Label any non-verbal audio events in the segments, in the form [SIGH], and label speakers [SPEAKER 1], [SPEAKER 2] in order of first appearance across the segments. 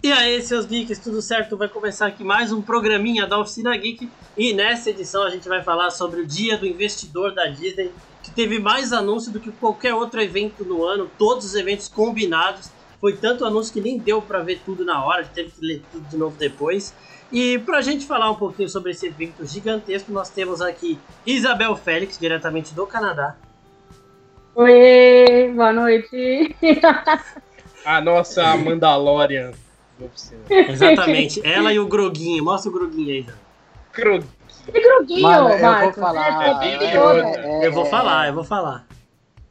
[SPEAKER 1] E aí, seus geeks, tudo certo? Vai começar aqui mais um programinha da Oficina Geek. E nessa edição a gente vai falar sobre o Dia do Investidor da Disney, que teve mais anúncio do que qualquer outro evento no ano, todos os eventos combinados. Foi tanto anúncio que nem deu para ver tudo na hora, teve que ler tudo de novo depois. E pra gente falar um pouquinho sobre esse evento gigantesco, nós temos aqui Isabel Félix, diretamente do Canadá.
[SPEAKER 2] Oi, boa noite.
[SPEAKER 3] A nossa Mandalorian do oficina.
[SPEAKER 1] Exatamente, ela e o Groguinho. Mostra o Groguinho aí, Isabel.
[SPEAKER 3] Cru-
[SPEAKER 2] Que groguinho,
[SPEAKER 4] Mano, eu vou
[SPEAKER 2] Marcos.
[SPEAKER 4] falar,
[SPEAKER 2] É,
[SPEAKER 3] é,
[SPEAKER 2] virou,
[SPEAKER 3] é,
[SPEAKER 2] né?
[SPEAKER 1] Eu vou falar, eu vou falar.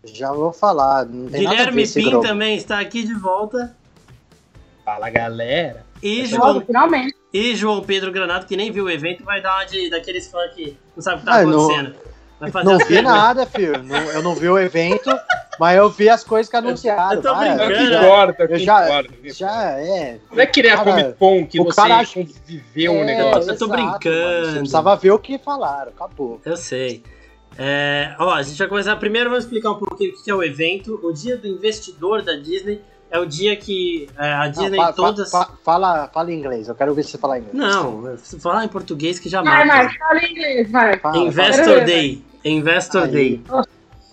[SPEAKER 4] Já vou falar. Não tem nada a ver
[SPEAKER 1] Guilherme
[SPEAKER 4] esse
[SPEAKER 1] Pim
[SPEAKER 4] grupo.
[SPEAKER 1] também está aqui de volta.
[SPEAKER 3] Fala galera.
[SPEAKER 1] E
[SPEAKER 2] Nossa,
[SPEAKER 1] João,
[SPEAKER 2] finalmente.
[SPEAKER 1] e João Pedro Granato, que nem viu o evento, vai dar uma de, daqueles fãs que não sabe o que tá
[SPEAKER 4] Ah, não-
[SPEAKER 1] acontecendo. Vai fazer
[SPEAKER 4] Não
[SPEAKER 1] as
[SPEAKER 4] vi
[SPEAKER 1] perguntas.
[SPEAKER 4] nada, filho. Não- eu não vi o evento, mas eu vi as coisas que anunciaram.
[SPEAKER 1] eu tô
[SPEAKER 4] vai. é
[SPEAKER 3] Não É que
[SPEAKER 1] brincando. né?
[SPEAKER 4] Já-
[SPEAKER 3] importa, que
[SPEAKER 4] eu já-
[SPEAKER 3] importa. que importa.
[SPEAKER 4] Já é.
[SPEAKER 3] Não é que nem a
[SPEAKER 4] Cara,
[SPEAKER 3] Comic Con que
[SPEAKER 4] o
[SPEAKER 3] você
[SPEAKER 4] cara acha-
[SPEAKER 3] viveu um
[SPEAKER 4] É,
[SPEAKER 3] negócio.
[SPEAKER 1] eu tô
[SPEAKER 4] exato, mano.
[SPEAKER 1] brincando.
[SPEAKER 4] Você precisava ver o que falaram, acabou.
[SPEAKER 1] Eu sei. É, ó, a gente vai começar. Primeiro, vamos explicar um pouquinho o que é o evento. O dia do investidor da Disney é o dia que é, a
[SPEAKER 4] Não,
[SPEAKER 1] Disney
[SPEAKER 4] fa- fa-
[SPEAKER 1] todas.
[SPEAKER 4] fa- fala, fala em inglês, eu quero ver você falar inglês.
[SPEAKER 1] Não, se falar em português que já
[SPEAKER 2] Vai,
[SPEAKER 1] mata.
[SPEAKER 2] Marcos, fala em inglês, Marcos.
[SPEAKER 4] Fala,
[SPEAKER 2] fala
[SPEAKER 1] Investor
[SPEAKER 2] aí.
[SPEAKER 1] Day. Investor
[SPEAKER 4] Ah, Aí.
[SPEAKER 1] Day.
[SPEAKER 4] fala.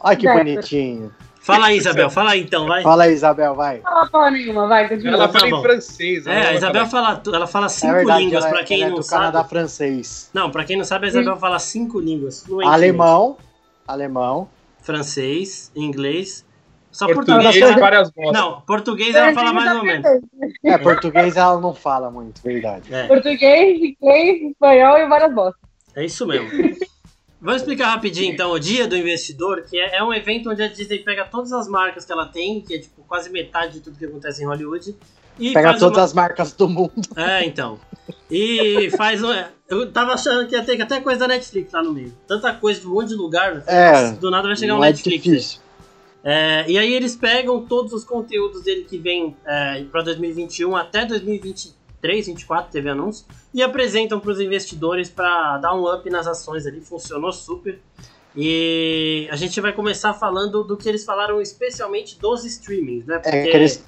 [SPEAKER 4] Ai, que
[SPEAKER 2] Certo.
[SPEAKER 4] bonitinho.
[SPEAKER 1] Fala
[SPEAKER 4] [LAUGHS]
[SPEAKER 1] aí, Isabel. Fala aí então, vai.
[SPEAKER 4] Fala aí, Isabel, vai. É
[SPEAKER 2] Não fala porra nenhuma, vai,
[SPEAKER 3] Ela
[SPEAKER 2] continua.
[SPEAKER 1] Tá
[SPEAKER 3] fala em
[SPEAKER 1] bom.
[SPEAKER 3] francês.
[SPEAKER 1] É, a
[SPEAKER 3] ela
[SPEAKER 1] Isabel
[SPEAKER 3] fala-
[SPEAKER 1] fala, tu- ela fala cinco línguas,
[SPEAKER 4] É ela-
[SPEAKER 1] pra quem
[SPEAKER 4] ela é
[SPEAKER 1] não
[SPEAKER 4] do
[SPEAKER 1] sabe.
[SPEAKER 4] Canadá francês.
[SPEAKER 1] Não, pra quem não sabe, a Isabel fala cinco línguas. fluentemente.
[SPEAKER 4] Alemão. Alemão.
[SPEAKER 1] Francês, inglês. Só português.
[SPEAKER 3] português e várias né? vozes.
[SPEAKER 1] Não, português ela fala mais ou menos.
[SPEAKER 4] É, português ela não fala muito, verdade.
[SPEAKER 1] É,
[SPEAKER 2] Português, inglês, espanhol e várias bostas.
[SPEAKER 1] é isso mesmo. Vamos explicar rapidinho então o Dia do Investidor, que é, é um evento onde a Disney pega todas as marcas que ela tem, que é tipo quase metade de tudo que acontece em Hollywood, e
[SPEAKER 4] Pega
[SPEAKER 1] faz uma-
[SPEAKER 4] todas as marcas
[SPEAKER 3] [LAUGHS]
[SPEAKER 4] do mundo.
[SPEAKER 1] É, então. E faz um. Eu tava achando que ia ter até coisa da Netflix lá no meio. Tanta coisa de um monte de lugar.
[SPEAKER 4] É,
[SPEAKER 1] do nada vai chegar um
[SPEAKER 4] não é
[SPEAKER 1] Netflix.
[SPEAKER 3] né?
[SPEAKER 4] difícil.
[SPEAKER 1] É, e aí eles pegam todos os conteúdos dele que vem é, para 2021 até 2023, 2024 teve anúncio, e apresentam para os investidores para dar um up nas ações ali, funcionou super. E a gente vai começar falando do que eles falaram especialmente dos streamings, né?
[SPEAKER 4] É que eles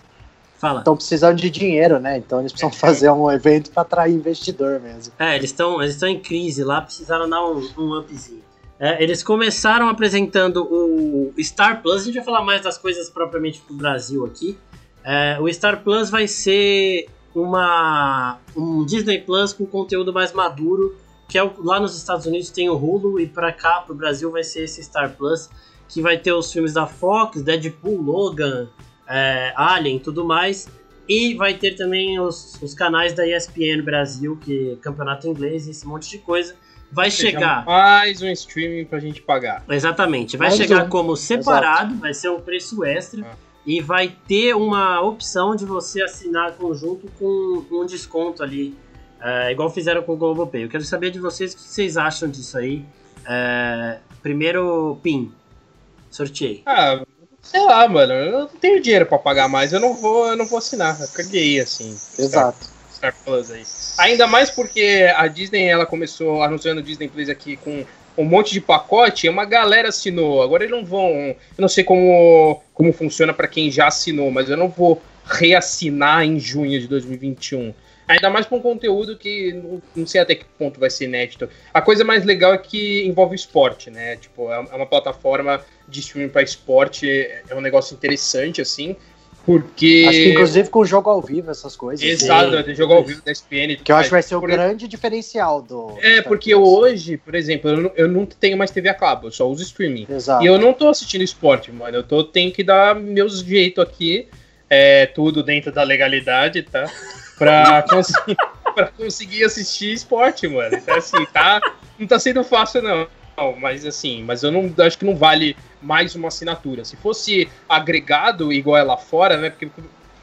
[SPEAKER 1] Fala.
[SPEAKER 4] estão precisando de dinheiro, né? Então
[SPEAKER 3] É.
[SPEAKER 4] eles precisam fazer um evento para atrair investidor mesmo.
[SPEAKER 1] É, eles estão eles estão em crise lá, precisaram dar um, um upzinho. É, eles começaram apresentando o Star Plus, a gente vai falar mais das coisas propriamente pro Brasil aqui. É, o Star Plus vai ser uma um Disney Plus com conteúdo mais maduro, que é o- lá nos Estados Unidos tem o Hulu e para cá pro Brasil vai ser esse Star Plus que vai ter os filmes da Fox, Deadpool, Logan, é, Alien, tudo mais. E vai ter também os, os canais da ESPN Brasil, que é campeonato inglês, esse monte de coisa. Vai
[SPEAKER 3] Seja
[SPEAKER 1] chegar,
[SPEAKER 3] Mais um streaming pra gente pagar.
[SPEAKER 1] exatamente, vai
[SPEAKER 4] Mais
[SPEAKER 1] chegar
[SPEAKER 4] um.
[SPEAKER 1] como separado, vai ser um preço extra.
[SPEAKER 3] Ah.
[SPEAKER 1] E vai ter uma opção de você assinar conjunto com um desconto ali, é, igual fizeram com o Globopay. Eu quero saber de vocês o que vocês acham disso aí. É, primeiro, PIN, sorteio.
[SPEAKER 3] Ah, sei lá, mano. Eu não tenho dinheiro pra pagar mais. Eu não vou, eu não vou assinar. Eu caguei assim.
[SPEAKER 4] Exato.
[SPEAKER 3] Star Plus aí. Ainda mais porque a Disney, ela começou anunciando o Disney Plus aqui com um monte de pacote, uma galera assinou. Agora eles não vão, eu não sei como como funciona pra quem já assinou, mas eu não vou reassinar em junho de 2021. Ainda mais pra um conteúdo que não, não sei até que ponto vai ser inédito. A coisa mais legal é que envolve esporte, né? Tipo, é é uma plataforma de streaming pra esporte, é um negócio interessante assim, porque
[SPEAKER 4] Acho que inclusive com o jogo ao vivo, essas coisas.
[SPEAKER 3] Exato,
[SPEAKER 1] Sim.
[SPEAKER 3] vai ter jogo ao vivo da SPN.
[SPEAKER 4] Que eu acho que vai ser o
[SPEAKER 3] Por-
[SPEAKER 4] grande diferencial do.
[SPEAKER 3] É, porque eu hoje, por exemplo, eu não, eu não tenho mais TV a cabo, eu só uso streaming.
[SPEAKER 4] Exato.
[SPEAKER 3] E eu não tô assistindo esporte, mano. Eu tô, tenho que dar meus jeitos aqui, é, tudo dentro da legalidade, tá? Pra, cons- pra conseguir assistir esporte, mano. Então, assim, tá, não tá sendo fácil, não. Não, mas assim, mas eu não acho que não vale mais uma assinatura. Se fosse agregado igual é lá fora, né? Porque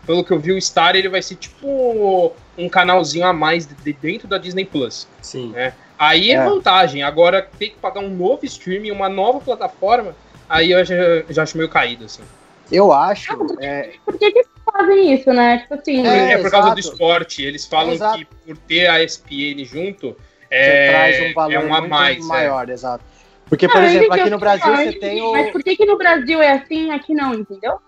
[SPEAKER 3] pelo que eu vi, o Star ele vai ser tipo um canalzinho a mais de- de dentro da Disney Plus.
[SPEAKER 1] Sim.
[SPEAKER 3] Aí é,
[SPEAKER 4] É.
[SPEAKER 3] vantagem. Agora tem que pagar um novo streaming, uma nova plataforma. Aí eu já, já acho meio caído, assim.
[SPEAKER 4] Eu acho.
[SPEAKER 3] Ah,
[SPEAKER 4] é,
[SPEAKER 2] Por que que eles fazem isso, né? Tipo assim,
[SPEAKER 3] É,
[SPEAKER 4] É,
[SPEAKER 3] por causa do
[SPEAKER 4] exato.
[SPEAKER 3] esporte. Eles falam
[SPEAKER 4] Exato.
[SPEAKER 3] que por ter a ESPN junto,
[SPEAKER 4] você
[SPEAKER 3] é,
[SPEAKER 4] traz um valor
[SPEAKER 3] é um a
[SPEAKER 4] muito
[SPEAKER 3] mais. é.
[SPEAKER 4] maior, exato. Porque, por
[SPEAKER 2] Ah, eu
[SPEAKER 4] exemplo,
[SPEAKER 2] entendi,
[SPEAKER 4] aqui no
[SPEAKER 2] eu
[SPEAKER 4] Brasil
[SPEAKER 2] entendi,
[SPEAKER 4] você tem
[SPEAKER 2] Mas
[SPEAKER 4] o.
[SPEAKER 2] por que que no Brasil é assim e aqui não, entendeu?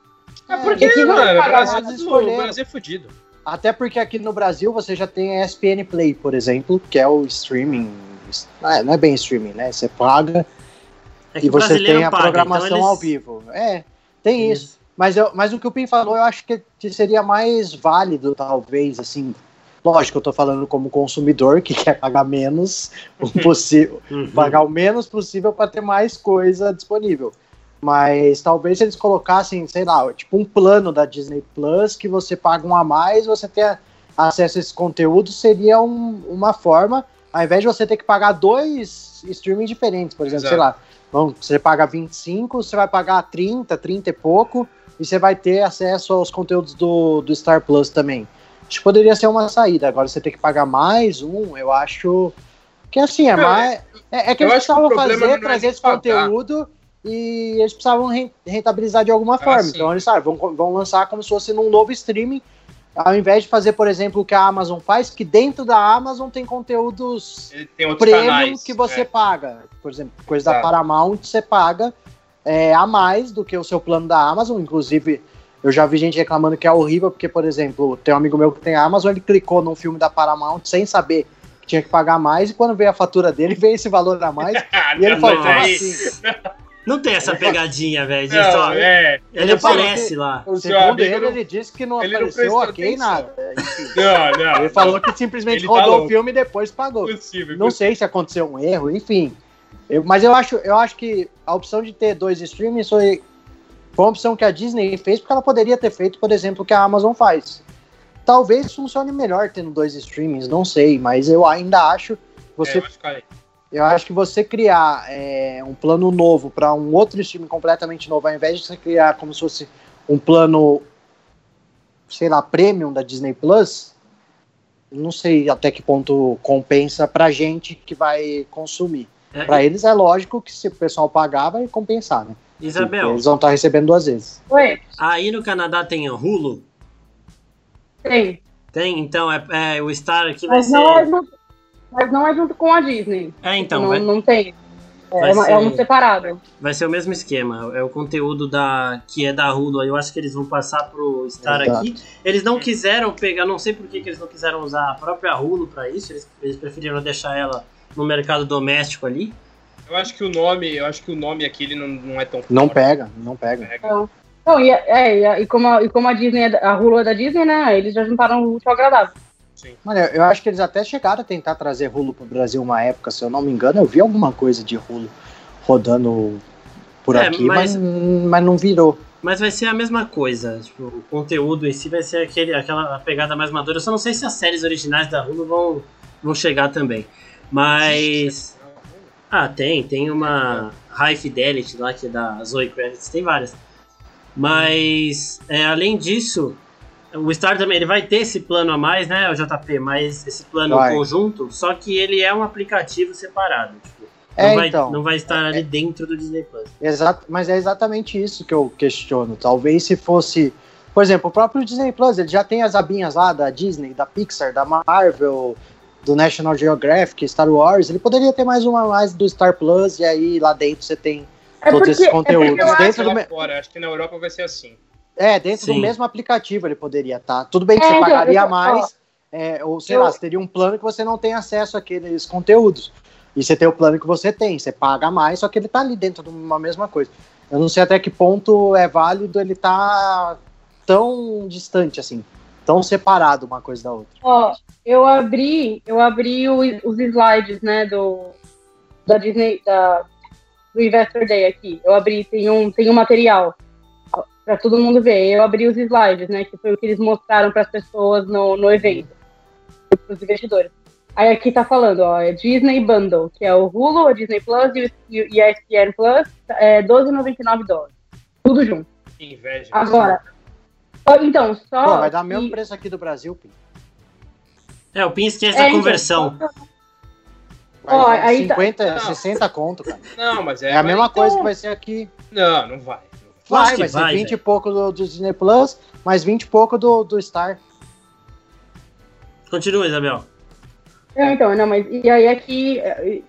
[SPEAKER 3] É porque,
[SPEAKER 2] Eles não
[SPEAKER 3] mano, o
[SPEAKER 2] pagam
[SPEAKER 3] Brasil,
[SPEAKER 4] nada,
[SPEAKER 3] o
[SPEAKER 4] escolheram.
[SPEAKER 3] Brasil é fudido.
[SPEAKER 4] Até porque aqui no Brasil você já tem a ESPN Play, por exemplo, que é o streaming. Ah, Não é bem streaming, né? Você paga
[SPEAKER 1] É que
[SPEAKER 4] e
[SPEAKER 1] o
[SPEAKER 4] você
[SPEAKER 1] brasileiro
[SPEAKER 4] tem a
[SPEAKER 1] paga, então
[SPEAKER 4] programação
[SPEAKER 1] eles-
[SPEAKER 4] ao vivo. É, tem
[SPEAKER 1] eles-
[SPEAKER 4] isso. Mas, eu- mas o que o Pim falou, eu acho que, que seria mais válido, talvez, assim. Lógico, eu tô falando como consumidor que [LAUGHS] quer pagar menos o
[SPEAKER 1] [LAUGHS]
[SPEAKER 4] possível,
[SPEAKER 1] Uhum.
[SPEAKER 4] pagar o menos possível para ter mais coisa disponível. Mas talvez se eles colocassem, sei lá, tipo um plano da Disney Plus que você paga um a mais, você ter acesso a esse conteúdo seria um- uma forma, ao invés de você ter que pagar dois streamings diferentes, por exemplo,
[SPEAKER 3] Exato.
[SPEAKER 4] sei lá, Bom, você paga 25, você vai pagar 30, 30 e pouco, e você vai ter acesso aos conteúdos do, do Star Plus também. Acho que poderia ser uma saída. Agora você tem que pagar mais um, eu acho. Que assim, é
[SPEAKER 3] Cara,
[SPEAKER 4] mais. É, é que
[SPEAKER 3] eu
[SPEAKER 4] eles
[SPEAKER 3] acho que o
[SPEAKER 4] precisavam
[SPEAKER 3] problema não é
[SPEAKER 4] fazer,
[SPEAKER 3] nem
[SPEAKER 4] trazer esse
[SPEAKER 3] pagar.
[SPEAKER 4] conteúdo e eles precisavam ren- rentabilizar de alguma forma.
[SPEAKER 3] Ah, sim.
[SPEAKER 4] então eles sabe, vão, co- vão lançar como se fosse num novo streaming. Ao invés de fazer, por exemplo, o que a Amazon faz, que dentro da Amazon tem conteúdos
[SPEAKER 3] Ele tem outros
[SPEAKER 4] prêmio
[SPEAKER 3] canais.
[SPEAKER 4] que você
[SPEAKER 3] é.
[SPEAKER 4] paga. Por exemplo, coisa da
[SPEAKER 3] Tá.
[SPEAKER 4] Paramount, você paga é, a mais do que o seu plano da Amazon. Inclusive, eu já vi gente reclamando que é horrível, porque, por exemplo, tem um amigo meu que tem a Amazon, ele clicou num filme da Paramount sem saber que tinha que pagar mais, e quando veio a fatura dele, [LAUGHS] veio esse valor a
[SPEAKER 3] [LAUGHS]
[SPEAKER 4] mais.
[SPEAKER 3] Ah,
[SPEAKER 4] E ele
[SPEAKER 3] não,
[SPEAKER 4] falou,
[SPEAKER 3] mas
[SPEAKER 4] como
[SPEAKER 3] aí-
[SPEAKER 4] assim?
[SPEAKER 1] é Não tem essa pegadinha, velho. de
[SPEAKER 3] Não,
[SPEAKER 1] só-
[SPEAKER 3] é.
[SPEAKER 1] Ele
[SPEAKER 4] ele falou
[SPEAKER 1] aparece lá.
[SPEAKER 3] O seu
[SPEAKER 4] Segundo
[SPEAKER 3] amigo
[SPEAKER 4] ele,
[SPEAKER 3] não-
[SPEAKER 4] ele disse que não
[SPEAKER 3] ele não
[SPEAKER 4] apareceu
[SPEAKER 3] prestou
[SPEAKER 4] ok
[SPEAKER 3] atenção.
[SPEAKER 4] nada. É,
[SPEAKER 3] Não, não.
[SPEAKER 4] Ele falou que simplesmente
[SPEAKER 3] Ele tá
[SPEAKER 4] rodou
[SPEAKER 3] louco.
[SPEAKER 4] o filme e depois pagou.
[SPEAKER 3] Impossível.
[SPEAKER 4] Não sei se aconteceu um erro, enfim. Eu- mas eu acho, eu acho que a opção de ter dois streamings foi, foi uma opção que a Disney fez, porque ela poderia ter feito, por exemplo, o que a Amazon faz. Talvez funcione melhor tendo dois streamings, não sei, mas eu ainda acho. Você,
[SPEAKER 3] É, eu acho que é.
[SPEAKER 4] Eu acho que você criar é, um plano novo para um outro streaming completamente novo, ao invés de você criar como se fosse um plano, sei lá, premium da Disney Plus, não sei até que ponto compensa pra gente que vai consumir.
[SPEAKER 1] É,
[SPEAKER 4] Pra eles é lógico que se o pessoal pagar, vai compensar, né? Porque
[SPEAKER 1] Isabel,
[SPEAKER 4] Eles vão estar recebendo duas vezes.
[SPEAKER 2] Oi,
[SPEAKER 1] aí no Canadá tem o Hulu?
[SPEAKER 2] tem.
[SPEAKER 1] Tem, então é, é, o Star aqui vai
[SPEAKER 2] Mas
[SPEAKER 1] ser.
[SPEAKER 2] não, é junto, mas não é junto com a Disney.
[SPEAKER 1] É, então,
[SPEAKER 2] não,
[SPEAKER 1] vai,
[SPEAKER 2] não tem.
[SPEAKER 1] vai
[SPEAKER 2] É, uma,
[SPEAKER 1] ser-
[SPEAKER 2] é um separado.
[SPEAKER 1] vai ser o mesmo esquema. É o conteúdo da que é da Hulu. Eu acho que eles vão passar pro Star
[SPEAKER 4] Exato.
[SPEAKER 1] aqui. Eles não quiseram pegar, não sei por que, que eles não quiseram usar a própria Hulu pra isso. Eles, eles preferiram deixar ela no mercado doméstico ali.
[SPEAKER 3] Eu acho que o nome, eu acho que o nome aqui ele não, não é tão
[SPEAKER 4] Não
[SPEAKER 3] forte,
[SPEAKER 4] pega, não pega.
[SPEAKER 3] né, cara?
[SPEAKER 2] Então, não, e, é, e a- e, como a, e como a Disney, é da- a Hulu é da Disney, né? Eles já juntaram o útil ao agradável.
[SPEAKER 4] Mano, eu, eu acho que eles até chegaram a tentar trazer Rulo pro Brasil uma época, se eu não me engano, eu vi alguma coisa de Rulo rodando por
[SPEAKER 1] É,
[SPEAKER 4] aqui,
[SPEAKER 1] mas-
[SPEAKER 4] mas... mas não virou.
[SPEAKER 1] Mas vai ser a mesma coisa. Tipo, o conteúdo em si vai ser aquele, aquela pegada mais madura. Eu só não sei se as séries originais da Hulu vão, vão chegar também. Mas. Ah, tem. Tem uma
[SPEAKER 4] É.
[SPEAKER 1] High Fidelity lá, que é da Zoe Kravitz. Tem várias. Mas, é, além disso, o Star também ele vai ter esse plano a mais, né, o JP? Mas esse plano
[SPEAKER 4] Vai.
[SPEAKER 1] conjunto, só que ele é um aplicativo separado. Tipo,
[SPEAKER 4] É,
[SPEAKER 1] não, vai,
[SPEAKER 4] então.
[SPEAKER 1] não vai estar ali dentro do Disney Plus.
[SPEAKER 4] Exato, mas é exatamente isso que eu questiono. Talvez se fosse, por exemplo, o próprio Disney Plus, ele já tem as abinhas lá da Disney, da Pixar, da Marvel, do National Geographic, Star Wars. Ele poderia ter mais uma a mais do Star Plus e aí lá dentro você tem.
[SPEAKER 2] É
[SPEAKER 4] Todos
[SPEAKER 2] porque,
[SPEAKER 4] esses
[SPEAKER 2] é porque
[SPEAKER 4] conteúdos. né?
[SPEAKER 2] eu acho
[SPEAKER 4] Dentro
[SPEAKER 3] Sei lá
[SPEAKER 4] do me-
[SPEAKER 3] fora, acho que na Europa vai ser assim.
[SPEAKER 4] É, dentro
[SPEAKER 1] Sim.
[SPEAKER 4] do mesmo aplicativo ele poderia estar. Tudo bem que
[SPEAKER 2] É,
[SPEAKER 4] você
[SPEAKER 2] então,
[SPEAKER 4] pagaria
[SPEAKER 2] eu tô-
[SPEAKER 4] mais, é, ou sei
[SPEAKER 2] eu-
[SPEAKER 4] lá, você teria um plano que você não tem acesso àqueles conteúdos. E você tem o plano que você tem, você paga mais, só que ele tá ali dentro de uma mesma coisa. Eu não sei até que ponto é válido ele tá tão distante assim, tão separado uma coisa da outra.
[SPEAKER 2] Ó, eu abri, eu abri o- os slides, né, do da Disney, da, do Investor Day aqui. Eu abri, tem um, tem um material para todo mundo ver. Eu abri os slides, né, que foi o que eles mostraram para as pessoas no, no evento, para os investidores. Aí aqui tá falando, ó, é Disney Bundle, que é o Hulu, a Disney Plus e o- e o ESPN Plus, é 12,99 dólares. Tudo junto.
[SPEAKER 3] Que inveja.
[SPEAKER 2] Agora, ó, então, só
[SPEAKER 4] Pô, vai dar o mesmo
[SPEAKER 2] que-
[SPEAKER 4] preço aqui do Brasil, Pim.
[SPEAKER 1] É, o Pin esquece
[SPEAKER 2] É,
[SPEAKER 1] da
[SPEAKER 2] então,
[SPEAKER 1] conversão.
[SPEAKER 4] Vai
[SPEAKER 2] Ó,
[SPEAKER 4] dar
[SPEAKER 2] aí tá-
[SPEAKER 4] 50,
[SPEAKER 3] Não.
[SPEAKER 4] 60 conto, cara.
[SPEAKER 3] Não, mas é,
[SPEAKER 4] É a
[SPEAKER 3] mas-
[SPEAKER 4] mesma
[SPEAKER 2] então-
[SPEAKER 4] coisa Tá que vai ser aqui.
[SPEAKER 3] Não, não vai.
[SPEAKER 1] Lógico
[SPEAKER 4] Vai,
[SPEAKER 1] que
[SPEAKER 4] vai ser
[SPEAKER 1] vai,
[SPEAKER 4] 20 e
[SPEAKER 1] velho.
[SPEAKER 4] pouco do, do Disney Plus, mais 20 e pouco do, do Star.
[SPEAKER 1] Continua, Isabel.
[SPEAKER 2] Não, então, não, mas e aí é, aqui. é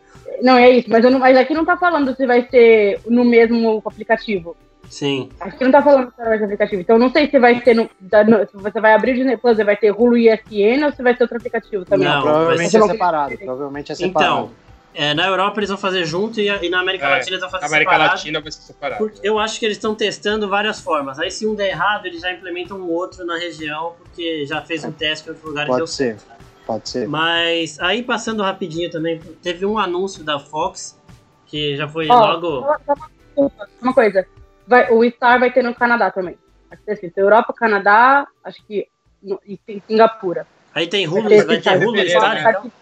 [SPEAKER 2] Não, é isso, mas, eu não, mas aqui não tá falando se vai ser no mesmo aplicativo.
[SPEAKER 1] Sim.
[SPEAKER 2] Acho que não tá falando só de aplicativo. Então não sei se vai ter. No, da- no- se você vai abrir o Disney Plus, vai ter Hulu e ESPN ou se vai ter outro aplicativo também.
[SPEAKER 1] Não,
[SPEAKER 4] provavelmente
[SPEAKER 2] vai
[SPEAKER 4] é
[SPEAKER 2] ser-
[SPEAKER 4] separado. Provavelmente é separado.
[SPEAKER 1] Então, é, na Europa eles vão fazer junto e, a- e na América
[SPEAKER 3] É,
[SPEAKER 1] Latina eles vão fazer
[SPEAKER 3] A América
[SPEAKER 1] separado.
[SPEAKER 3] Latina vai ser separada.
[SPEAKER 1] Porque eu acho que eles estão testando várias formas. Aí se um der errado, eles já implementam o outro na região, porque já fez um teste em outro lugar e
[SPEAKER 4] Pode
[SPEAKER 1] deu
[SPEAKER 4] ser.
[SPEAKER 1] certo.
[SPEAKER 4] Pode ser.
[SPEAKER 1] Mas aí passando rapidinho também, teve um anúncio da Fox, que já foi
[SPEAKER 2] Ó,
[SPEAKER 1] logo.
[SPEAKER 2] só- só uma- desculpa, só uma coisa. Vai- o Star vai ter no Canadá também. Acho que tá escrito Europa, Canadá, acho que. no- E tem Singapura.
[SPEAKER 1] Aí tem Hulu,
[SPEAKER 2] ter
[SPEAKER 1] vai ter
[SPEAKER 2] Star-
[SPEAKER 1] Hulu então? no
[SPEAKER 3] Star-
[SPEAKER 1] estádio?
[SPEAKER 3] Star-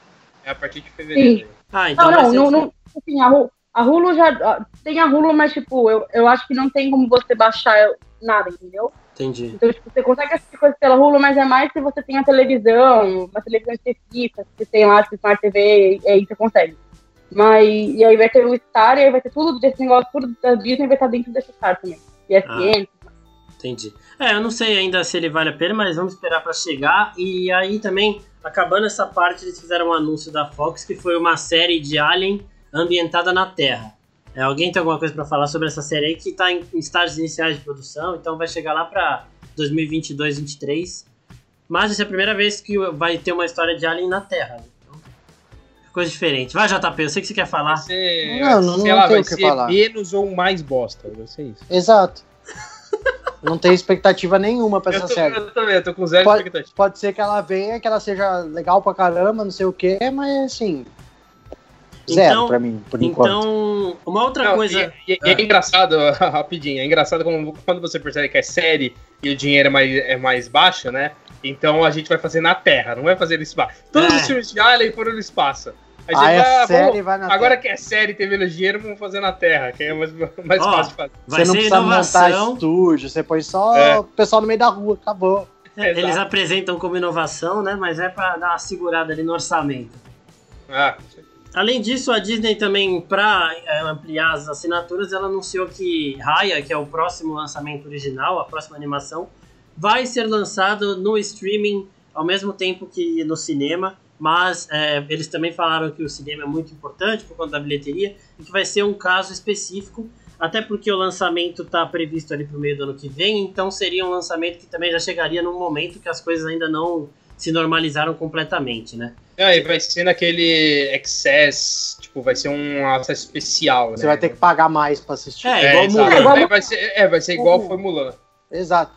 [SPEAKER 3] É a partir de fevereiro.
[SPEAKER 1] Ah, então
[SPEAKER 2] Não,
[SPEAKER 1] vai
[SPEAKER 2] não,
[SPEAKER 1] ser
[SPEAKER 2] não,
[SPEAKER 1] um-
[SPEAKER 2] não- assim, a Hulu, a Hulu já. a- Tem a Hulu, mas, tipo, eu, eu acho que não tem como você baixar nada, entendeu?
[SPEAKER 1] Entendi.
[SPEAKER 2] Então, tipo, você consegue assistir coisas pela Hulu, mas é mais se você tem a televisão, uma televisão específica, que tem lá, tipo, Smart TV, e aí você consegue. Mas, e aí vai ter o Star, e aí vai ter tudo desse negócio, tudo da Disney vai estar dentro desse Star também. é
[SPEAKER 1] Ah.
[SPEAKER 2] ESPN,
[SPEAKER 1] Entendi. É, eu não sei ainda se ele vale a pena, mas vamos esperar pra chegar. E aí também, acabando essa parte, eles fizeram um anúncio da Fox que foi uma série de Alien ambientada na Terra. É, alguém tem alguma coisa pra falar sobre essa série aí que tá em, em estágios iniciais de produção, então vai chegar lá pra 2022, 2023. Mas essa é a primeira vez que vai ter uma história de Alien na Terra. né? Então, coisa diferente. Vai, JP, eu sei que você quer
[SPEAKER 4] Ah.
[SPEAKER 3] Vai
[SPEAKER 1] falar.
[SPEAKER 3] ser,
[SPEAKER 4] Não, não-
[SPEAKER 3] sei
[SPEAKER 4] não
[SPEAKER 3] lá,
[SPEAKER 4] tem
[SPEAKER 3] vai
[SPEAKER 4] o que
[SPEAKER 3] ser
[SPEAKER 4] falar.
[SPEAKER 3] menos ou mais bosta. Vai ser isso.
[SPEAKER 4] Exato. [LAUGHS] Não tem expectativa nenhuma pra
[SPEAKER 3] Eu,
[SPEAKER 4] essa
[SPEAKER 3] tô,
[SPEAKER 4] série.
[SPEAKER 3] eu também, eu tô com zero
[SPEAKER 4] Pode-
[SPEAKER 3] expectativa.
[SPEAKER 4] Pode ser que ela venha, que ela seja legal pra caramba, não sei o quê, mas assim. Zero
[SPEAKER 1] Então-
[SPEAKER 4] pra mim, por enquanto.
[SPEAKER 1] Então, uma outra
[SPEAKER 3] Não,
[SPEAKER 1] coisa.
[SPEAKER 3] E, e- e é engraçado, [LAUGHS] rapidinho, é engraçado como- quando você percebe que é série e o dinheiro é mais, é mais baixo, né? Então a gente vai fazer na Terra, não vai fazer no espaço. Todos
[SPEAKER 1] É.
[SPEAKER 3] os filmes de Alien foram no espaço. A gente vai,
[SPEAKER 4] Aí a
[SPEAKER 3] ah, vamos-
[SPEAKER 4] série vai na
[SPEAKER 3] agora
[SPEAKER 4] tela.
[SPEAKER 3] que é série e teve dinheiro, vamos fazer na Terra, que é mais, [LAUGHS] mais
[SPEAKER 1] Ó,
[SPEAKER 3] fácil de
[SPEAKER 1] Vai
[SPEAKER 3] fazer.
[SPEAKER 4] Você não
[SPEAKER 1] ser
[SPEAKER 4] precisa montar
[SPEAKER 1] inovação.
[SPEAKER 4] estúdio, você põe só
[SPEAKER 3] É.
[SPEAKER 4] o pessoal no meio da rua, acabou.
[SPEAKER 1] É,
[SPEAKER 3] Exato.
[SPEAKER 1] Eles apresentam como inovação, né? Mas é para dar uma segurada ali no orçamento.
[SPEAKER 3] Ah,
[SPEAKER 1] Além disso, a Disney também, para ampliar as assinaturas, ela anunciou que Raya, que é o próximo lançamento original, a próxima animação, vai ser lançado no streaming ao mesmo tempo que no cinema. Mas é, eles também falaram que o cinema é muito importante por conta da bilheteria e que vai ser um caso específico, até porque o lançamento está previsto ali para o meio do ano que vem, então seria um lançamento que também já chegaria num momento que as coisas ainda não se normalizaram completamente, né?
[SPEAKER 3] não, e vai ser naquele access, tipo, vai ser um acesso especial, né?
[SPEAKER 4] Você vai ter que pagar mais pra assistir.
[SPEAKER 1] É, igual
[SPEAKER 3] É, exato.
[SPEAKER 1] Mulan.
[SPEAKER 3] É, vai ser, é, vai ser igual
[SPEAKER 4] Uh,
[SPEAKER 3] foi Mulan.
[SPEAKER 4] Exato.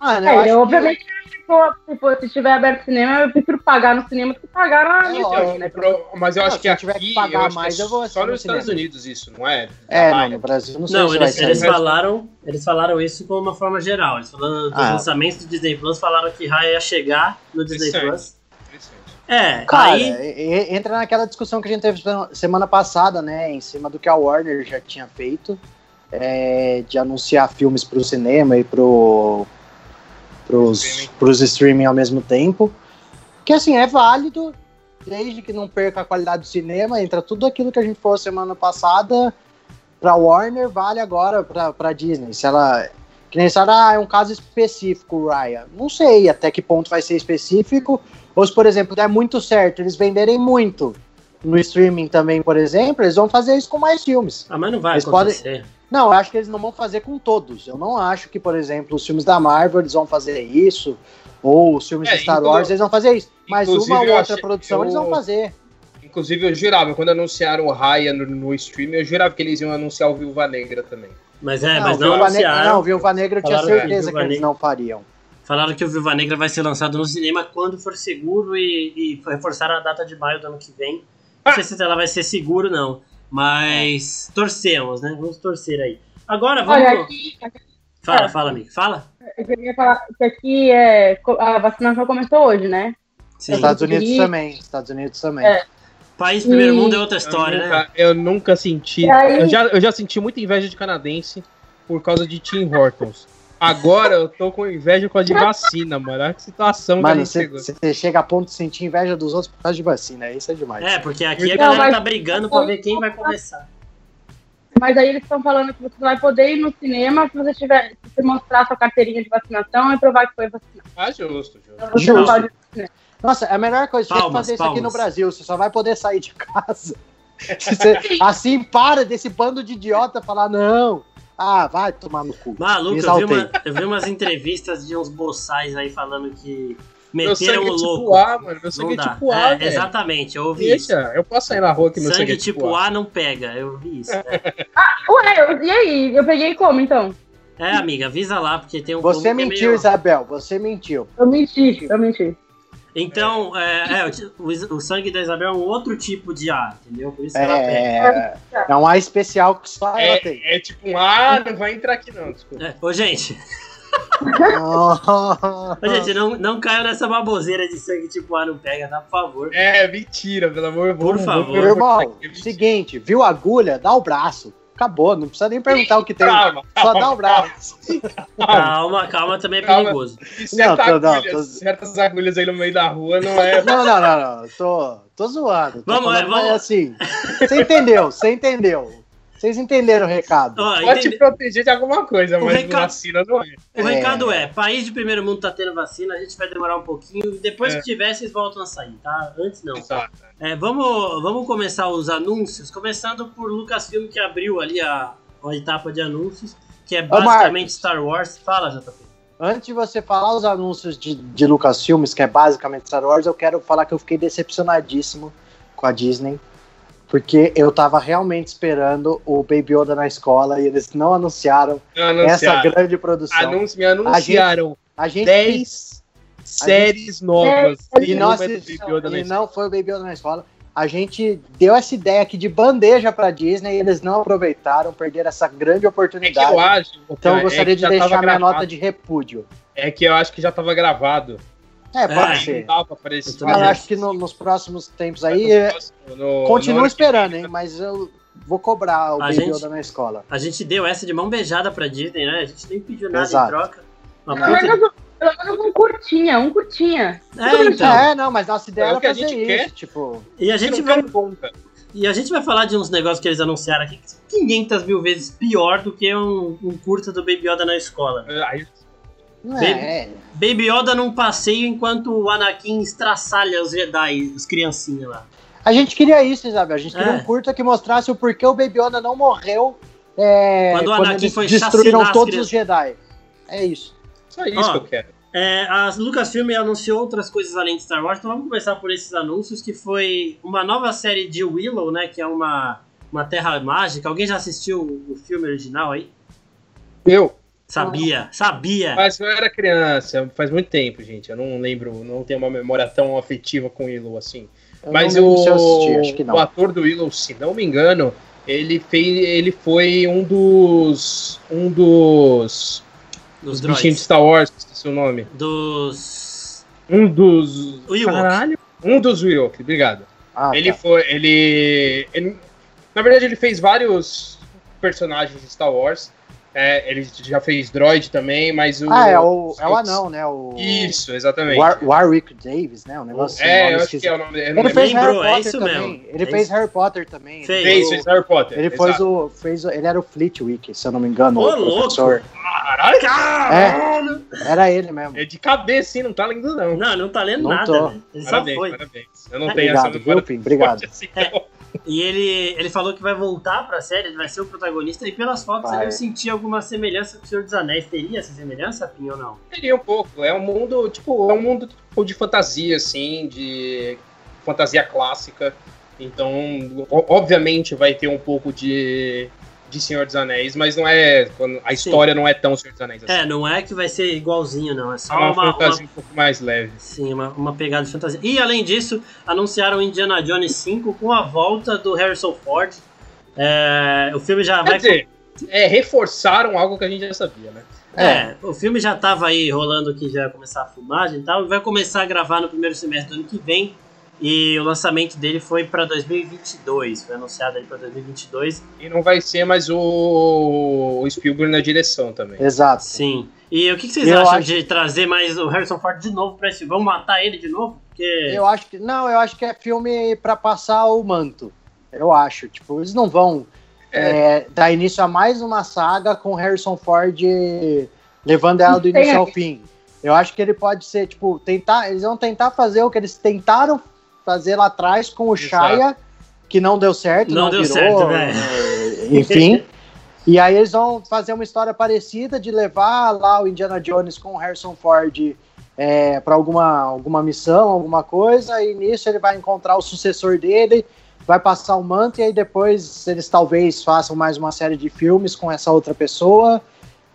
[SPEAKER 4] Ah, né, eu
[SPEAKER 2] É,
[SPEAKER 4] acho
[SPEAKER 2] eu,
[SPEAKER 4] que-
[SPEAKER 2] obviamente, se, for, se, for- se tiver aberto cinema, eu prefiro pagar no cinema do que pagar na
[SPEAKER 4] É,
[SPEAKER 2] no
[SPEAKER 4] lógico.
[SPEAKER 2] streaming, né?
[SPEAKER 3] Pro- Mas eu
[SPEAKER 4] Não,
[SPEAKER 3] acho
[SPEAKER 4] se
[SPEAKER 3] que
[SPEAKER 4] eu
[SPEAKER 3] aqui,
[SPEAKER 4] tiver que pagar
[SPEAKER 3] acho que é
[SPEAKER 4] mais, eu vou assistir
[SPEAKER 3] só
[SPEAKER 4] no
[SPEAKER 3] nos
[SPEAKER 4] cinema.
[SPEAKER 3] Estados Unidos isso, não é?
[SPEAKER 4] É,
[SPEAKER 3] Ah,
[SPEAKER 4] não, no Brasil não sei
[SPEAKER 1] Não,
[SPEAKER 4] se
[SPEAKER 1] eles,
[SPEAKER 4] vai
[SPEAKER 1] eles
[SPEAKER 4] sair.
[SPEAKER 1] falaram, eles falaram isso como uma forma geral. Eles falando dos
[SPEAKER 4] Ah.
[SPEAKER 1] lançamentos do Disney Plus, falaram que Raya ia chegar no Disney
[SPEAKER 3] Interessante.
[SPEAKER 1] Plus.
[SPEAKER 3] Interessante.
[SPEAKER 1] É,
[SPEAKER 4] Cara,
[SPEAKER 1] aí.
[SPEAKER 4] e- e- entra naquela discussão que a gente teve semana passada, né? Em cima do que a Warner já tinha feito, é, de anunciar filmes pro cinema e pro, pros,
[SPEAKER 3] Streaming.
[SPEAKER 4] pros streaming ao mesmo tempo. Que assim, é válido, desde que não perca a qualidade do cinema, entra tudo aquilo que a gente falou semana passada pra Warner, vale agora pra, pra Disney. Se ela. Que nem Sara, ah, é um caso específico, o Raya. Não sei até que ponto vai ser específico. Ou se, por exemplo, der muito certo, eles venderem muito no streaming também, por exemplo, eles vão fazer isso com mais filmes.
[SPEAKER 1] Ah, mas não vai
[SPEAKER 4] eles
[SPEAKER 1] acontecer.
[SPEAKER 4] Não, eu acho que eles não vão fazer com todos. Eu não acho que, por exemplo, os filmes da Marvel eles vão fazer isso, ou os filmes
[SPEAKER 3] É,
[SPEAKER 4] de Star
[SPEAKER 3] inclu-
[SPEAKER 4] Wars eles vão fazer isso. Mas
[SPEAKER 3] inclusive,
[SPEAKER 4] uma ou
[SPEAKER 3] eu
[SPEAKER 4] outra
[SPEAKER 3] achei-
[SPEAKER 4] produção eles
[SPEAKER 3] eu-
[SPEAKER 4] vão fazer.
[SPEAKER 3] Inclusive, eu jurava, quando anunciaram o Raya no, no stream, eu jurava que eles iam anunciar o Viúva Negra também.
[SPEAKER 1] Mas é, mas não
[SPEAKER 4] Viúva Negra,
[SPEAKER 1] anunciaram.
[SPEAKER 4] não, Viúva Negra eu tinha
[SPEAKER 1] Falaram que
[SPEAKER 4] certeza que
[SPEAKER 1] Viúva
[SPEAKER 4] eles
[SPEAKER 1] Negra-
[SPEAKER 4] não fariam.
[SPEAKER 1] Falaram que o Viva Negra vai ser lançado no cinema quando for seguro e, e reforçaram a data de maio do ano que vem. Não sei se ela vai ser seguro, não. Mas torcemos, né? Vamos torcer aí. Agora vamos.
[SPEAKER 2] Olha, aqui,
[SPEAKER 1] Fala,
[SPEAKER 2] é.
[SPEAKER 1] fala, amigo. Fala.
[SPEAKER 2] eu queria falar É que aqui é, co- a vacinação começou hoje, né?
[SPEAKER 1] Sim.
[SPEAKER 4] Estados Unidos
[SPEAKER 2] E-
[SPEAKER 4] também, Estados Unidos também.
[SPEAKER 2] É.
[SPEAKER 1] País primeiro
[SPEAKER 2] E-
[SPEAKER 1] mundo é outra história,
[SPEAKER 3] eu,
[SPEAKER 1] né?
[SPEAKER 3] nunca, eu nunca senti.
[SPEAKER 2] E aí-
[SPEAKER 3] Eu, já, eu já senti muita inveja de canadense por causa de Tim Hortons. Agora eu tô com inveja por causa de vacina, mano. Olha que situação que a
[SPEAKER 4] Mano,
[SPEAKER 3] gente chegou.
[SPEAKER 4] você chega a ponto de sentir inveja dos outros por causa de vacina, isso é demais.
[SPEAKER 1] É, porque aqui a
[SPEAKER 2] Não,
[SPEAKER 1] galera
[SPEAKER 2] mas-
[SPEAKER 1] tá brigando pra ver quem vai começar.
[SPEAKER 2] Mas aí eles estão falando que você vai poder ir no cinema se você tiver, se você mostrar sua carteirinha de vacinação e provar que foi vacinado.
[SPEAKER 3] Ah, justo, justo.
[SPEAKER 2] Você
[SPEAKER 4] Justo.
[SPEAKER 2] não pode-
[SPEAKER 4] Nossa, é a melhor coisa, tinha que
[SPEAKER 1] Palmas,
[SPEAKER 4] fazer isso aqui no
[SPEAKER 1] palmas.
[SPEAKER 4] Brasil, você só vai poder sair [LAUGHS] de casa. Se você- assim para desse bando de idiota falar, não, Ah, vai tomar no cu.
[SPEAKER 1] Maluco, eu vi,
[SPEAKER 4] Exaltei.
[SPEAKER 1] uma- eu vi umas entrevistas de uns boçais aí falando que
[SPEAKER 3] Meu sangue
[SPEAKER 1] meteram
[SPEAKER 3] é
[SPEAKER 1] o
[SPEAKER 3] tipo
[SPEAKER 1] louco.
[SPEAKER 3] A, mano. Meu
[SPEAKER 1] Não
[SPEAKER 3] sangue é
[SPEAKER 1] dá.
[SPEAKER 3] tipo A,
[SPEAKER 1] É,
[SPEAKER 3] velho.
[SPEAKER 1] exatamente, eu ouvi isso.
[SPEAKER 3] Deixa, eu posso sair na rua que meu sangue
[SPEAKER 1] Sangue
[SPEAKER 3] é
[SPEAKER 1] tipo A não pega, eu vi isso. É,
[SPEAKER 2] Ué, eu- e aí? Eu peguei como, então?
[SPEAKER 1] É, amiga, avisa lá, porque tem um
[SPEAKER 4] Você
[SPEAKER 1] povo que é
[SPEAKER 4] mentiu,
[SPEAKER 1] meio-
[SPEAKER 4] Isabel. Você mentiu.
[SPEAKER 2] Eu menti, eu menti.
[SPEAKER 1] Então, é, é, o ti- o, is- o sangue da Isabel é um outro tipo de A, entendeu? Por isso que ela pega.
[SPEAKER 4] É, é um ar especial que só ela tem.
[SPEAKER 3] É, é tipo um A, não vai entrar aqui não, desculpa.
[SPEAKER 1] É, Ô, gente, ô,
[SPEAKER 4] Oh.
[SPEAKER 3] Ah.
[SPEAKER 1] gente não, não caiam nessa baboseira de sangue tipo A não pega, tá? Por favor.
[SPEAKER 3] É, mentira, pelo amor de
[SPEAKER 1] Por
[SPEAKER 3] Deus.
[SPEAKER 1] favor.
[SPEAKER 4] [LAUGHS] Meu irmão,
[SPEAKER 3] é
[SPEAKER 4] seguinte, viu a agulha? Dá o braço. Acabou, não precisa nem perguntar o que tem.
[SPEAKER 3] Calma,
[SPEAKER 4] Só dá o braço.
[SPEAKER 1] Calma, calma, também é
[SPEAKER 3] Calma.
[SPEAKER 1] perigoso.
[SPEAKER 3] E certa
[SPEAKER 4] Não, tô- não,
[SPEAKER 3] agulha-
[SPEAKER 4] tô-
[SPEAKER 3] certas agulhas aí no meio da rua não é.
[SPEAKER 4] Não, não, não, não. Tô, tô zoando. Tô
[SPEAKER 1] Vamos,
[SPEAKER 4] falando,
[SPEAKER 1] é, vamos.
[SPEAKER 4] mas assim. Você entendeu, você entendeu. Vocês entenderam o recado.
[SPEAKER 1] Ó,
[SPEAKER 3] Pode te
[SPEAKER 1] entende-
[SPEAKER 3] proteger de alguma coisa,
[SPEAKER 1] Tá O
[SPEAKER 3] mas
[SPEAKER 1] recado-
[SPEAKER 3] vacina não é.
[SPEAKER 1] O
[SPEAKER 4] É.
[SPEAKER 1] recado é, país de primeiro mundo tá tendo vacina, a gente vai demorar um pouquinho, e depois
[SPEAKER 3] É.
[SPEAKER 1] que tiver, vocês voltam a sair, tá? Antes não.
[SPEAKER 3] Exato.
[SPEAKER 1] É, vamos, vamos começar os anúncios, começando por Lucasfilm que abriu ali a, a etapa de anúncios, que é
[SPEAKER 4] Marcos.
[SPEAKER 1] basicamente Star Wars. Fala, JP.
[SPEAKER 4] Antes de você falar os anúncios de, de Lucas Filmes, que é basicamente Star Wars, eu quero falar que eu fiquei decepcionadíssimo com a Disney. Porque eu tava realmente esperando o Baby Yoda na escola e eles não anunciaram
[SPEAKER 3] Não
[SPEAKER 4] essa
[SPEAKER 3] anunciaram.
[SPEAKER 4] grande produção.
[SPEAKER 3] Anunci- me anunciaram
[SPEAKER 4] A gente
[SPEAKER 3] 10 séries novas.
[SPEAKER 2] É,
[SPEAKER 4] E,
[SPEAKER 3] Nenhuma
[SPEAKER 4] nós,
[SPEAKER 3] é do Baby Yoda na
[SPEAKER 4] e não foi o Baby Yoda na escola. A gente deu essa ideia aqui de bandeja pra Disney e eles não aproveitaram, perderam essa grande
[SPEAKER 3] É que eu
[SPEAKER 4] oportunidade.
[SPEAKER 3] acho.
[SPEAKER 4] então
[SPEAKER 3] é
[SPEAKER 4] eu gostaria
[SPEAKER 3] que
[SPEAKER 4] de
[SPEAKER 3] já
[SPEAKER 4] deixar minha
[SPEAKER 3] tava gravado.
[SPEAKER 4] nota de repúdio.
[SPEAKER 3] É que eu acho que já tava gravado.
[SPEAKER 4] É, pode
[SPEAKER 1] É,
[SPEAKER 4] ser.
[SPEAKER 3] Não dava pra esse
[SPEAKER 1] Eu
[SPEAKER 4] Eu
[SPEAKER 1] também
[SPEAKER 3] Ah,
[SPEAKER 4] acho que no- nos próximos tempos aí,
[SPEAKER 3] no
[SPEAKER 4] é,
[SPEAKER 3] próximo, no-
[SPEAKER 4] continuo
[SPEAKER 3] no-
[SPEAKER 4] esperando, hein, mas eu vou cobrar o
[SPEAKER 1] A
[SPEAKER 4] Baby
[SPEAKER 1] gente-
[SPEAKER 4] Yoda na escola.
[SPEAKER 1] A gente deu essa de mão beijada pra Disney, né? A gente nem pediu nada
[SPEAKER 4] Exato.
[SPEAKER 1] em troca. Uma
[SPEAKER 2] Pelo
[SPEAKER 1] puta-
[SPEAKER 2] menos, pelo menos um curtinha, um curtinha.
[SPEAKER 1] É, então.
[SPEAKER 4] É, não, mas nossa ideia
[SPEAKER 3] É o
[SPEAKER 4] era
[SPEAKER 3] que a
[SPEAKER 4] fazer
[SPEAKER 3] gente
[SPEAKER 4] isso,
[SPEAKER 3] quer.
[SPEAKER 4] tipo...
[SPEAKER 1] E a,
[SPEAKER 3] Eu
[SPEAKER 1] gente
[SPEAKER 3] não quero
[SPEAKER 1] vai,
[SPEAKER 3] conta.
[SPEAKER 1] e a gente vai falar de uns negócios que eles anunciaram aqui que são 500 mil vezes pior do que um, um curta do Baby Yoda na escola.
[SPEAKER 3] É, Aí,
[SPEAKER 4] não
[SPEAKER 1] Baby-
[SPEAKER 4] É, é.
[SPEAKER 1] Baby Yoda num passeio enquanto o Anakin estraçalha os Jedi, os criancinhas lá.
[SPEAKER 4] A gente queria isso, Isabel. A gente queria
[SPEAKER 1] É.
[SPEAKER 4] um curta que mostrasse o porquê o Baby Yoda não morreu é,
[SPEAKER 1] Quando o Anakin
[SPEAKER 4] eles
[SPEAKER 1] foi chacinar
[SPEAKER 4] destruíram
[SPEAKER 1] as
[SPEAKER 4] todos
[SPEAKER 1] crianças.
[SPEAKER 4] os Jedi. É isso.
[SPEAKER 3] Só isso
[SPEAKER 1] Ó,
[SPEAKER 3] que eu quero.
[SPEAKER 1] É, a Lucasfilm anunciou outras coisas além de Star Wars, então vamos começar por esses anúncios, que foi uma nova série de Willow, né, que é uma, uma terra mágica. Alguém já assistiu o o filme original aí?
[SPEAKER 3] Eu,
[SPEAKER 1] Sabia, sabia.
[SPEAKER 3] mas eu era criança, faz muito tempo, gente. Eu não lembro, não tenho uma memória tão afetiva com o Willow assim.
[SPEAKER 4] Eu
[SPEAKER 3] mas
[SPEAKER 4] não lembro
[SPEAKER 3] o,
[SPEAKER 4] se eu assisti, acho que não.
[SPEAKER 3] o ator do Willow, se não me engano, ele fez, ele foi um dos um dos
[SPEAKER 1] Dos
[SPEAKER 3] bichinhos de
[SPEAKER 1] droids.
[SPEAKER 3] Star Wars, esqueci o nome.
[SPEAKER 1] Dos...
[SPEAKER 3] Um dos
[SPEAKER 1] Ewoks.
[SPEAKER 3] Caralho. Um dos Willow, obrigado.
[SPEAKER 4] Ah,
[SPEAKER 3] ele
[SPEAKER 4] tá.
[SPEAKER 3] foi. Ele, ele- Na verdade, ele fez vários personagens de Star Wars. É, ele já fez droid também, mas o.
[SPEAKER 4] Ah, é o, é o anão, né? O
[SPEAKER 3] Isso, exatamente.
[SPEAKER 4] War- Warwick Davis, né? Um negócio assim,
[SPEAKER 3] é,
[SPEAKER 4] nome
[SPEAKER 3] eu acho
[SPEAKER 4] esquisito.
[SPEAKER 3] que é o nome dele. eu não
[SPEAKER 4] Ele
[SPEAKER 3] lembro.
[SPEAKER 4] fez Harry
[SPEAKER 1] Lembrou, é
[SPEAKER 4] Potter
[SPEAKER 1] isso
[SPEAKER 4] também.
[SPEAKER 1] mesmo.
[SPEAKER 4] Ele
[SPEAKER 1] É
[SPEAKER 4] fez
[SPEAKER 1] isso.
[SPEAKER 4] Harry Potter também. né?
[SPEAKER 1] Fez.
[SPEAKER 3] Fez, fez Harry Potter.
[SPEAKER 4] Ele fez
[SPEAKER 3] exato.
[SPEAKER 4] o, fez o- Ele era o Fleetwick, se eu não me engano.
[SPEAKER 1] Ô,
[SPEAKER 4] o professor.
[SPEAKER 3] Caralho! Caralho!
[SPEAKER 4] Era ele mesmo.
[SPEAKER 3] É. de cabeça, hein? Não tá lendo, não.
[SPEAKER 1] Não, não tá lendo
[SPEAKER 4] Não
[SPEAKER 1] nada,
[SPEAKER 4] tô.
[SPEAKER 1] né? Ele só
[SPEAKER 3] Parabéns,
[SPEAKER 1] foi.
[SPEAKER 3] parabéns. Eu não tenho essa
[SPEAKER 4] Obrigado,
[SPEAKER 3] memória
[SPEAKER 4] viu, Pim? Obrigado.
[SPEAKER 3] forte [LAUGHS] assim,
[SPEAKER 1] É.
[SPEAKER 3] não.
[SPEAKER 1] E ele, ele falou que vai voltar pra série, ele vai ser o protagonista, e pelas fotos
[SPEAKER 4] Vai.
[SPEAKER 1] ali eu senti alguma semelhança com o Senhor dos Anéis. Teria essa semelhança, Pinho, ou não?
[SPEAKER 3] Seria um pouco. É um mundo, tipo, é um mundo tipo, de fantasia, assim, de fantasia clássica. Então, o- obviamente, vai ter um pouco de, de Senhor dos Anéis, mas não é. quando- A
[SPEAKER 1] Sim.
[SPEAKER 3] história não é tão Senhor dos Anéis assim.
[SPEAKER 1] É, não é que vai ser igualzinho, não. É
[SPEAKER 3] É
[SPEAKER 1] só
[SPEAKER 3] uma,
[SPEAKER 1] uma- uma
[SPEAKER 3] fantasia um pouco mais leve.
[SPEAKER 1] Sim, uma, uma pegada de fantasia. E além disso, anunciaram Indiana Jones 5 com a volta do Harrison Ford. É, o filme já
[SPEAKER 3] Quer
[SPEAKER 1] vai.
[SPEAKER 3] dizer, é, reforçaram algo que a gente já sabia, né?
[SPEAKER 1] É, o filme já tava aí rolando que já ia começar a filmagem e tal. e Vai começar a gravar no primeiro semestre do ano que vem. E o lançamento dele foi para 2022. Foi anunciado aí para 2022.
[SPEAKER 3] E não vai ser mais o, o Spielberg na direção também.
[SPEAKER 4] Exato.
[SPEAKER 1] Sim. E o que, que vocês
[SPEAKER 4] Eu
[SPEAKER 1] acham
[SPEAKER 4] acho-
[SPEAKER 1] de trazer mais o Harrison Ford de novo pra esse? Vão matar ele de novo? Porque.
[SPEAKER 4] Eu acho que. Não, eu acho que é filme pra passar o manto. Eu acho. Tipo, eles não vão é, dar início a mais uma saga com Harrison Ford levando ela do
[SPEAKER 2] Não tem
[SPEAKER 4] início ao fim. Eu acho que ele pode ser, tipo, tentar. Eles vão tentar fazer o que eles tentaram fazer lá atrás com o
[SPEAKER 3] Exato.
[SPEAKER 4] Shia, que não deu certo, né?
[SPEAKER 1] Não
[SPEAKER 4] não,
[SPEAKER 1] deu
[SPEAKER 4] virou.
[SPEAKER 1] certo,
[SPEAKER 4] é, Enfim. E aí eles vão fazer uma história parecida de levar lá o Indiana Jones com o Harrison Ford é, para alguma, alguma missão, alguma coisa, e nisso ele vai encontrar o sucessor dele, vai passar o manto, e aí depois eles talvez façam mais uma série de filmes com essa outra pessoa,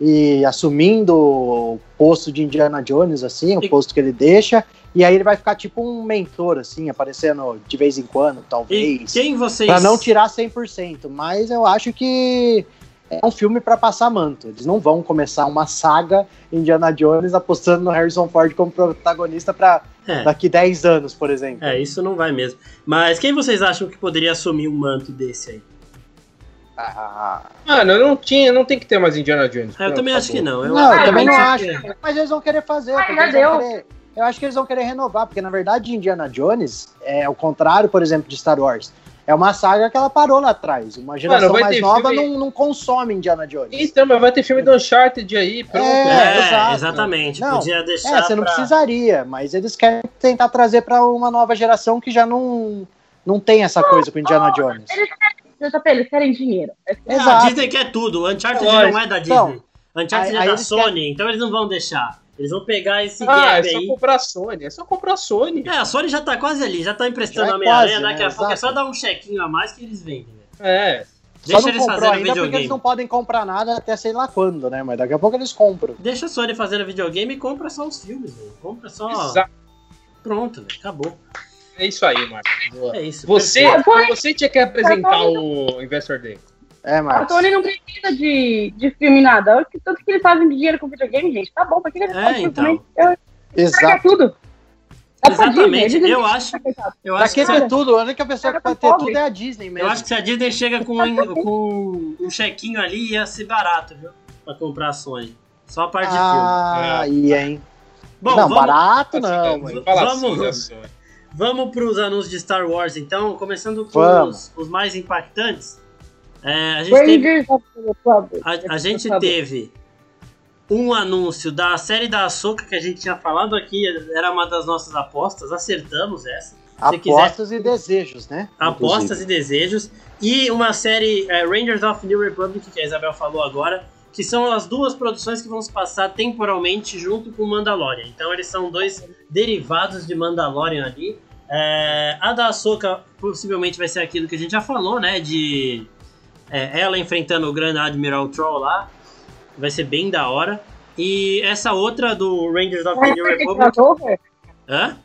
[SPEAKER 4] e assumindo o posto de Indiana Jones, assim, o
[SPEAKER 1] E-
[SPEAKER 4] posto que ele deixa, e aí ele vai ficar tipo um mentor, assim, aparecendo de vez em quando,
[SPEAKER 1] E
[SPEAKER 4] talvez.
[SPEAKER 1] quem vocês.
[SPEAKER 4] Pra não tirar 100%, mas eu acho que é um filme pra passar manto. Eles não vão começar uma saga Indiana Jones apostando no Harrison Ford como protagonista pra
[SPEAKER 1] É.
[SPEAKER 4] daqui 10 anos, por exemplo.
[SPEAKER 1] É, isso não vai mesmo. Mas quem vocês acham que poderia assumir um manto desse aí?
[SPEAKER 4] Ah,
[SPEAKER 3] Mano, não, tinha, não tem que ter mais Indiana Jones. tá
[SPEAKER 1] Ah, eu
[SPEAKER 3] Pronto,
[SPEAKER 1] também acho que
[SPEAKER 3] acabou.
[SPEAKER 1] não.
[SPEAKER 4] Não, eu também não
[SPEAKER 1] que- é
[SPEAKER 4] mas eles vão querer fazer.
[SPEAKER 2] Ai,
[SPEAKER 4] porque
[SPEAKER 2] já
[SPEAKER 4] eles vão
[SPEAKER 2] deu.
[SPEAKER 4] querer- eu acho que eles vão querer renovar, porque na verdade Indiana Jones é o contrário, por exemplo, de Star Wars. É uma saga que ela parou lá atrás. Uma geração
[SPEAKER 3] vai
[SPEAKER 4] mais
[SPEAKER 3] ter
[SPEAKER 4] nova
[SPEAKER 3] filme-
[SPEAKER 4] não, não consome Indiana Jones.
[SPEAKER 3] Então, mas vai ter filme do Uncharted aí, pronto.
[SPEAKER 1] É,
[SPEAKER 4] É, exato.
[SPEAKER 1] exatamente.
[SPEAKER 4] Não,
[SPEAKER 1] Podia deixar.
[SPEAKER 4] É, você não
[SPEAKER 1] pra-
[SPEAKER 4] precisaria, mas eles querem tentar trazer pra uma nova geração que já não, não tem essa coisa com Indiana Jones.
[SPEAKER 2] JP, tá eles querem dinheiro.
[SPEAKER 1] Ah,
[SPEAKER 4] Exato.
[SPEAKER 1] A Disney quer tudo. O Uncharted
[SPEAKER 3] É lógico.
[SPEAKER 1] não é da Disney.
[SPEAKER 4] Então,
[SPEAKER 1] Uncharted
[SPEAKER 4] aí- aí
[SPEAKER 1] é da
[SPEAKER 4] eles
[SPEAKER 1] Sony, então eles não vão deixar. Eles vão pegar esse
[SPEAKER 3] Ah, é
[SPEAKER 1] gap
[SPEAKER 3] só
[SPEAKER 1] aí.
[SPEAKER 3] comprar a Sony, é só comprar a Sony.
[SPEAKER 1] É, a Sony já tá quase ali, já tá emprestando
[SPEAKER 4] Já é
[SPEAKER 1] a Homem-Aranha.
[SPEAKER 4] quase,
[SPEAKER 1] Daqui
[SPEAKER 4] né?
[SPEAKER 1] a pouco é só
[SPEAKER 4] Exato.
[SPEAKER 1] dar um chequinho a mais que eles vendem. né?
[SPEAKER 3] É.
[SPEAKER 1] Deixa
[SPEAKER 4] Só não
[SPEAKER 1] eles
[SPEAKER 4] comprou
[SPEAKER 1] fazerem
[SPEAKER 4] ainda porque
[SPEAKER 1] videogame.
[SPEAKER 4] eles não podem comprar nada até sei lá quando, né? Mas daqui a pouco eles compram.
[SPEAKER 1] Deixa a Sony fazendo videogame e compra só os filmes, velho. Compra só.
[SPEAKER 3] Exato.
[SPEAKER 1] Pronto, velho. Acabou.
[SPEAKER 3] É isso aí, Marcos. Boa.
[SPEAKER 1] É isso.
[SPEAKER 3] Você,
[SPEAKER 1] perfeito.
[SPEAKER 3] você tinha que
[SPEAKER 4] Tá
[SPEAKER 3] apresentar o Investor Day.
[SPEAKER 4] É,
[SPEAKER 1] Ah,
[SPEAKER 2] A
[SPEAKER 4] Marcos.
[SPEAKER 2] Sony não precisa de, de filme nada. O que- Tanto que eles fazem de dinheiro com videogame, gente. Tá bom, pra que eles
[SPEAKER 1] É,
[SPEAKER 2] fazem
[SPEAKER 1] então.
[SPEAKER 2] filme também? Estraga
[SPEAKER 4] Exato.
[SPEAKER 2] tudo. É pra
[SPEAKER 1] Exatamente.
[SPEAKER 2] Disney,
[SPEAKER 1] Eu
[SPEAKER 2] eles-
[SPEAKER 1] acho. Eu
[SPEAKER 4] tá Pra
[SPEAKER 1] acho
[SPEAKER 4] que
[SPEAKER 1] que.
[SPEAKER 4] ter tudo? A única pessoa que
[SPEAKER 2] Cara,
[SPEAKER 4] vai
[SPEAKER 2] tá
[SPEAKER 4] ter
[SPEAKER 2] pobre.
[SPEAKER 4] tudo é a Disney mesmo.
[SPEAKER 1] Eu acho que se a Disney chega com um, com um chequinho ali, ia ser barato, viu? Pra comprar a Sony. Só a parte
[SPEAKER 4] Ah, ia, hein?
[SPEAKER 1] de filme. É. Bom,
[SPEAKER 4] não,
[SPEAKER 1] vamos,
[SPEAKER 4] barato não, mano.
[SPEAKER 3] mano. Fala
[SPEAKER 1] Vamos.
[SPEAKER 3] assim da Sony.
[SPEAKER 1] vamos pros anúncios de Star Wars, então. Começando com
[SPEAKER 4] Vamos.
[SPEAKER 1] os, os mais impactantes. É, a gente teve,
[SPEAKER 2] Rangers of the Republic.
[SPEAKER 1] a, a gente
[SPEAKER 2] Por favor.
[SPEAKER 1] teve um anúncio da série da Ahsoka que a gente tinha falado aqui. Era uma das nossas apostas. Acertamos essa. Se quiser-
[SPEAKER 4] Apostas e desejos, né?
[SPEAKER 1] Apostas e desejos. E uma série é, Rangers of New Republic, que a Isabel falou agora, que são as duas produções que vão se passar temporalmente junto com Mandalorian. Então eles são dois derivados de Mandalorian ali. É, a da Ahsoka possivelmente vai ser aquilo que a gente já falou, né? De é, ela enfrentando o Grand Admiral Troll lá. Vai ser bem da hora. E essa outra do Rangers of the
[SPEAKER 2] Será [LAUGHS]
[SPEAKER 1] New
[SPEAKER 2] que vai ter
[SPEAKER 1] Republic.
[SPEAKER 2] crossover?
[SPEAKER 1] Hã?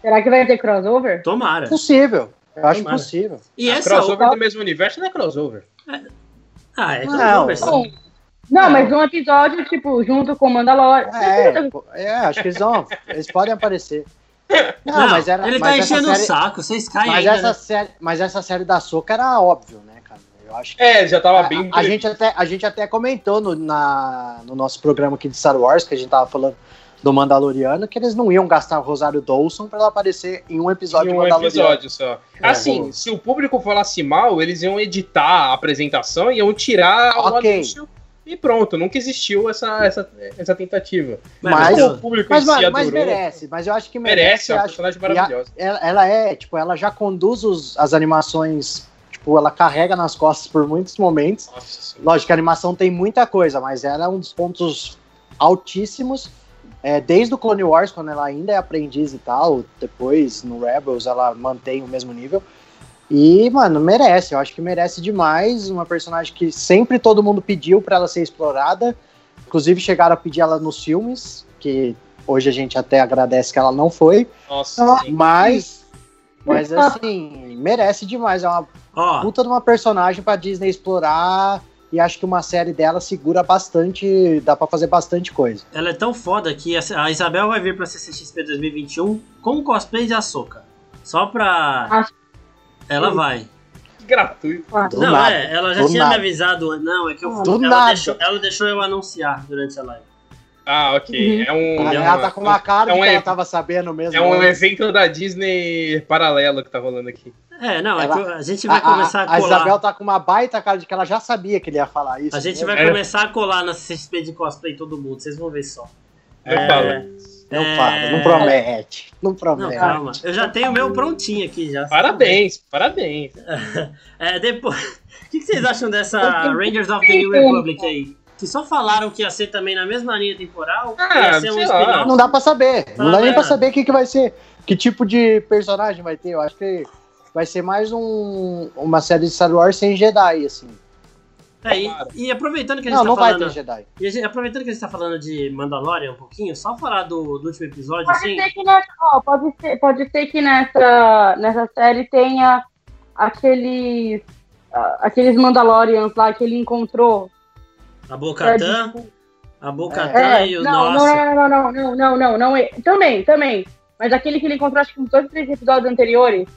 [SPEAKER 2] Será que vai ter crossover?
[SPEAKER 1] Tomara.
[SPEAKER 4] Possível. Eu acho
[SPEAKER 1] Tomara.
[SPEAKER 4] possível.
[SPEAKER 1] E
[SPEAKER 3] Ah,
[SPEAKER 1] essa
[SPEAKER 3] crossover
[SPEAKER 1] outra.
[SPEAKER 3] do mesmo universo não é crossover.
[SPEAKER 1] Ah, é
[SPEAKER 4] Não.
[SPEAKER 1] crossover, sim.
[SPEAKER 2] Bom, Não, mas um episódio, tipo, junto com Mandalorian. [LAUGHS]
[SPEAKER 4] É, pô, é, acho que eles vão. Eles podem aparecer. Não, mas era.
[SPEAKER 1] ele
[SPEAKER 4] mas
[SPEAKER 1] tá
[SPEAKER 4] essa
[SPEAKER 1] enchendo o
[SPEAKER 4] série-
[SPEAKER 1] saco, vocês caem
[SPEAKER 4] Mas
[SPEAKER 1] ainda,
[SPEAKER 4] essa,
[SPEAKER 1] né?
[SPEAKER 4] série, mas essa série da Soca era óbvio, né, cara? Eu acho que.
[SPEAKER 3] É, já tava
[SPEAKER 4] a,
[SPEAKER 3] bem.
[SPEAKER 4] a gente até, a gente até comentou no, na- no nosso programa aqui de Star Wars, que a gente tava falando do Mandaloriano, que eles não iam gastar o Rosário Dawson pra ela aparecer em um episódio
[SPEAKER 3] em
[SPEAKER 4] do
[SPEAKER 3] um
[SPEAKER 4] Mandaloriano.
[SPEAKER 3] episódio só.
[SPEAKER 4] É.
[SPEAKER 3] Assim, se o público falasse mal, eles iam editar a apresentação, iam tirar o
[SPEAKER 4] Ok.
[SPEAKER 3] anúncio e pronto. Nunca existiu essa, essa, essa tentativa.
[SPEAKER 4] Mas-
[SPEAKER 3] Como o público
[SPEAKER 4] Mas,
[SPEAKER 3] em
[SPEAKER 4] mano,
[SPEAKER 3] si
[SPEAKER 4] mas
[SPEAKER 3] adorou,
[SPEAKER 4] merece, mas eu acho que
[SPEAKER 3] merece,
[SPEAKER 4] merece.
[SPEAKER 3] é
[SPEAKER 4] eu
[SPEAKER 3] uma
[SPEAKER 4] acho-
[SPEAKER 3] personagem
[SPEAKER 4] e a-
[SPEAKER 3] maravilhosa.
[SPEAKER 4] ela, ela é, tipo, ela já conduz os- as animações, tipo, ela carrega nas costas por muitos momentos.
[SPEAKER 3] Nossa senhora.
[SPEAKER 4] Lógico que a animação tem muita coisa, mas ela é um dos pontos altíssimos. É, desde o Clone Wars, quando ela ainda é aprendiz e tal, depois no Rebels ela mantém o mesmo nível. E, mano, merece, eu acho que merece demais. Uma personagem que sempre todo mundo pediu pra ela ser explorada. Inclusive chegaram a pedir ela nos filmes, que hoje a gente até agradece que ela não foi. Então,
[SPEAKER 3] Nossa, sim.
[SPEAKER 4] Mas, mas assim, merece demais. É uma
[SPEAKER 1] Ó,
[SPEAKER 4] puta de uma personagem pra Disney explorar. E acho que uma série dela segura bastante. Dá pra fazer bastante coisa.
[SPEAKER 1] ela é tão foda que a a Isabel vai vir pra CCXP 2021 com o cosplay de Ahsoka. Só pra...
[SPEAKER 2] Ah.
[SPEAKER 1] Ela vai.
[SPEAKER 3] que gratuito.
[SPEAKER 4] Hum, Do
[SPEAKER 1] não,
[SPEAKER 4] nada.
[SPEAKER 1] é, ela já
[SPEAKER 4] do
[SPEAKER 1] tinha me
[SPEAKER 4] nada.
[SPEAKER 1] avisado. Não, é que eu
[SPEAKER 2] Do
[SPEAKER 1] ela,
[SPEAKER 4] nada.
[SPEAKER 1] Deixou, ela deixou eu anunciar durante a live.
[SPEAKER 3] Ah, ok. É um.
[SPEAKER 4] Ela,
[SPEAKER 3] é
[SPEAKER 4] ela
[SPEAKER 3] um-
[SPEAKER 4] tá com uma cara
[SPEAKER 3] é um
[SPEAKER 4] de que ela
[SPEAKER 3] evento.
[SPEAKER 4] tava sabendo mesmo.
[SPEAKER 3] É um
[SPEAKER 4] né?
[SPEAKER 3] evento da Disney paralelo que tá rolando aqui.
[SPEAKER 1] É, não, é
[SPEAKER 4] Ela-
[SPEAKER 1] que eu- a gente
[SPEAKER 4] A,
[SPEAKER 1] vai
[SPEAKER 4] a-
[SPEAKER 1] começar a
[SPEAKER 4] a
[SPEAKER 1] colar.
[SPEAKER 4] Isabel tá com uma baita cara de que ela já sabia que ele ia falar isso.
[SPEAKER 1] A gente
[SPEAKER 4] né?
[SPEAKER 1] vai
[SPEAKER 3] É.
[SPEAKER 1] começar a colar na CCXP de cosplay todo mundo, vocês vão ver só.
[SPEAKER 3] Eu
[SPEAKER 1] É.
[SPEAKER 3] falo.
[SPEAKER 4] Não
[SPEAKER 1] É.
[SPEAKER 4] fala, não promete. Não
[SPEAKER 1] Não,
[SPEAKER 4] promete.
[SPEAKER 1] calma. Eu já tenho o meu prontinho aqui já.
[SPEAKER 3] Parabéns, parabéns.
[SPEAKER 1] É, depois. [LAUGHS] O que, que vocês acham dessa Rangers of the New Republic aí? Que só falaram que ia ser também na mesma linha temporal, que
[SPEAKER 3] Ah,
[SPEAKER 1] ia ser um
[SPEAKER 3] sei lá.
[SPEAKER 1] spin-off.
[SPEAKER 4] Não dá pra saber. Não
[SPEAKER 1] Ah,
[SPEAKER 4] dá nem pra
[SPEAKER 1] é.
[SPEAKER 4] saber o que, que vai ser. Que tipo de personagem vai ter. Eu acho que vai ser mais um, uma série de Star Wars sem Jedi, assim.
[SPEAKER 1] É, e, e aproveitando que a gente
[SPEAKER 4] Não,
[SPEAKER 1] tá
[SPEAKER 4] não vai
[SPEAKER 1] falando.
[SPEAKER 4] ter Jedi.
[SPEAKER 1] e a gente- aproveitando que a gente tá falando de Mandalorian um pouquinho, só falar do, do último episódio,
[SPEAKER 2] Pode
[SPEAKER 1] assim.
[SPEAKER 2] ser que nessa, ó, pode ser, pode ser que nessa, nessa série tenha aqueles, ah, aqueles Mandalorians lá que ele encontrou.
[SPEAKER 1] A
[SPEAKER 2] pra
[SPEAKER 1] Bocatã,
[SPEAKER 2] discu-
[SPEAKER 1] a Bocatã
[SPEAKER 2] É,
[SPEAKER 1] e o
[SPEAKER 2] não,
[SPEAKER 1] nosso.
[SPEAKER 2] não, não, não, não, não, não, não, não, é- também, também. Mas aquele que ele encontrou, acho que nos dois, três episódios anteriores,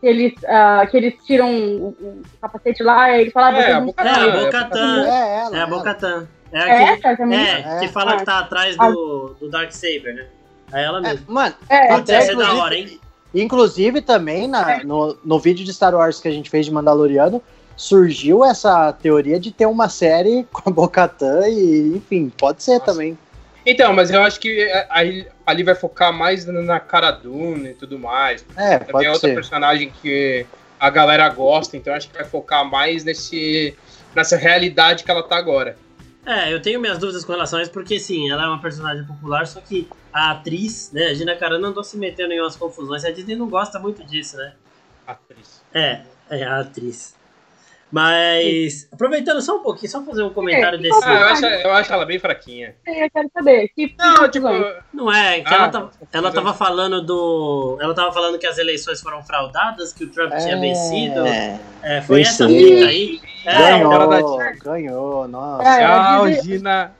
[SPEAKER 2] que eles, ah, que eles tiram o, o capacete lá e ele fala...
[SPEAKER 3] É,
[SPEAKER 2] "Ah,
[SPEAKER 3] a
[SPEAKER 2] vocês
[SPEAKER 3] Boca-
[SPEAKER 1] É, a
[SPEAKER 3] É,
[SPEAKER 4] É
[SPEAKER 1] Bocatã.
[SPEAKER 4] ela.
[SPEAKER 1] É a
[SPEAKER 4] ela.
[SPEAKER 1] Bocatã. É,
[SPEAKER 2] não- É
[SPEAKER 1] a que-
[SPEAKER 2] essa também?
[SPEAKER 1] é, que
[SPEAKER 4] É.
[SPEAKER 1] fala que tá atrás do, do Darksaber, né? É ela
[SPEAKER 4] É,
[SPEAKER 1] mesmo.
[SPEAKER 4] mano,
[SPEAKER 2] É,
[SPEAKER 1] Pode
[SPEAKER 4] até
[SPEAKER 1] ser da
[SPEAKER 4] inclusive-
[SPEAKER 1] hora, hein?
[SPEAKER 4] inclusive também na, no, no vídeo de Star Wars que a gente fez de Mandaloriano, surgiu essa teoria de ter uma série [LAUGHS] com a Bocatã e, enfim, pode ser
[SPEAKER 3] Nossa.
[SPEAKER 4] também.
[SPEAKER 3] Então, mas eu acho que é, aí- ali vai focar mais na cara Dune e tudo mais. Também é
[SPEAKER 4] É, pode
[SPEAKER 3] outra
[SPEAKER 4] ser.
[SPEAKER 3] personagem que a galera gosta, então acho que vai focar mais nesse nessa realidade que ela tá agora.
[SPEAKER 1] É, eu tenho minhas dúvidas com relação a isso, porque sim, ela é uma personagem popular, só que a atriz, né, a Gina Carano andou se metendo em umas confusões, e a Disney não gosta muito disso, né?
[SPEAKER 3] Atriz.
[SPEAKER 1] É, é a atriz. Mas, aproveitando só um pouquinho, só fazer um comentário
[SPEAKER 2] É,
[SPEAKER 1] desse.
[SPEAKER 3] Ah, eu, acho, eu acho ela bem fraquinha.
[SPEAKER 2] eu quero saber. Que,
[SPEAKER 3] Não,
[SPEAKER 2] que
[SPEAKER 3] tipo,
[SPEAKER 2] confusão.
[SPEAKER 1] Não é, que
[SPEAKER 3] Ah,
[SPEAKER 1] ela, tá, ela
[SPEAKER 3] confusões.
[SPEAKER 1] tava falando do. Ela tava falando que as eleições foram fraudadas, que o Trump tinha
[SPEAKER 4] É.
[SPEAKER 1] vencido. É, foi
[SPEAKER 4] Isso.
[SPEAKER 1] essa fita aí. É,
[SPEAKER 3] Ganhou. ela
[SPEAKER 4] Ganhou,
[SPEAKER 3] dá-
[SPEAKER 4] ganhou, nossa.
[SPEAKER 2] É, ela
[SPEAKER 3] tchau,
[SPEAKER 2] diz-
[SPEAKER 3] Gina.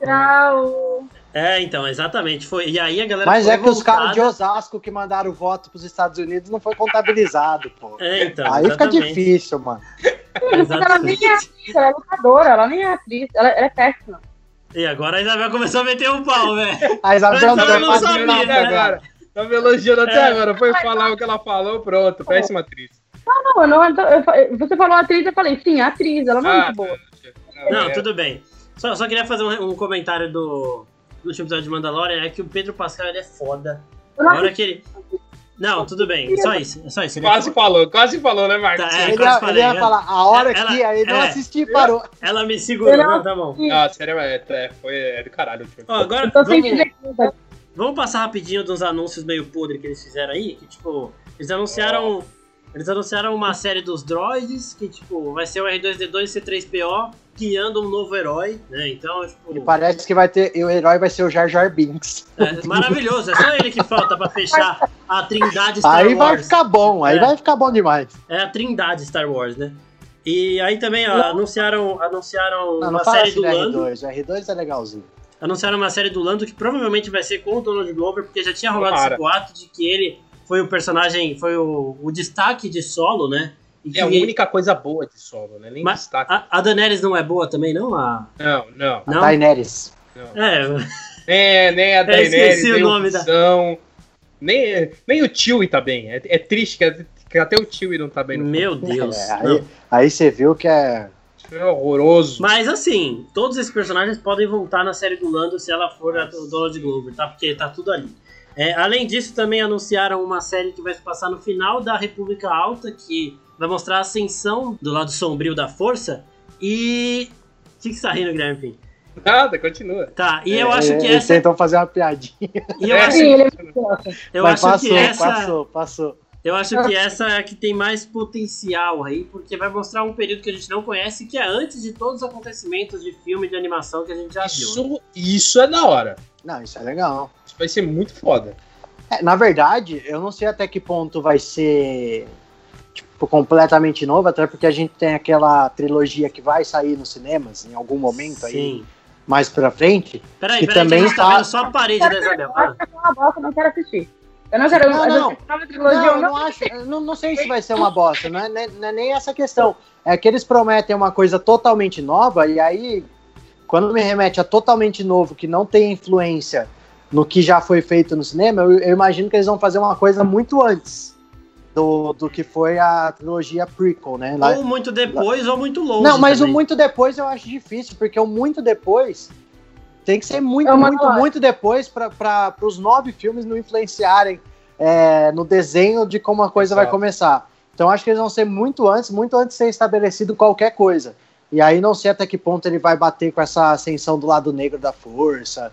[SPEAKER 2] Tchau.
[SPEAKER 1] é, então, exatamente. Foi. E aí a galera.
[SPEAKER 4] Mas
[SPEAKER 1] ficou
[SPEAKER 4] é que os caras de
[SPEAKER 1] revoltada.
[SPEAKER 4] Osasco que mandaram o voto pros Estados Unidos não foi contabilizado, pô.
[SPEAKER 1] É, então.
[SPEAKER 4] Aí fica
[SPEAKER 1] exatamente.
[SPEAKER 4] difícil, mano.
[SPEAKER 2] Ela nem é atriz, ela é lutadora, ela nem é atriz, ela, ela é péssima.
[SPEAKER 1] E agora a Isabel começou a meter um pau, velho.
[SPEAKER 4] A Isabel
[SPEAKER 1] Mas ela
[SPEAKER 4] não
[SPEAKER 1] não
[SPEAKER 4] faz
[SPEAKER 1] sabia,
[SPEAKER 4] nada
[SPEAKER 1] né,
[SPEAKER 4] agora.
[SPEAKER 3] Tá me elogiando até
[SPEAKER 1] É.
[SPEAKER 3] agora. Foi falar o que ela falou, pronto. Péssima atriz.
[SPEAKER 2] Não, eu não, eu fa- você falou atriz, eu falei, sim, atriz, ela não é muito boa.
[SPEAKER 1] Não,
[SPEAKER 3] Ah, é.
[SPEAKER 1] tudo bem. Só, só queria fazer um, um comentário do, do último episódio de Mandalorian, é que o Pedro Pascal ele é foda.
[SPEAKER 2] Eu não
[SPEAKER 1] Na hora que ele. Não, tudo bem. Só isso. É só isso. Ele é
[SPEAKER 3] Quase
[SPEAKER 1] foda.
[SPEAKER 3] falou, quase falou, né, Marcos?
[SPEAKER 1] Tá, É,
[SPEAKER 4] ele,
[SPEAKER 1] quase
[SPEAKER 4] ia,
[SPEAKER 1] falei,
[SPEAKER 4] ele ia
[SPEAKER 1] né?
[SPEAKER 4] falar, a hora
[SPEAKER 1] Ela-
[SPEAKER 4] que aí não
[SPEAKER 1] é.
[SPEAKER 4] assisti, parou.
[SPEAKER 1] Ela me segurou,
[SPEAKER 2] Não.
[SPEAKER 1] não, tá bom.
[SPEAKER 3] Ah, sério, é, é, foi, é do caralho. Tipo.
[SPEAKER 1] Ó, agora,
[SPEAKER 2] Eu tô sem
[SPEAKER 1] vamos-
[SPEAKER 2] dizer nada.
[SPEAKER 1] Vamos passar rapidinho dos anúncios meio podre que eles fizeram aí, que tipo, eles anunciaram. Eles anunciaram uma série dos droids, que tipo, vai ser o R2D2 e C3PO guiando um novo herói, né? Então, tipo,
[SPEAKER 4] E parece que vai ter. E o herói vai ser o Jar Jar Binks.
[SPEAKER 1] é maravilhoso, é só ele que falta pra fechar a trindade Star
[SPEAKER 4] Aí vai
[SPEAKER 1] Wars.
[SPEAKER 4] ficar bom, aí
[SPEAKER 1] É.
[SPEAKER 4] vai ficar bom demais.
[SPEAKER 1] É a trindade Star Wars, né? E aí também, ó,
[SPEAKER 2] Não.
[SPEAKER 1] anunciaram, anunciaram
[SPEAKER 4] Não,
[SPEAKER 1] uma
[SPEAKER 4] não fala
[SPEAKER 1] série
[SPEAKER 4] assim
[SPEAKER 1] do
[SPEAKER 4] do
[SPEAKER 1] Lando.
[SPEAKER 4] R2, o R2 é legalzinho.
[SPEAKER 1] anunciaram uma série do Lando que provavelmente vai ser com o Donald Glover, porque já tinha rolado
[SPEAKER 3] Tomara.
[SPEAKER 1] esse boato de que ele foi o personagem, foi o, o destaque de solo, né? E que
[SPEAKER 3] É a única coisa boa de solo, né? Nem
[SPEAKER 1] Mas-
[SPEAKER 3] destaque.
[SPEAKER 1] a, a Daenerys não é boa também, não? A,
[SPEAKER 3] Não, não.
[SPEAKER 4] A
[SPEAKER 1] Não?
[SPEAKER 4] Daenerys.
[SPEAKER 1] É,
[SPEAKER 3] É, nem a Daenerys,
[SPEAKER 1] esqueci o
[SPEAKER 3] nem
[SPEAKER 1] nome da-
[SPEAKER 3] Opção, nem, nem o Tio tá bem. É, é triste que, que até o Tio não tá bem. No
[SPEAKER 1] meu Deus.
[SPEAKER 4] É,
[SPEAKER 1] não.
[SPEAKER 4] aí, aí você viu que é.
[SPEAKER 3] filme. É horroroso.
[SPEAKER 1] Mas assim, todos esses personagens podem voltar na série do Lando se ela for a do Donald Glover, tá? Porque tá tudo ali. É, além disso, também anunciaram uma série que vai se passar no final da República Alta, que vai mostrar a ascensão do lado sombrio da força. E. O que, que você tá rindo, Guilherme? Pim?
[SPEAKER 3] Nada, continua.
[SPEAKER 1] Tá, e eu
[SPEAKER 4] é,
[SPEAKER 1] acho que
[SPEAKER 4] eles
[SPEAKER 1] essa.
[SPEAKER 4] tentam fazer uma piadinha.
[SPEAKER 1] E eu
[SPEAKER 3] É.
[SPEAKER 1] acho,
[SPEAKER 2] Sim, ele é idiota.
[SPEAKER 1] eu
[SPEAKER 4] mas
[SPEAKER 1] acho
[SPEAKER 4] passou,
[SPEAKER 1] que essa.
[SPEAKER 4] passou, passou.
[SPEAKER 1] Eu acho que essa é a que tem mais potencial aí, porque vai mostrar um período que a gente não conhece, que é antes de todos os acontecimentos de filme de animação que a gente já viu. né?
[SPEAKER 3] Isso, isso é da hora.
[SPEAKER 4] Não, isso é legal.
[SPEAKER 3] Isso vai ser muito foda.
[SPEAKER 4] É, na verdade, eu não sei até que ponto vai ser tipo, completamente novo, até porque a gente tem aquela trilogia que vai sair nos cinemas em algum momento aí,
[SPEAKER 1] Sim.
[SPEAKER 4] mais pra frente.
[SPEAKER 1] Peraí, peraí,
[SPEAKER 4] Que
[SPEAKER 1] que a
[SPEAKER 4] também
[SPEAKER 1] gente tá
[SPEAKER 4] tá-
[SPEAKER 1] vendo só a parede da Isabel. Ah,
[SPEAKER 2] Uma bosta, eu não quero assistir. Eu não quero.
[SPEAKER 4] Não,
[SPEAKER 2] eu
[SPEAKER 4] não.
[SPEAKER 2] quero nova trilogia,
[SPEAKER 4] Não,
[SPEAKER 2] eu não-
[SPEAKER 4] eu não acho. eu Não, não sei se vai ser uma bosta. Não é, nem- não é nem essa questão. É que eles prometem uma coisa totalmente nova e aí, quando me remete a totalmente novo, que não tem influência no que já foi feito no cinema, eu, eu imagino que eles vão fazer uma coisa muito antes do, do que foi a trilogia prequel, né? Lá-
[SPEAKER 1] Ou muito depois, ou muito longe.
[SPEAKER 4] não, mas
[SPEAKER 1] também.
[SPEAKER 4] o muito depois eu acho difícil, porque o muito depois Tem que ser muito,
[SPEAKER 2] É uma
[SPEAKER 4] muito,
[SPEAKER 2] lógica.
[SPEAKER 4] muito depois para os nove filmes não influenciarem é, no desenho de como a coisa vai
[SPEAKER 3] Exato.
[SPEAKER 4] começar. Então acho que eles vão ser muito antes, muito antes de ser estabelecido qualquer coisa. E aí não sei até que ponto ele vai bater com essa ascensão do lado negro da força.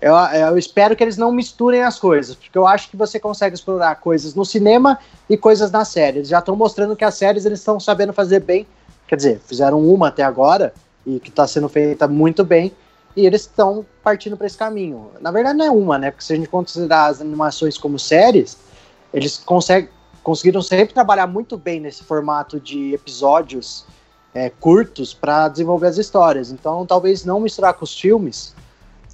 [SPEAKER 4] Eu, eu espero que eles não misturem as coisas, porque eu acho que você consegue explorar coisas no cinema e coisas na série. Eles já estão mostrando que as séries eles estão sabendo fazer bem. Quer dizer, fizeram uma até agora e que está sendo feita muito bem. E eles estão partindo para esse caminho. Na verdade, não é uma, né? Porque se a gente considerar as animações como séries, eles conseguem, conseguiram sempre trabalhar muito bem nesse formato de episódios é, curtos para desenvolver as histórias. Então, talvez não misturar com os filmes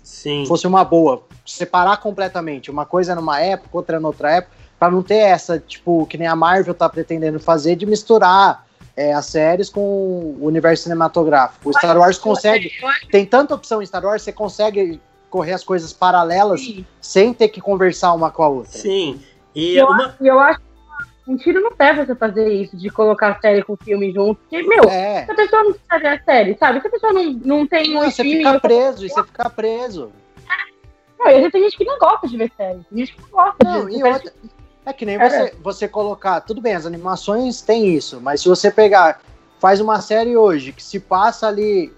[SPEAKER 1] Sim.
[SPEAKER 4] fosse uma boa. Separar completamente. Uma coisa numa época, outra noutra época. Pra não ter essa, tipo, que nem a Marvel tá pretendendo fazer, de misturar é, as séries com o universo cinematográfico. O Star
[SPEAKER 2] é,
[SPEAKER 4] Wars consegue.
[SPEAKER 2] Eu acho
[SPEAKER 4] Tem tanta opção em Star Wars, você consegue correr as coisas paralelas
[SPEAKER 2] que-
[SPEAKER 4] sem ter que conversar uma com a outra.
[SPEAKER 1] Sim. E
[SPEAKER 2] Eu
[SPEAKER 1] uma,
[SPEAKER 2] E eu acho um tiro no pé você fazer isso, de colocar série com filme junto. Porque, meu,
[SPEAKER 4] É.
[SPEAKER 2] se a pessoa não sabe a série, sabe? Se a pessoa não, não tem um
[SPEAKER 4] Não, você
[SPEAKER 2] filme.
[SPEAKER 4] fica preso, e você fica preso.
[SPEAKER 2] Não, e às vezes tem gente que não gosta de ver série. Tem gente que não gosta de
[SPEAKER 4] Não,
[SPEAKER 2] ver
[SPEAKER 4] e
[SPEAKER 2] série.
[SPEAKER 4] outra- É que nem
[SPEAKER 2] É.
[SPEAKER 4] você, você colocar. Tudo bem, as animações têm isso, mas se você pegar. Faz uma série hoje que se passa ali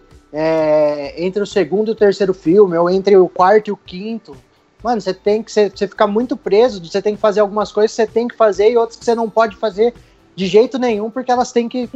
[SPEAKER 4] é, entre o segundo e o terceiro filme, ou entre o quarto e o quinto. Mano, você tem que. Você, você fica muito preso, você tem que fazer algumas coisas que você tem que fazer e outras que você não pode fazer de jeito nenhum, porque elas têm que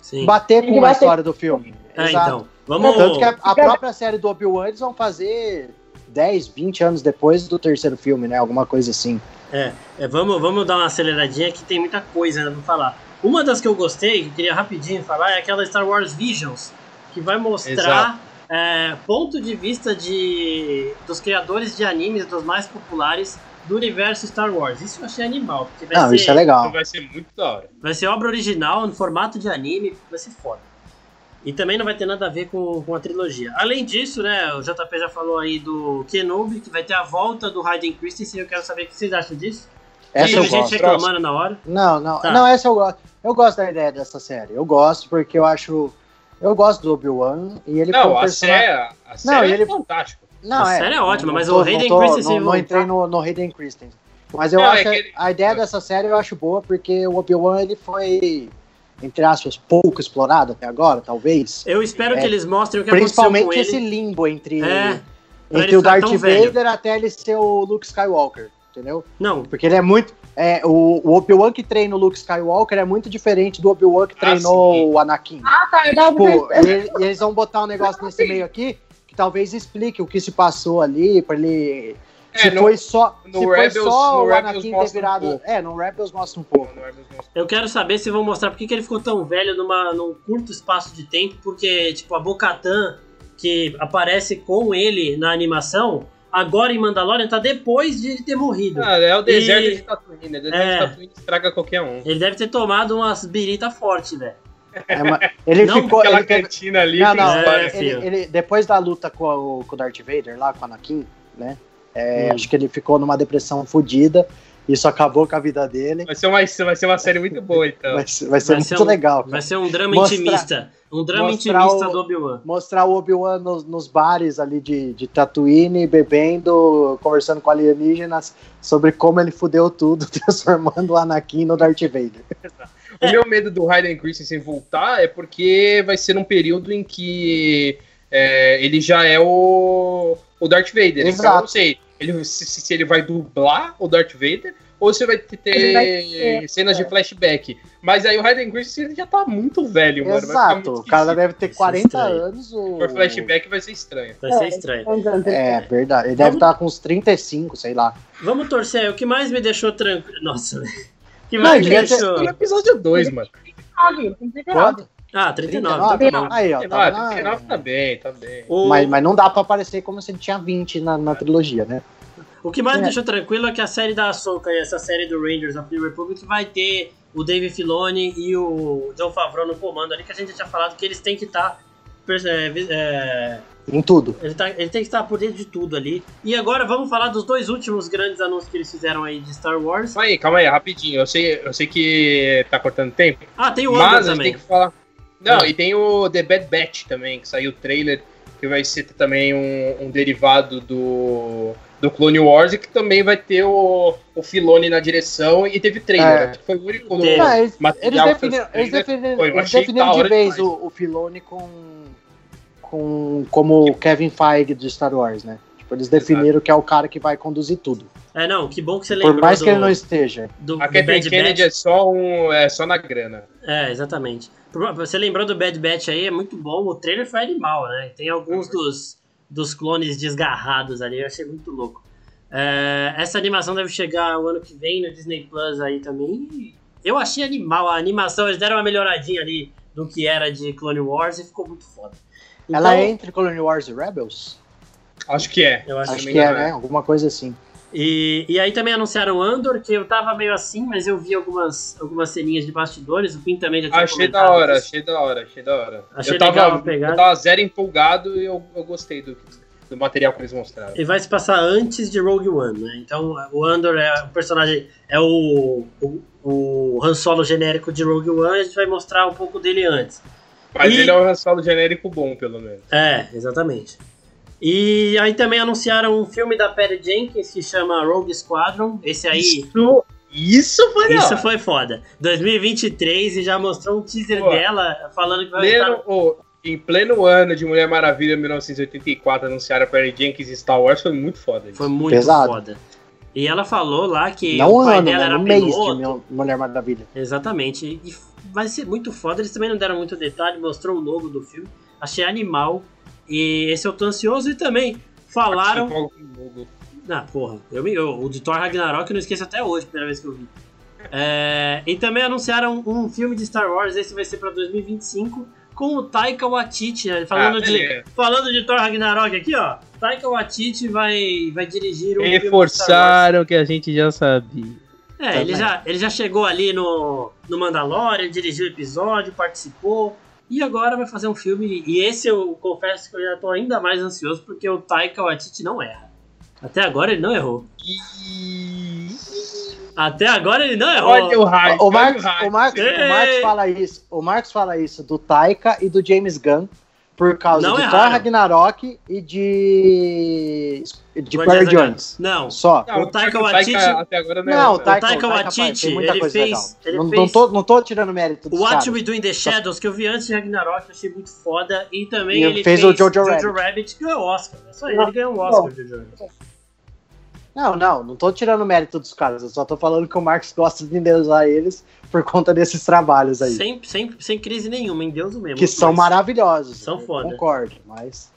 [SPEAKER 1] sim.
[SPEAKER 4] bater
[SPEAKER 2] Tem que
[SPEAKER 4] com a
[SPEAKER 2] bater.
[SPEAKER 4] história do filme.
[SPEAKER 1] Ah,
[SPEAKER 4] Exato.
[SPEAKER 1] então. Vamos.
[SPEAKER 4] Tanto que é- a, a própria série do Obi-Wan eles vão fazer 10, 20 anos depois do terceiro filme, né? Alguma coisa assim.
[SPEAKER 1] É, vamos, vamos dar uma aceleradinha que tem muita coisa ainda pra falar. Uma das que eu gostei, que eu queria rapidinho falar, é aquela Star Wars Visions, que vai mostrar é, ponto de vista de, dos criadores de animes, dos mais populares do universo Star Wars. Isso eu achei animal, porque vai,
[SPEAKER 4] Não,
[SPEAKER 1] ser,
[SPEAKER 4] isso é legal.
[SPEAKER 3] Vai ser muito da hora.
[SPEAKER 1] vai ser obra original, no formato de anime, vai ser foda. E também não vai ter nada a ver com, com a trilogia. Além disso, né, o JP já falou aí do Kenobi, que vai ter a volta do Hayden Christensen, eu quero saber o que vocês acham disso.
[SPEAKER 4] Essa
[SPEAKER 1] Tem
[SPEAKER 4] eu
[SPEAKER 1] gente
[SPEAKER 4] gosto.
[SPEAKER 1] reclamando na hora.
[SPEAKER 4] Não, não.
[SPEAKER 1] Tá.
[SPEAKER 4] Não, essa eu gosto. Eu gosto da ideia dessa série. Eu gosto porque eu acho. Eu gosto do Obi-Wan e ele foi
[SPEAKER 3] Não,
[SPEAKER 4] um
[SPEAKER 3] a
[SPEAKER 4] persona-
[SPEAKER 3] série, é- a série
[SPEAKER 4] ele-
[SPEAKER 3] é fantástica.
[SPEAKER 4] Não,
[SPEAKER 1] A
[SPEAKER 4] é.
[SPEAKER 1] série é ótima,
[SPEAKER 4] Não
[SPEAKER 1] mas
[SPEAKER 4] tô-
[SPEAKER 1] o Hayden
[SPEAKER 4] não tô-
[SPEAKER 1] Christensen tá-
[SPEAKER 4] Não, não entrei no, no Hayden Christensen. Mas eu
[SPEAKER 3] Não,
[SPEAKER 4] acho.
[SPEAKER 3] é que ele-
[SPEAKER 4] A ideia dessa série eu acho boa porque o Obi-Wan ele foi, entre aspas, pouco explorado até agora, talvez.
[SPEAKER 1] Eu espero
[SPEAKER 4] É,
[SPEAKER 1] que eles mostrem o que aconteceu com ele.
[SPEAKER 4] Principalmente esse limbo entre.
[SPEAKER 1] É, pra ele
[SPEAKER 4] entre o
[SPEAKER 1] ficar
[SPEAKER 4] Darth
[SPEAKER 1] tão
[SPEAKER 4] Vader
[SPEAKER 1] velho.
[SPEAKER 4] até ele ser o Luke Skywalker, entendeu?
[SPEAKER 1] Não,
[SPEAKER 4] Porque ele é muito. É, o o Obi-Wan que treina o Luke Skywalker é muito diferente do Obi-Wan que
[SPEAKER 3] Ah,
[SPEAKER 4] treinou
[SPEAKER 3] sim.
[SPEAKER 4] o Anakin.
[SPEAKER 2] Ah, tá. Eu tava pensando-
[SPEAKER 4] Tipo, ele- e eles vão botar um negócio nesse meio aqui que talvez explique o que se passou ali, pra ele.
[SPEAKER 3] É,
[SPEAKER 4] se
[SPEAKER 3] no-
[SPEAKER 4] foi só,
[SPEAKER 3] no
[SPEAKER 4] se foi
[SPEAKER 3] Rebels-
[SPEAKER 4] só
[SPEAKER 3] no
[SPEAKER 4] o
[SPEAKER 3] Rebels
[SPEAKER 4] Anakin ter
[SPEAKER 3] mostra um
[SPEAKER 4] virado.
[SPEAKER 3] pouco.
[SPEAKER 4] é, no Rebels mostra um pouco.
[SPEAKER 3] Não é mesmo nosso.
[SPEAKER 1] eu quero saber se vão mostrar por que que ele ficou tão velho numa, num curto espaço de tempo, porque, tipo, a Bocatan, que aparece com ele na animação, agora em Mandalorian, tá depois de ele ter morrido.
[SPEAKER 3] Ah, é o deserto
[SPEAKER 1] E-
[SPEAKER 3] de Tatooine. né? O deserto
[SPEAKER 1] É.
[SPEAKER 3] de Tatooine estraga qualquer um.
[SPEAKER 1] Ele deve ter tomado umas birita forte, velho.
[SPEAKER 4] É, mas ele
[SPEAKER 1] Não,
[SPEAKER 4] ficou.
[SPEAKER 3] Aquela
[SPEAKER 4] Ele teve-
[SPEAKER 3] cantina ali.
[SPEAKER 4] Não,
[SPEAKER 3] tem
[SPEAKER 4] não,
[SPEAKER 1] É,
[SPEAKER 3] várias-
[SPEAKER 4] ele,
[SPEAKER 1] filho.
[SPEAKER 4] ele- depois da luta com, o, com o Darth Vader lá, com o Anakin, né? é, Acho que ele ficou numa depressão fodida. Isso acabou com a vida dele.
[SPEAKER 3] Vai ser, uma, vai ser uma série muito boa, então.
[SPEAKER 4] Vai, ser- vai ser
[SPEAKER 1] Vai ser
[SPEAKER 4] muito
[SPEAKER 1] um-
[SPEAKER 4] legal. cara.
[SPEAKER 1] Vai ser um drama
[SPEAKER 4] Mostrar-
[SPEAKER 1] intimista. Um drama
[SPEAKER 4] mostrar
[SPEAKER 1] intimista
[SPEAKER 4] o-
[SPEAKER 1] do Obi-Wan.
[SPEAKER 4] Mostrar o Obi-Wan nos, nos bares ali de, de Tatooine, bebendo, conversando com alienígenas sobre como ele fudeu tudo, [LAUGHS] transformando o Anakin no Darth Vader.
[SPEAKER 3] O meu medo do Hayden Christensen voltar é porque vai ser num período em que é, ele já é o, o Darth Vader. Então, eu
[SPEAKER 4] Exato.
[SPEAKER 3] não sei ele, se, se- se ele vai dublar o Darth Vader ou se vai ter, ter
[SPEAKER 2] Ele vai ter-
[SPEAKER 3] cenas de flashback. Mas aí o Hayden Christensen já tá muito velho, mano. Vai ficar
[SPEAKER 4] Exato.
[SPEAKER 3] muito
[SPEAKER 4] O cara tá
[SPEAKER 3] esquisito.
[SPEAKER 4] deve ter
[SPEAKER 1] Isso é
[SPEAKER 4] 40
[SPEAKER 1] estranho.
[SPEAKER 4] anos. O...
[SPEAKER 3] Por flashback vai ser estranho.
[SPEAKER 1] Vai ser estranho.
[SPEAKER 4] É, verdade. Ele deve
[SPEAKER 1] Vamos-
[SPEAKER 4] estar com uns 35, sei lá.
[SPEAKER 1] Vamos torcer aí. O que mais me deixou tranquilo... Nossa, velho. O que
[SPEAKER 4] Não,
[SPEAKER 1] mais me
[SPEAKER 4] devia ter-
[SPEAKER 1] deixou...
[SPEAKER 3] No episódio 2, mano.
[SPEAKER 2] Sabe, tem 19.
[SPEAKER 4] Quanto?
[SPEAKER 1] Ah, 39,
[SPEAKER 4] 39?
[SPEAKER 1] tá bom.
[SPEAKER 4] Aí, ó. Tava
[SPEAKER 3] 19,
[SPEAKER 4] na-
[SPEAKER 3] 19 tá bem, tá bem.
[SPEAKER 1] O-
[SPEAKER 4] Mas, mas não dá pra aparecer como se ele tinha 20 na, na trilogia, né?
[SPEAKER 1] O que mais me
[SPEAKER 4] É.
[SPEAKER 1] deixou tranquilo é que a série da Ahsoka e essa série do Rangers of the Republic vai ter o Dave Filoni e o John Favreau no comando ali, que a gente já tinha falado que eles têm que tá, é, estar.
[SPEAKER 4] Em tudo.
[SPEAKER 1] ele, tá- ele tem que estar por dentro de tudo ali. E agora vamos falar dos dois últimos grandes anúncios que eles fizeram aí de Star Wars.
[SPEAKER 3] Calma aí, calma aí, rapidinho. Eu sei, eu sei que tá cortando tempo.
[SPEAKER 1] Ah, tem o Andor
[SPEAKER 3] Mas a gente
[SPEAKER 1] também.
[SPEAKER 3] tem que falar. Não,
[SPEAKER 1] Ah.
[SPEAKER 3] e tem o The Bad Batch também, que saiu o trailer. que vai ser também um, um derivado do, do Clone Wars, e que também vai ter o, o Filone na direção, e teve trailer.
[SPEAKER 4] É.
[SPEAKER 3] né? Foi o único
[SPEAKER 1] Teve.
[SPEAKER 4] Não, eles, eles
[SPEAKER 3] material que
[SPEAKER 4] definiram,
[SPEAKER 3] fez
[SPEAKER 4] eles
[SPEAKER 3] trailer.
[SPEAKER 4] definiram,
[SPEAKER 3] Pô, eu
[SPEAKER 4] eles
[SPEAKER 3] achei
[SPEAKER 4] definiram
[SPEAKER 3] da
[SPEAKER 4] de
[SPEAKER 3] hora
[SPEAKER 4] vez
[SPEAKER 3] demais.
[SPEAKER 4] o, o Filone com, com como o Kevin Feige do Star Wars, né? Tipo, eles definiram que é o cara que vai conduzir tudo.
[SPEAKER 1] É, não, que bom que você lembrou
[SPEAKER 4] Por mais
[SPEAKER 1] do,
[SPEAKER 4] que ele não esteja.
[SPEAKER 1] do, do
[SPEAKER 3] A
[SPEAKER 1] Bad
[SPEAKER 3] Kathleen Kennedy
[SPEAKER 1] Batch.
[SPEAKER 3] é só, um, é só na grana.
[SPEAKER 1] É, exatamente. Por- Você lembrou do Bad Batch aí, é muito bom. O trailer foi animal, né? Tem alguns
[SPEAKER 3] É
[SPEAKER 1] dos, dos clones desgarrados ali, eu achei muito louco. É, essa animação deve chegar o ano que vem no Disney Plus aí também. Eu achei animal a animação, eles deram uma melhoradinha ali do que era de Clone Wars e ficou muito foda. Então-
[SPEAKER 4] Ela é entre Clone Wars e Rebels?
[SPEAKER 3] Acho que é.
[SPEAKER 1] eu acho
[SPEAKER 4] Acho
[SPEAKER 3] não
[SPEAKER 4] que
[SPEAKER 3] me
[SPEAKER 4] é,
[SPEAKER 3] engano,
[SPEAKER 4] né? Alguma coisa assim.
[SPEAKER 1] E, e aí também anunciaram Andor, que eu tava meio assim, mas eu vi algumas, algumas ceninhas de bastidores, o Pim também já tinha
[SPEAKER 3] Achei
[SPEAKER 1] comentado
[SPEAKER 3] da hora,
[SPEAKER 1] disso.
[SPEAKER 3] achei da hora, achei da hora.
[SPEAKER 1] Achei
[SPEAKER 3] eu, tava,
[SPEAKER 1] legal tá a pegada.
[SPEAKER 3] eu tava zero empolgado e eu, eu gostei do, do material que eles mostraram.
[SPEAKER 1] E vai se passar antes de Rogue One, né? Então o Andor é o personagem, é o, o, o Han Solo genérico de Rogue One, e a gente vai mostrar um pouco dele antes.
[SPEAKER 3] Mas
[SPEAKER 1] E-
[SPEAKER 3] ele é um solo genérico bom, pelo menos.
[SPEAKER 1] É, exatamente. E aí também anunciaram um filme da Patty Jenkins que chama Rogue Squadron. Esse Tá aí, isso,
[SPEAKER 3] Isso, isso
[SPEAKER 4] Ah,
[SPEAKER 3] foi da hora.
[SPEAKER 1] foi foda. 2023 e já mostrou um teaser
[SPEAKER 3] Pô.
[SPEAKER 1] dela falando que vai estar
[SPEAKER 3] Pleno- ô, em pleno ano de Mulher Maravilha 1984, anunciaram a Perry Jenkins e Star Wars, foi muito foda. isso.
[SPEAKER 1] Foi muito
[SPEAKER 4] Pesado.
[SPEAKER 1] foda. E ela falou lá que
[SPEAKER 4] Não
[SPEAKER 1] o
[SPEAKER 4] um
[SPEAKER 1] pai
[SPEAKER 4] ano,
[SPEAKER 1] dela
[SPEAKER 4] né?
[SPEAKER 1] era
[SPEAKER 4] Um mês
[SPEAKER 1] piloto.
[SPEAKER 4] de Mil- Mulher Maravilha.
[SPEAKER 1] Exatamente. E f- vai ser muito foda. Eles também não deram muito detalhe, mostrou o logo do filme. Achei animal. E esse eu tô ansioso e também falaram.
[SPEAKER 3] Tipo, um logo.
[SPEAKER 1] Ah, porra, eu, me- eu- o de Thor Ragnarok eu não esqueço até hoje, primeira vez que eu vi. É, e também anunciaram um filme de Star Wars, esse vai ser pra 2025, com o Taika Waititi, né? falando,
[SPEAKER 3] Ah,
[SPEAKER 1] de,
[SPEAKER 3] beleza.
[SPEAKER 1] falando de Thor Ragnarok aqui, ó. Taika Waititi vai, vai dirigir um filme de Star Wars.
[SPEAKER 5] Reforçaram que a gente já sabia.
[SPEAKER 1] É, ele
[SPEAKER 4] Também.
[SPEAKER 1] já, ele já chegou ali no, no Mandalorian, dirigiu o episódio, participou. E agora vai fazer um filme. E esse eu confesso que eu já tô ainda mais ansioso, porque o Taika Waititi não erra. Até agora ele não errou.
[SPEAKER 3] E-
[SPEAKER 1] Até agora ele não errou.
[SPEAKER 3] Olha o hype,
[SPEAKER 4] O, o,
[SPEAKER 3] olha o
[SPEAKER 4] Marcos,
[SPEAKER 3] hype.
[SPEAKER 4] o, Marcos,
[SPEAKER 1] Ei!
[SPEAKER 4] o Marcos fala isso. O Marcos fala isso do Taika e do James Gunn por causa
[SPEAKER 1] Não
[SPEAKER 4] de Thor
[SPEAKER 1] erraram.
[SPEAKER 4] Ragnarok e de. de
[SPEAKER 1] Guardiões
[SPEAKER 4] Player
[SPEAKER 1] da
[SPEAKER 4] Jones.
[SPEAKER 1] Não.
[SPEAKER 4] Só.
[SPEAKER 3] Não,
[SPEAKER 1] o Taika Waititi-
[SPEAKER 3] até agora não, é
[SPEAKER 4] Não, o
[SPEAKER 3] essa.
[SPEAKER 4] Taika,
[SPEAKER 1] Taika
[SPEAKER 4] o Taika
[SPEAKER 1] Waititi,
[SPEAKER 4] faz- tem muita
[SPEAKER 1] ele
[SPEAKER 4] coisa
[SPEAKER 1] fez-
[SPEAKER 4] legal.
[SPEAKER 1] ele
[SPEAKER 4] não,
[SPEAKER 1] fez-
[SPEAKER 4] não, tô, não tô tirando mérito do
[SPEAKER 1] O What
[SPEAKER 4] cara.
[SPEAKER 1] We Do in the Shadows, que eu vi antes de Ragnarok, eu achei muito foda. E também
[SPEAKER 4] E
[SPEAKER 1] ele fez,
[SPEAKER 4] fez o Jojo
[SPEAKER 1] Rabbit. que ganhou Oscar. É só ele,
[SPEAKER 2] Não,
[SPEAKER 1] ele ganhou um Oscar, o Jojo Rabbit.
[SPEAKER 4] Não, não, não tô tirando mérito dos caras. Eu só tô falando que o Marcos gosta de endeusar eles por conta desses trabalhos aí.
[SPEAKER 1] Sem, sem, sem crise nenhuma, em Deus o mesmo.
[SPEAKER 4] que são
[SPEAKER 1] Mas-
[SPEAKER 4] maravilhosos.
[SPEAKER 1] é São
[SPEAKER 4] eu
[SPEAKER 1] foda.
[SPEAKER 4] Concordo, mas.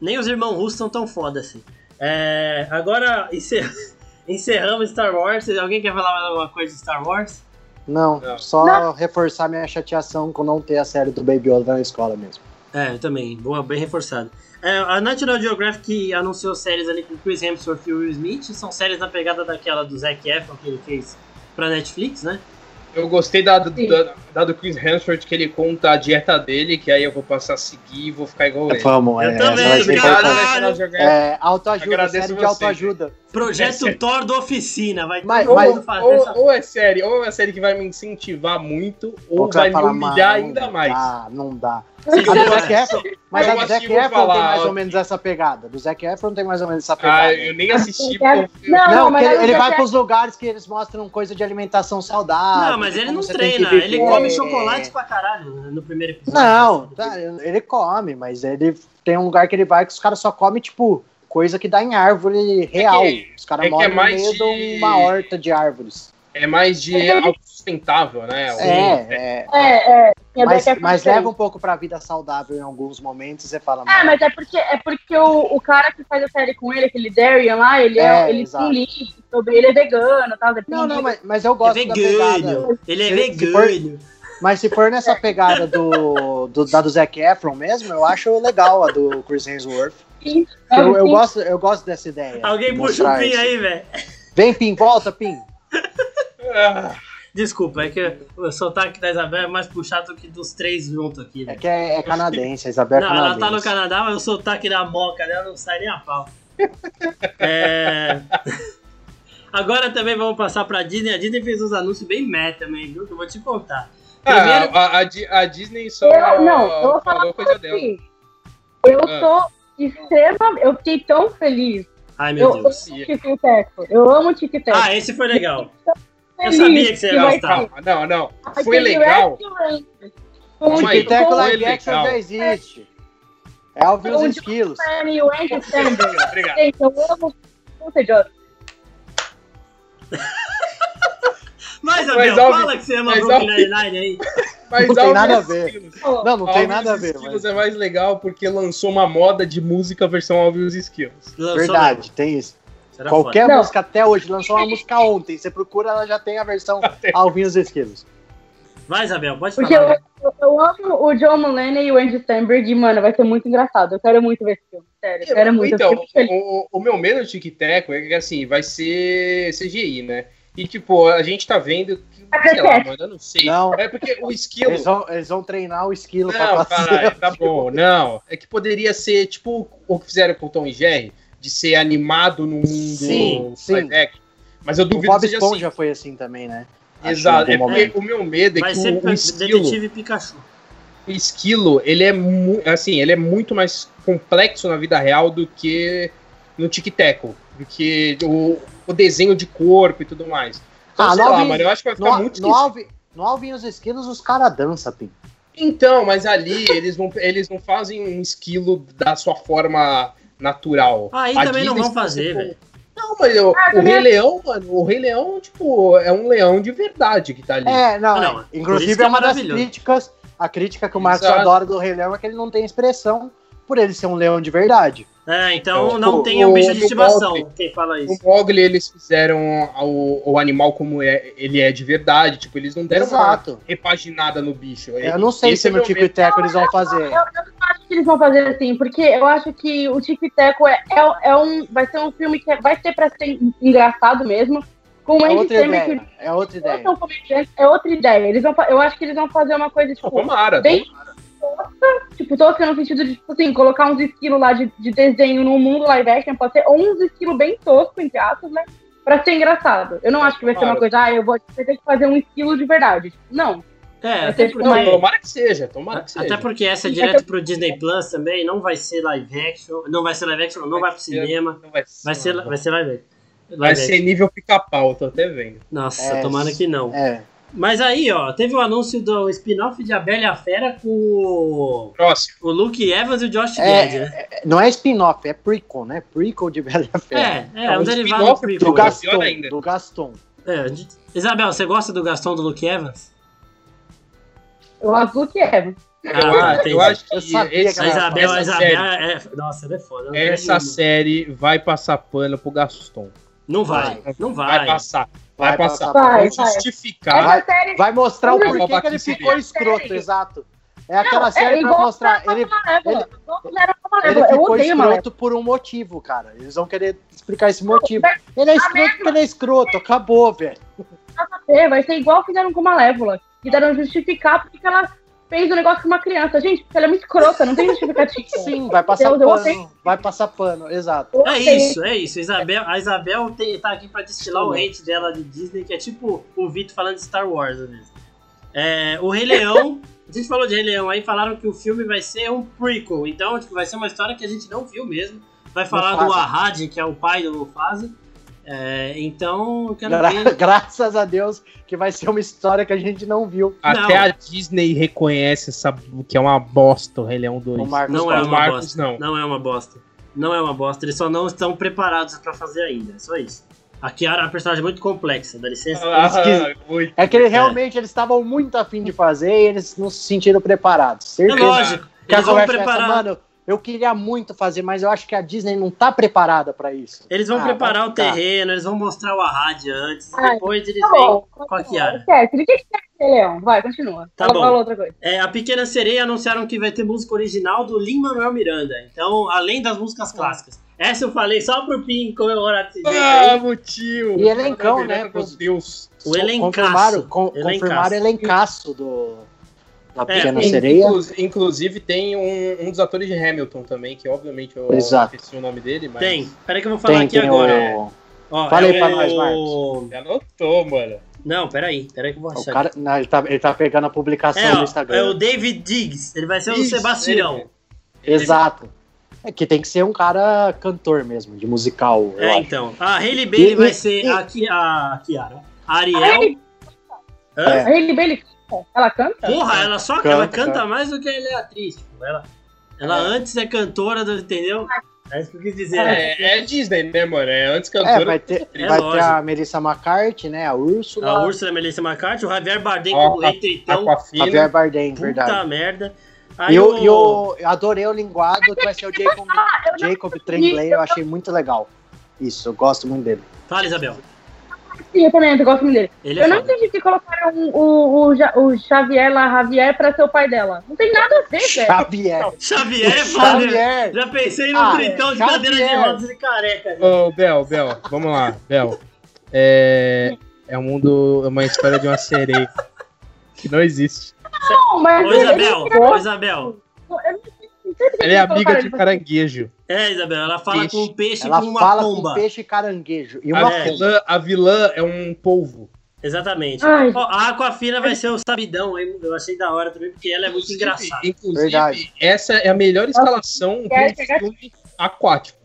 [SPEAKER 1] Nem os irmãos russos são tão foda assim. É, agora encer- [LAUGHS] encerramos Star Wars. Alguém quer falar mais alguma coisa de Star Wars?
[SPEAKER 4] Não,
[SPEAKER 3] Não.
[SPEAKER 4] só
[SPEAKER 2] Não.
[SPEAKER 4] reforçar minha chateação com não ter a série do Baby Yoda na escola mesmo.
[SPEAKER 1] É, eu também. Boa, bem reforçado. É, a National Geographic anunciou séries ali com Chris Hemsworth e Will Smith. São séries na pegada daquela do Zac Efron que ele fez pra Netflix, né?
[SPEAKER 3] Eu gostei da,
[SPEAKER 2] Sim.
[SPEAKER 3] da, da do Chris Hemsworth, que ele conta a dieta dele, que aí eu vou passar a seguir e vou ficar igual ele.
[SPEAKER 4] Vamos,
[SPEAKER 1] Eu
[SPEAKER 4] é,
[SPEAKER 1] também,
[SPEAKER 4] vai ser
[SPEAKER 1] cara.
[SPEAKER 4] importante.
[SPEAKER 3] National Geographic.
[SPEAKER 4] É, autoajuda,
[SPEAKER 3] né? Agradeço
[SPEAKER 4] série de
[SPEAKER 3] você,
[SPEAKER 4] autoajuda.
[SPEAKER 1] Projeto
[SPEAKER 3] É, sim.
[SPEAKER 1] Thor da Oficina. Vai
[SPEAKER 4] Mas-
[SPEAKER 1] todo
[SPEAKER 4] mas-
[SPEAKER 1] mundo fazer
[SPEAKER 3] ou,
[SPEAKER 1] essa-
[SPEAKER 3] ou é série, ou é uma série que vai me incentivar muito, ou
[SPEAKER 4] Porque
[SPEAKER 3] Um vai me
[SPEAKER 4] falar, Ah,
[SPEAKER 3] humilhar
[SPEAKER 4] "Mano,
[SPEAKER 3] ainda
[SPEAKER 4] não
[SPEAKER 3] mais.
[SPEAKER 4] dá,
[SPEAKER 3] [LAUGHS]
[SPEAKER 4] não dá.
[SPEAKER 1] Vocês
[SPEAKER 4] A do
[SPEAKER 1] viram-
[SPEAKER 4] Zac Efron, é mas
[SPEAKER 3] Eu
[SPEAKER 4] a do
[SPEAKER 3] acho
[SPEAKER 4] Zac
[SPEAKER 3] que vou
[SPEAKER 4] Efron tem
[SPEAKER 3] falar,
[SPEAKER 4] mais ou
[SPEAKER 3] ó.
[SPEAKER 4] menos essa pegada. Do Zac Efron tem mais ou menos essa pegada.
[SPEAKER 3] Ah, eu nem assisti.
[SPEAKER 4] tipo
[SPEAKER 2] é- Não,
[SPEAKER 3] porque eu-
[SPEAKER 2] Ah, não,
[SPEAKER 4] Não,
[SPEAKER 2] mas
[SPEAKER 4] que
[SPEAKER 2] aí
[SPEAKER 4] ele, ele
[SPEAKER 2] você
[SPEAKER 4] vai
[SPEAKER 2] quer-
[SPEAKER 4] pros lugares que eles mostram coisa de alimentação saudável.
[SPEAKER 1] Não, mas
[SPEAKER 4] de
[SPEAKER 1] ele
[SPEAKER 4] como
[SPEAKER 1] não
[SPEAKER 4] você tem que
[SPEAKER 1] treina. Ele
[SPEAKER 4] viver.
[SPEAKER 1] come chocolate pra caralho no primeiro episódio.
[SPEAKER 4] Não, tá, ele come, mas ele tem um lugar que ele vai que os caras só comem, tipo, coisa que dá em árvore real. os caras
[SPEAKER 3] é que
[SPEAKER 4] moram
[SPEAKER 3] é mais
[SPEAKER 4] no meio de
[SPEAKER 3] de-
[SPEAKER 4] uma horta de árvores.
[SPEAKER 3] É mais de autossustentável, né?
[SPEAKER 4] É, é.
[SPEAKER 2] É, é. é
[SPEAKER 4] Mas,
[SPEAKER 2] Black Effect
[SPEAKER 4] mas
[SPEAKER 2] também.
[SPEAKER 4] leva um pouco pra vida saudável em alguns momentos e você fala,
[SPEAKER 2] É,
[SPEAKER 4] "Mano,
[SPEAKER 2] mas é porque, é porque o, o cara que faz a série com ele, aquele Darian lá, ele, é, ele
[SPEAKER 4] É,
[SPEAKER 2] tem
[SPEAKER 4] exato.
[SPEAKER 2] um livro sobre ele é vegano e tal. depois
[SPEAKER 4] Não,
[SPEAKER 2] um
[SPEAKER 4] não,
[SPEAKER 2] livro-
[SPEAKER 4] mas, mas eu
[SPEAKER 1] É
[SPEAKER 4] gosto da pegada.
[SPEAKER 1] vegano. Ele é
[SPEAKER 4] Se- se for-
[SPEAKER 1] vegano.
[SPEAKER 4] Mas se for nessa pegada do, do, da do Zac Efron mesmo, eu acho legal a do Chris Hemsworth.
[SPEAKER 2] Sim,
[SPEAKER 4] Eu, eu
[SPEAKER 2] sim.
[SPEAKER 4] gosto, eu gosto dessa ideia.
[SPEAKER 1] Alguém
[SPEAKER 4] de
[SPEAKER 1] puxa o
[SPEAKER 4] mostrar
[SPEAKER 1] pin
[SPEAKER 4] isso.
[SPEAKER 1] aí, velho.
[SPEAKER 4] Vem, Pim, volta, Pim.
[SPEAKER 3] Ah,
[SPEAKER 1] Desculpa, é que o sotaque da Isabel é mais puxado que dos três juntos aqui.
[SPEAKER 4] É
[SPEAKER 1] velho.
[SPEAKER 4] que é, é canadense, a Isabel é
[SPEAKER 1] não, ela tá no
[SPEAKER 4] canadense.
[SPEAKER 1] Canadá, mas o sotaque da moca dela não sai nem a
[SPEAKER 4] [LAUGHS]
[SPEAKER 1] pau. É... Agora também vamos passar pra Disney. A Disney fez uns anúncios bem meh também, viu? Que eu vou te contar. Primeiro-
[SPEAKER 3] ah, a, a Di- a Disney só
[SPEAKER 2] Eu- não, eu vou falar
[SPEAKER 3] falou coisa dela.
[SPEAKER 2] Sim. Eu
[SPEAKER 3] Ah.
[SPEAKER 2] tô extremamente. Eu fiquei tão feliz.
[SPEAKER 1] Ai,
[SPEAKER 2] Eu
[SPEAKER 1] meu
[SPEAKER 2] amo
[SPEAKER 1] Deus.
[SPEAKER 2] Tic Teco. Eu amo Tic Teco.
[SPEAKER 1] Ah, esse foi legal. Ah, eu sabia que você ia
[SPEAKER 3] Não,
[SPEAKER 1] gostar.
[SPEAKER 3] calma, Ah, não, não. Foi
[SPEAKER 2] [LAUGHS]
[SPEAKER 3] legal. Mas
[SPEAKER 2] Foi
[SPEAKER 3] aí,
[SPEAKER 4] Tic-tac
[SPEAKER 3] foi
[SPEAKER 4] live action
[SPEAKER 3] legal.
[SPEAKER 4] já existe. É ao ver os esquilos.
[SPEAKER 2] e o Andy Samberg.
[SPEAKER 3] Obrigado.
[SPEAKER 2] Gente, eu amo. Puta, Jota.
[SPEAKER 1] Mas,
[SPEAKER 3] Mas,
[SPEAKER 1] Abel,
[SPEAKER 3] Alves,
[SPEAKER 1] fala que você ama
[SPEAKER 3] mas,
[SPEAKER 1] Brooklyn
[SPEAKER 3] Alves-
[SPEAKER 1] Nine-Nine aí.
[SPEAKER 3] Mas
[SPEAKER 4] Não tem
[SPEAKER 3] Alves
[SPEAKER 4] nada a
[SPEAKER 3] e os
[SPEAKER 4] ver.
[SPEAKER 3] Esquilos.
[SPEAKER 4] Não, não
[SPEAKER 3] Alves e
[SPEAKER 4] tem
[SPEAKER 3] os
[SPEAKER 4] nada a ver.
[SPEAKER 3] Esquilos
[SPEAKER 4] Mas...
[SPEAKER 3] é mais legal porque lançou uma moda de música versão Alves e os Esquilos.
[SPEAKER 1] Lançou mesmo.
[SPEAKER 4] Verdade, tem isso.
[SPEAKER 1] Será
[SPEAKER 4] Qualquer
[SPEAKER 2] Não.
[SPEAKER 4] música até hoje, lançou uma música ontem. Você procura, ela já tem
[SPEAKER 3] [LAUGHS]
[SPEAKER 4] a versão Alvinhos e Esquilos.
[SPEAKER 1] foda. Vai, Isabel, pode
[SPEAKER 2] Porque
[SPEAKER 1] falar.
[SPEAKER 2] eu, eu amo o John Mulaney e o Andy Samberg. E, mano, vai ser muito engraçado. Eu quero muito ver esse filme. Sério, eu quero muito.
[SPEAKER 3] Então,
[SPEAKER 2] eu fiquei muito
[SPEAKER 3] o, o meu medo do Tic-Teco é que, assim, vai ser CGI, né? E, tipo, a gente tá vendo que, sei lá, mano, eu não sei.
[SPEAKER 4] Não.
[SPEAKER 3] É porque o esquilo...
[SPEAKER 4] Eles vão, eles vão treinar o esquilo
[SPEAKER 3] Não,
[SPEAKER 4] pra fazer. [LAUGHS]
[SPEAKER 3] caralho, tá bom, não. É que poderia ser, tipo, o que fizeram com o Tom e Jerry, de ser animado num mundo
[SPEAKER 4] Sim, sim.
[SPEAKER 3] live action. Mas eu
[SPEAKER 4] O
[SPEAKER 3] duvido
[SPEAKER 4] Bob
[SPEAKER 3] que seja assim.
[SPEAKER 4] Esponja foi assim também, né? Acho
[SPEAKER 3] Exato.
[SPEAKER 4] em
[SPEAKER 3] É
[SPEAKER 4] algum
[SPEAKER 3] porque
[SPEAKER 4] momento.
[SPEAKER 3] o meu medo é
[SPEAKER 1] Vai
[SPEAKER 3] que
[SPEAKER 1] ser
[SPEAKER 3] o, o esquilo...
[SPEAKER 1] Detetive Pikachu.
[SPEAKER 3] o esquilo, ele é mu- assim, ele é muito mais complexo na vida real do que no tic-teco, do que o, o desenho de corpo e tudo mais. Então,
[SPEAKER 4] Ah,
[SPEAKER 3] sei
[SPEAKER 4] no
[SPEAKER 3] lá,
[SPEAKER 4] Alvin-
[SPEAKER 3] mano, eu acho que vai ficar
[SPEAKER 4] No,
[SPEAKER 3] muito
[SPEAKER 4] no,
[SPEAKER 3] esquisito.
[SPEAKER 4] Alvi, no Alvinhos e Esquilos, os caras dançam, Pim.
[SPEAKER 3] Então, mas ali eles não, eles não fazem um esquilo da sua forma natural.
[SPEAKER 1] Ah, Aí
[SPEAKER 3] A
[SPEAKER 1] também não vão
[SPEAKER 3] Disney
[SPEAKER 1] fazer,
[SPEAKER 3] sempre-
[SPEAKER 1] velho.
[SPEAKER 3] Não, mas eu-
[SPEAKER 4] Ah,
[SPEAKER 3] o
[SPEAKER 4] é-
[SPEAKER 2] também
[SPEAKER 3] Rei Leão, mano, o Rei Leão, tipo, é um leão de verdade que tá ali.
[SPEAKER 4] É, não,
[SPEAKER 1] Ah, não,
[SPEAKER 4] é.
[SPEAKER 1] por isso
[SPEAKER 4] inclusive
[SPEAKER 1] que
[SPEAKER 4] é
[SPEAKER 1] é
[SPEAKER 4] uma das
[SPEAKER 1] maravilhoso.
[SPEAKER 4] críticas, a crítica que o Marcos
[SPEAKER 3] Exato.
[SPEAKER 4] adora do Rei Leão é que ele não tem expressão por ele ser um leão de verdade.
[SPEAKER 1] É, então
[SPEAKER 3] O-
[SPEAKER 1] não
[SPEAKER 3] o-
[SPEAKER 1] tem um bicho de
[SPEAKER 3] o-
[SPEAKER 1] estimação.
[SPEAKER 3] o-
[SPEAKER 1] Quem fala
[SPEAKER 3] O
[SPEAKER 1] isso?
[SPEAKER 3] Mogli, eles fizeram o, o animal como é, ele é de verdade, tipo, eles não deram uma
[SPEAKER 4] Exato.
[SPEAKER 3] repaginada no bicho.
[SPEAKER 4] Eu não sei
[SPEAKER 3] Esse
[SPEAKER 4] se
[SPEAKER 3] é
[SPEAKER 4] no
[SPEAKER 3] meu
[SPEAKER 4] Tico
[SPEAKER 3] medo.
[SPEAKER 4] e Teco eles vão fazer.
[SPEAKER 2] acho que eles vão fazer assim, porque eu acho que o Tic Teco é, é, é um, vai ser um filme que vai ser pra ser engraçado mesmo. Com o
[SPEAKER 4] É
[SPEAKER 2] Andy
[SPEAKER 4] outra
[SPEAKER 2] Samberg,
[SPEAKER 4] ideia. É outra
[SPEAKER 2] que
[SPEAKER 4] ideia.
[SPEAKER 2] são comediantes, é outra ideia. Eles vão, fa- eu acho que eles vão fazer uma coisa,
[SPEAKER 3] Pô,
[SPEAKER 2] tipo,
[SPEAKER 4] tá
[SPEAKER 3] Tomara.
[SPEAKER 2] bem tosca, tipo, tosca no sentido de, tipo assim, colocar uns esquilos lá de, de desenho no mundo live action, pode ser, ou uns esquilos bem tosco, entre aspas, né? Pra ser engraçado. Eu não acho que vai ser uma
[SPEAKER 3] Claro.
[SPEAKER 2] coisa, ah, eu vou ter que fazer um esquilo de verdade. Não.
[SPEAKER 1] É,
[SPEAKER 2] Eu
[SPEAKER 1] até
[SPEAKER 2] sei que
[SPEAKER 1] porque.
[SPEAKER 3] Não, tomara que seja, tomara que seja.
[SPEAKER 1] Até porque essa é
[SPEAKER 2] Até
[SPEAKER 1] direto pro Disney Plus também, não vai ser live action, não vai ser live action, não vai pro
[SPEAKER 3] ser-
[SPEAKER 1] cinema,
[SPEAKER 3] Não vai ser,
[SPEAKER 1] vai ser, vai ser live action.
[SPEAKER 3] vai
[SPEAKER 1] Live
[SPEAKER 3] ser
[SPEAKER 1] action.
[SPEAKER 3] nível pica-pau, tô até vendo.
[SPEAKER 1] Nossa,
[SPEAKER 4] É,
[SPEAKER 1] tomara que não.
[SPEAKER 4] É.
[SPEAKER 1] Mas aí, ó, teve o anúncio do spin-off de A Bela e a Fera com o-
[SPEAKER 3] Próximo.
[SPEAKER 1] o Luke Evans e o Josh
[SPEAKER 4] É,
[SPEAKER 1] Gad, né?
[SPEAKER 4] Não é spin-off, é prequel, né? Prequel de Bela e a Fera.
[SPEAKER 1] É, é, é um
[SPEAKER 3] um
[SPEAKER 1] derivado do
[SPEAKER 3] spin-off
[SPEAKER 4] Do
[SPEAKER 1] prequel.
[SPEAKER 3] Luke-
[SPEAKER 4] Gaston.
[SPEAKER 3] Pior ainda.
[SPEAKER 4] Do Gaston.
[SPEAKER 1] É, a gente- Isabel, você gosta do Gaston do Luke Evans?
[SPEAKER 2] Eu acho do que é.
[SPEAKER 1] Ah,
[SPEAKER 3] eu,
[SPEAKER 1] tá,
[SPEAKER 3] acho-
[SPEAKER 1] entendi.
[SPEAKER 3] eu acho que
[SPEAKER 4] Eu sabia
[SPEAKER 3] esse-
[SPEAKER 4] que
[SPEAKER 1] A
[SPEAKER 4] ela-
[SPEAKER 1] Isabel, a
[SPEAKER 3] essa
[SPEAKER 1] Isabel é. é- Nossa, ela é foda. ela não tem
[SPEAKER 3] Essa
[SPEAKER 1] nenhuma.
[SPEAKER 3] série vai passar pano pro Gaston.
[SPEAKER 1] Não vai,
[SPEAKER 4] Vai.
[SPEAKER 1] não
[SPEAKER 3] Vai,
[SPEAKER 1] vai.
[SPEAKER 3] passar. Vai, passar.
[SPEAKER 2] Vai,
[SPEAKER 3] Vão
[SPEAKER 2] vai.
[SPEAKER 3] justificar.
[SPEAKER 4] Vai-
[SPEAKER 2] série
[SPEAKER 4] Vai mostrar o
[SPEAKER 2] Não,
[SPEAKER 4] porquê que ele
[SPEAKER 3] Babaca
[SPEAKER 4] ficou
[SPEAKER 2] Infinita.
[SPEAKER 4] escroto,
[SPEAKER 2] Série.
[SPEAKER 4] exato. É aquela série pra
[SPEAKER 2] igual
[SPEAKER 4] mostrar.
[SPEAKER 2] a
[SPEAKER 4] Ele,
[SPEAKER 2] Malévola. é Igual fizeram com a
[SPEAKER 4] ele
[SPEAKER 2] Malévola. Eu
[SPEAKER 4] ficou
[SPEAKER 2] odeio a Malévola.
[SPEAKER 4] escroto por um motivo, cara. Eles vão querer explicar esse motivo. Ele é escroto
[SPEAKER 2] mesma.
[SPEAKER 4] porque ele é escroto, acabou, velho.
[SPEAKER 2] Nada a ver, Vai ser igual fizeram com a Malévola. Quiseram justificar porque ela fez o negócio com uma criança. Gente, porque ela é muito escrota, não tem
[SPEAKER 1] [LAUGHS]
[SPEAKER 2] justificativa.
[SPEAKER 4] Sim, vai passar
[SPEAKER 2] Deus, eu odeio.
[SPEAKER 4] pano. Vai passar pano, exato.
[SPEAKER 2] Eu
[SPEAKER 1] É
[SPEAKER 2] odeio.
[SPEAKER 1] isso, é isso. Isabel, a Isabel tem, tá aqui pra destilar o
[SPEAKER 4] Sim.
[SPEAKER 1] hate dela de Disney, que é tipo o Vitor falando de Star Wars às vezes. É, o Rei Leão, [LAUGHS] a gente falou de Rei Leão aí, falaram que o filme vai ser um prequel, então tipo, vai ser uma história que a gente não viu mesmo. Vai falar do
[SPEAKER 4] Mufasa.
[SPEAKER 1] Ahad, que é o pai do Mufasa. É, então, eu quero
[SPEAKER 4] Gra-
[SPEAKER 1] ver.
[SPEAKER 4] [LAUGHS] graças a Deus que vai ser uma história que a gente não viu.
[SPEAKER 3] Até
[SPEAKER 1] Não.
[SPEAKER 3] a Disney reconhece essa, que é uma bosta o Rei Leão 2.
[SPEAKER 4] O Marcos
[SPEAKER 1] Não é
[SPEAKER 4] Paulo.
[SPEAKER 3] o
[SPEAKER 1] uma
[SPEAKER 3] Marcos
[SPEAKER 1] bosta.
[SPEAKER 3] não.
[SPEAKER 1] Não é uma bosta. Não é uma bosta. Eles só não estão preparados pra fazer ainda. É só isso. A Kiara é uma personagem muito complexa, dá licença.
[SPEAKER 3] Ah, muito.
[SPEAKER 4] É que ele realmente eles estavam muito afim de fazer e eles não se sentiram preparados.
[SPEAKER 1] É
[SPEAKER 4] Certeza.
[SPEAKER 1] lógico.
[SPEAKER 4] Que a
[SPEAKER 1] Eles vão
[SPEAKER 4] conversa é essa,
[SPEAKER 1] preparar.
[SPEAKER 4] mano, eu queria muito fazer, mas eu acho que a Disney não tá preparada pra isso.
[SPEAKER 1] Eles vão
[SPEAKER 4] Ah,
[SPEAKER 1] preparar
[SPEAKER 4] vai
[SPEAKER 1] o
[SPEAKER 4] ficar.
[SPEAKER 1] terreno, eles vão mostrar o Arrad antes,
[SPEAKER 2] Ai,
[SPEAKER 1] depois eles
[SPEAKER 2] Tá
[SPEAKER 1] vêm
[SPEAKER 2] bom.
[SPEAKER 1] com a Kiara.
[SPEAKER 2] Esquece. O que que é Leão? Vai, continua.
[SPEAKER 1] Tá
[SPEAKER 2] Ela
[SPEAKER 1] bom.
[SPEAKER 2] fala outra coisa.
[SPEAKER 1] É, a Pequena Sereia anunciaram que vai ter música original do Lin-Manuel Miranda, então, além das
[SPEAKER 2] Tá.
[SPEAKER 1] músicas clássicas. Essa eu falei só pro Pim comemorar esse jeito
[SPEAKER 3] Ah,
[SPEAKER 1] aí.
[SPEAKER 3] motivo.
[SPEAKER 4] E elencão, né,
[SPEAKER 3] Meu
[SPEAKER 4] pros-
[SPEAKER 3] Deus.
[SPEAKER 1] O elencaço.
[SPEAKER 4] Confirmaram, con-
[SPEAKER 1] Elencaço. É,
[SPEAKER 4] confirmaram o elencaço do, da Pequena
[SPEAKER 1] Na
[SPEAKER 4] Sereia.
[SPEAKER 3] Inclu- Inclusive, tem um, um dos atores de Hamilton também, que obviamente eu
[SPEAKER 4] Exato.
[SPEAKER 3] esqueci o nome dele, mas.
[SPEAKER 1] Tem, peraí que eu vou falar
[SPEAKER 4] Ah, Tem,
[SPEAKER 1] aqui
[SPEAKER 4] tem
[SPEAKER 1] agora.
[SPEAKER 4] o,
[SPEAKER 1] Ó,
[SPEAKER 4] Fala aí
[SPEAKER 1] é
[SPEAKER 4] pra
[SPEAKER 1] o-
[SPEAKER 4] nós,
[SPEAKER 3] Você anotou, mano.
[SPEAKER 1] Não, peraí, peraí que eu vou
[SPEAKER 4] o
[SPEAKER 1] achar.
[SPEAKER 4] cara. não, ele, tá, ele tá pegando a publicação
[SPEAKER 1] É,
[SPEAKER 4] no
[SPEAKER 1] ó, é
[SPEAKER 4] Instagram.
[SPEAKER 1] o David Diggs, ele vai ser o
[SPEAKER 3] Isso,
[SPEAKER 1] Sebastião.
[SPEAKER 3] ele-
[SPEAKER 4] Exato. É que tem que ser um cara cantor mesmo, de musical. eu
[SPEAKER 1] É,
[SPEAKER 4] acho.
[SPEAKER 1] então. A Hailey Bailey
[SPEAKER 4] E-
[SPEAKER 1] vai
[SPEAKER 4] e-
[SPEAKER 1] ser
[SPEAKER 4] e-
[SPEAKER 1] a, Ki- a Kiara. A Ariel.
[SPEAKER 2] Hailey-
[SPEAKER 1] Hã?
[SPEAKER 4] É.
[SPEAKER 2] A Hailey Bailey canta? Ela canta?
[SPEAKER 1] Porra, ela só
[SPEAKER 4] Canta,
[SPEAKER 1] ela canta
[SPEAKER 4] canta.
[SPEAKER 1] mais do que ela é atriz. Tipo, ela ela
[SPEAKER 3] É.
[SPEAKER 1] antes é cantora, do- entendeu? É isso que eu quis dizer.
[SPEAKER 3] É, é Disney, né, mano? É antes
[SPEAKER 4] É,
[SPEAKER 3] cantora.
[SPEAKER 4] vai ter,
[SPEAKER 1] É
[SPEAKER 4] vai ter
[SPEAKER 1] lógico.
[SPEAKER 4] a Melissa McCarthy, né? A Úrsula.
[SPEAKER 1] A Ursula Melissa McCarthy, o Javier Bardem
[SPEAKER 3] Ó,
[SPEAKER 1] como rei Tritão.
[SPEAKER 3] Aquafina.
[SPEAKER 4] Javier Bardem,
[SPEAKER 1] Puta
[SPEAKER 4] tá verdade.
[SPEAKER 1] merda.
[SPEAKER 4] E
[SPEAKER 1] Aí
[SPEAKER 4] eu,
[SPEAKER 1] o-
[SPEAKER 4] eu- eu adorei o linguado que vai ser o
[SPEAKER 2] [LAUGHS]
[SPEAKER 4] Jacob,
[SPEAKER 2] Ah, eu não
[SPEAKER 4] Jacob Tremblay, eu achei muito legal. Isso, eu gosto muito dele.
[SPEAKER 1] Fala, Isabel.
[SPEAKER 2] Sim, eu também, eu gosto muito dele.
[SPEAKER 1] Ele é
[SPEAKER 2] Eu não
[SPEAKER 1] foda.
[SPEAKER 2] entendi que colocaram o, o, Ja- o Xavier lá, Javier, pra ser o pai dela. Não tem nada a ver, velho.
[SPEAKER 4] Xavier.
[SPEAKER 1] Xavier, Xavier.
[SPEAKER 4] Xavier.
[SPEAKER 1] Já pensei num
[SPEAKER 4] Ah,
[SPEAKER 1] tritão de
[SPEAKER 4] Xavier.
[SPEAKER 1] cadeira de rodas e careca. gente.
[SPEAKER 3] Ô, Bel, Bel, vamos lá, Bel. É, é um mundo, é uma história de uma sereia que não existe.
[SPEAKER 2] Não, mas
[SPEAKER 1] Ô,
[SPEAKER 2] ele- é
[SPEAKER 1] Isabel.
[SPEAKER 2] ele-
[SPEAKER 1] Ô, Isabel.
[SPEAKER 2] eu não sei por que
[SPEAKER 3] Ela é
[SPEAKER 2] eles colocaram
[SPEAKER 3] amiga de
[SPEAKER 2] ele pra-
[SPEAKER 3] caranguejo.
[SPEAKER 1] É, Isabel, ela fala
[SPEAKER 3] Peixe.
[SPEAKER 1] com um peixe e
[SPEAKER 4] Ela
[SPEAKER 1] com uma
[SPEAKER 4] fala
[SPEAKER 1] pomba.
[SPEAKER 4] com peixe e caranguejo. E
[SPEAKER 3] A
[SPEAKER 4] uma
[SPEAKER 1] é.
[SPEAKER 4] pomba.
[SPEAKER 3] vilã, a vilã é um polvo.
[SPEAKER 1] Exatamente.
[SPEAKER 2] Ai.
[SPEAKER 1] Ó, a Aquafina vai ser o sabidão, hein? eu achei da hora também, porque ela é muito engraçada.
[SPEAKER 3] Inclusive,
[SPEAKER 4] Verdade.
[SPEAKER 3] essa é a melhor escalação para
[SPEAKER 2] quer
[SPEAKER 3] um filme aquático.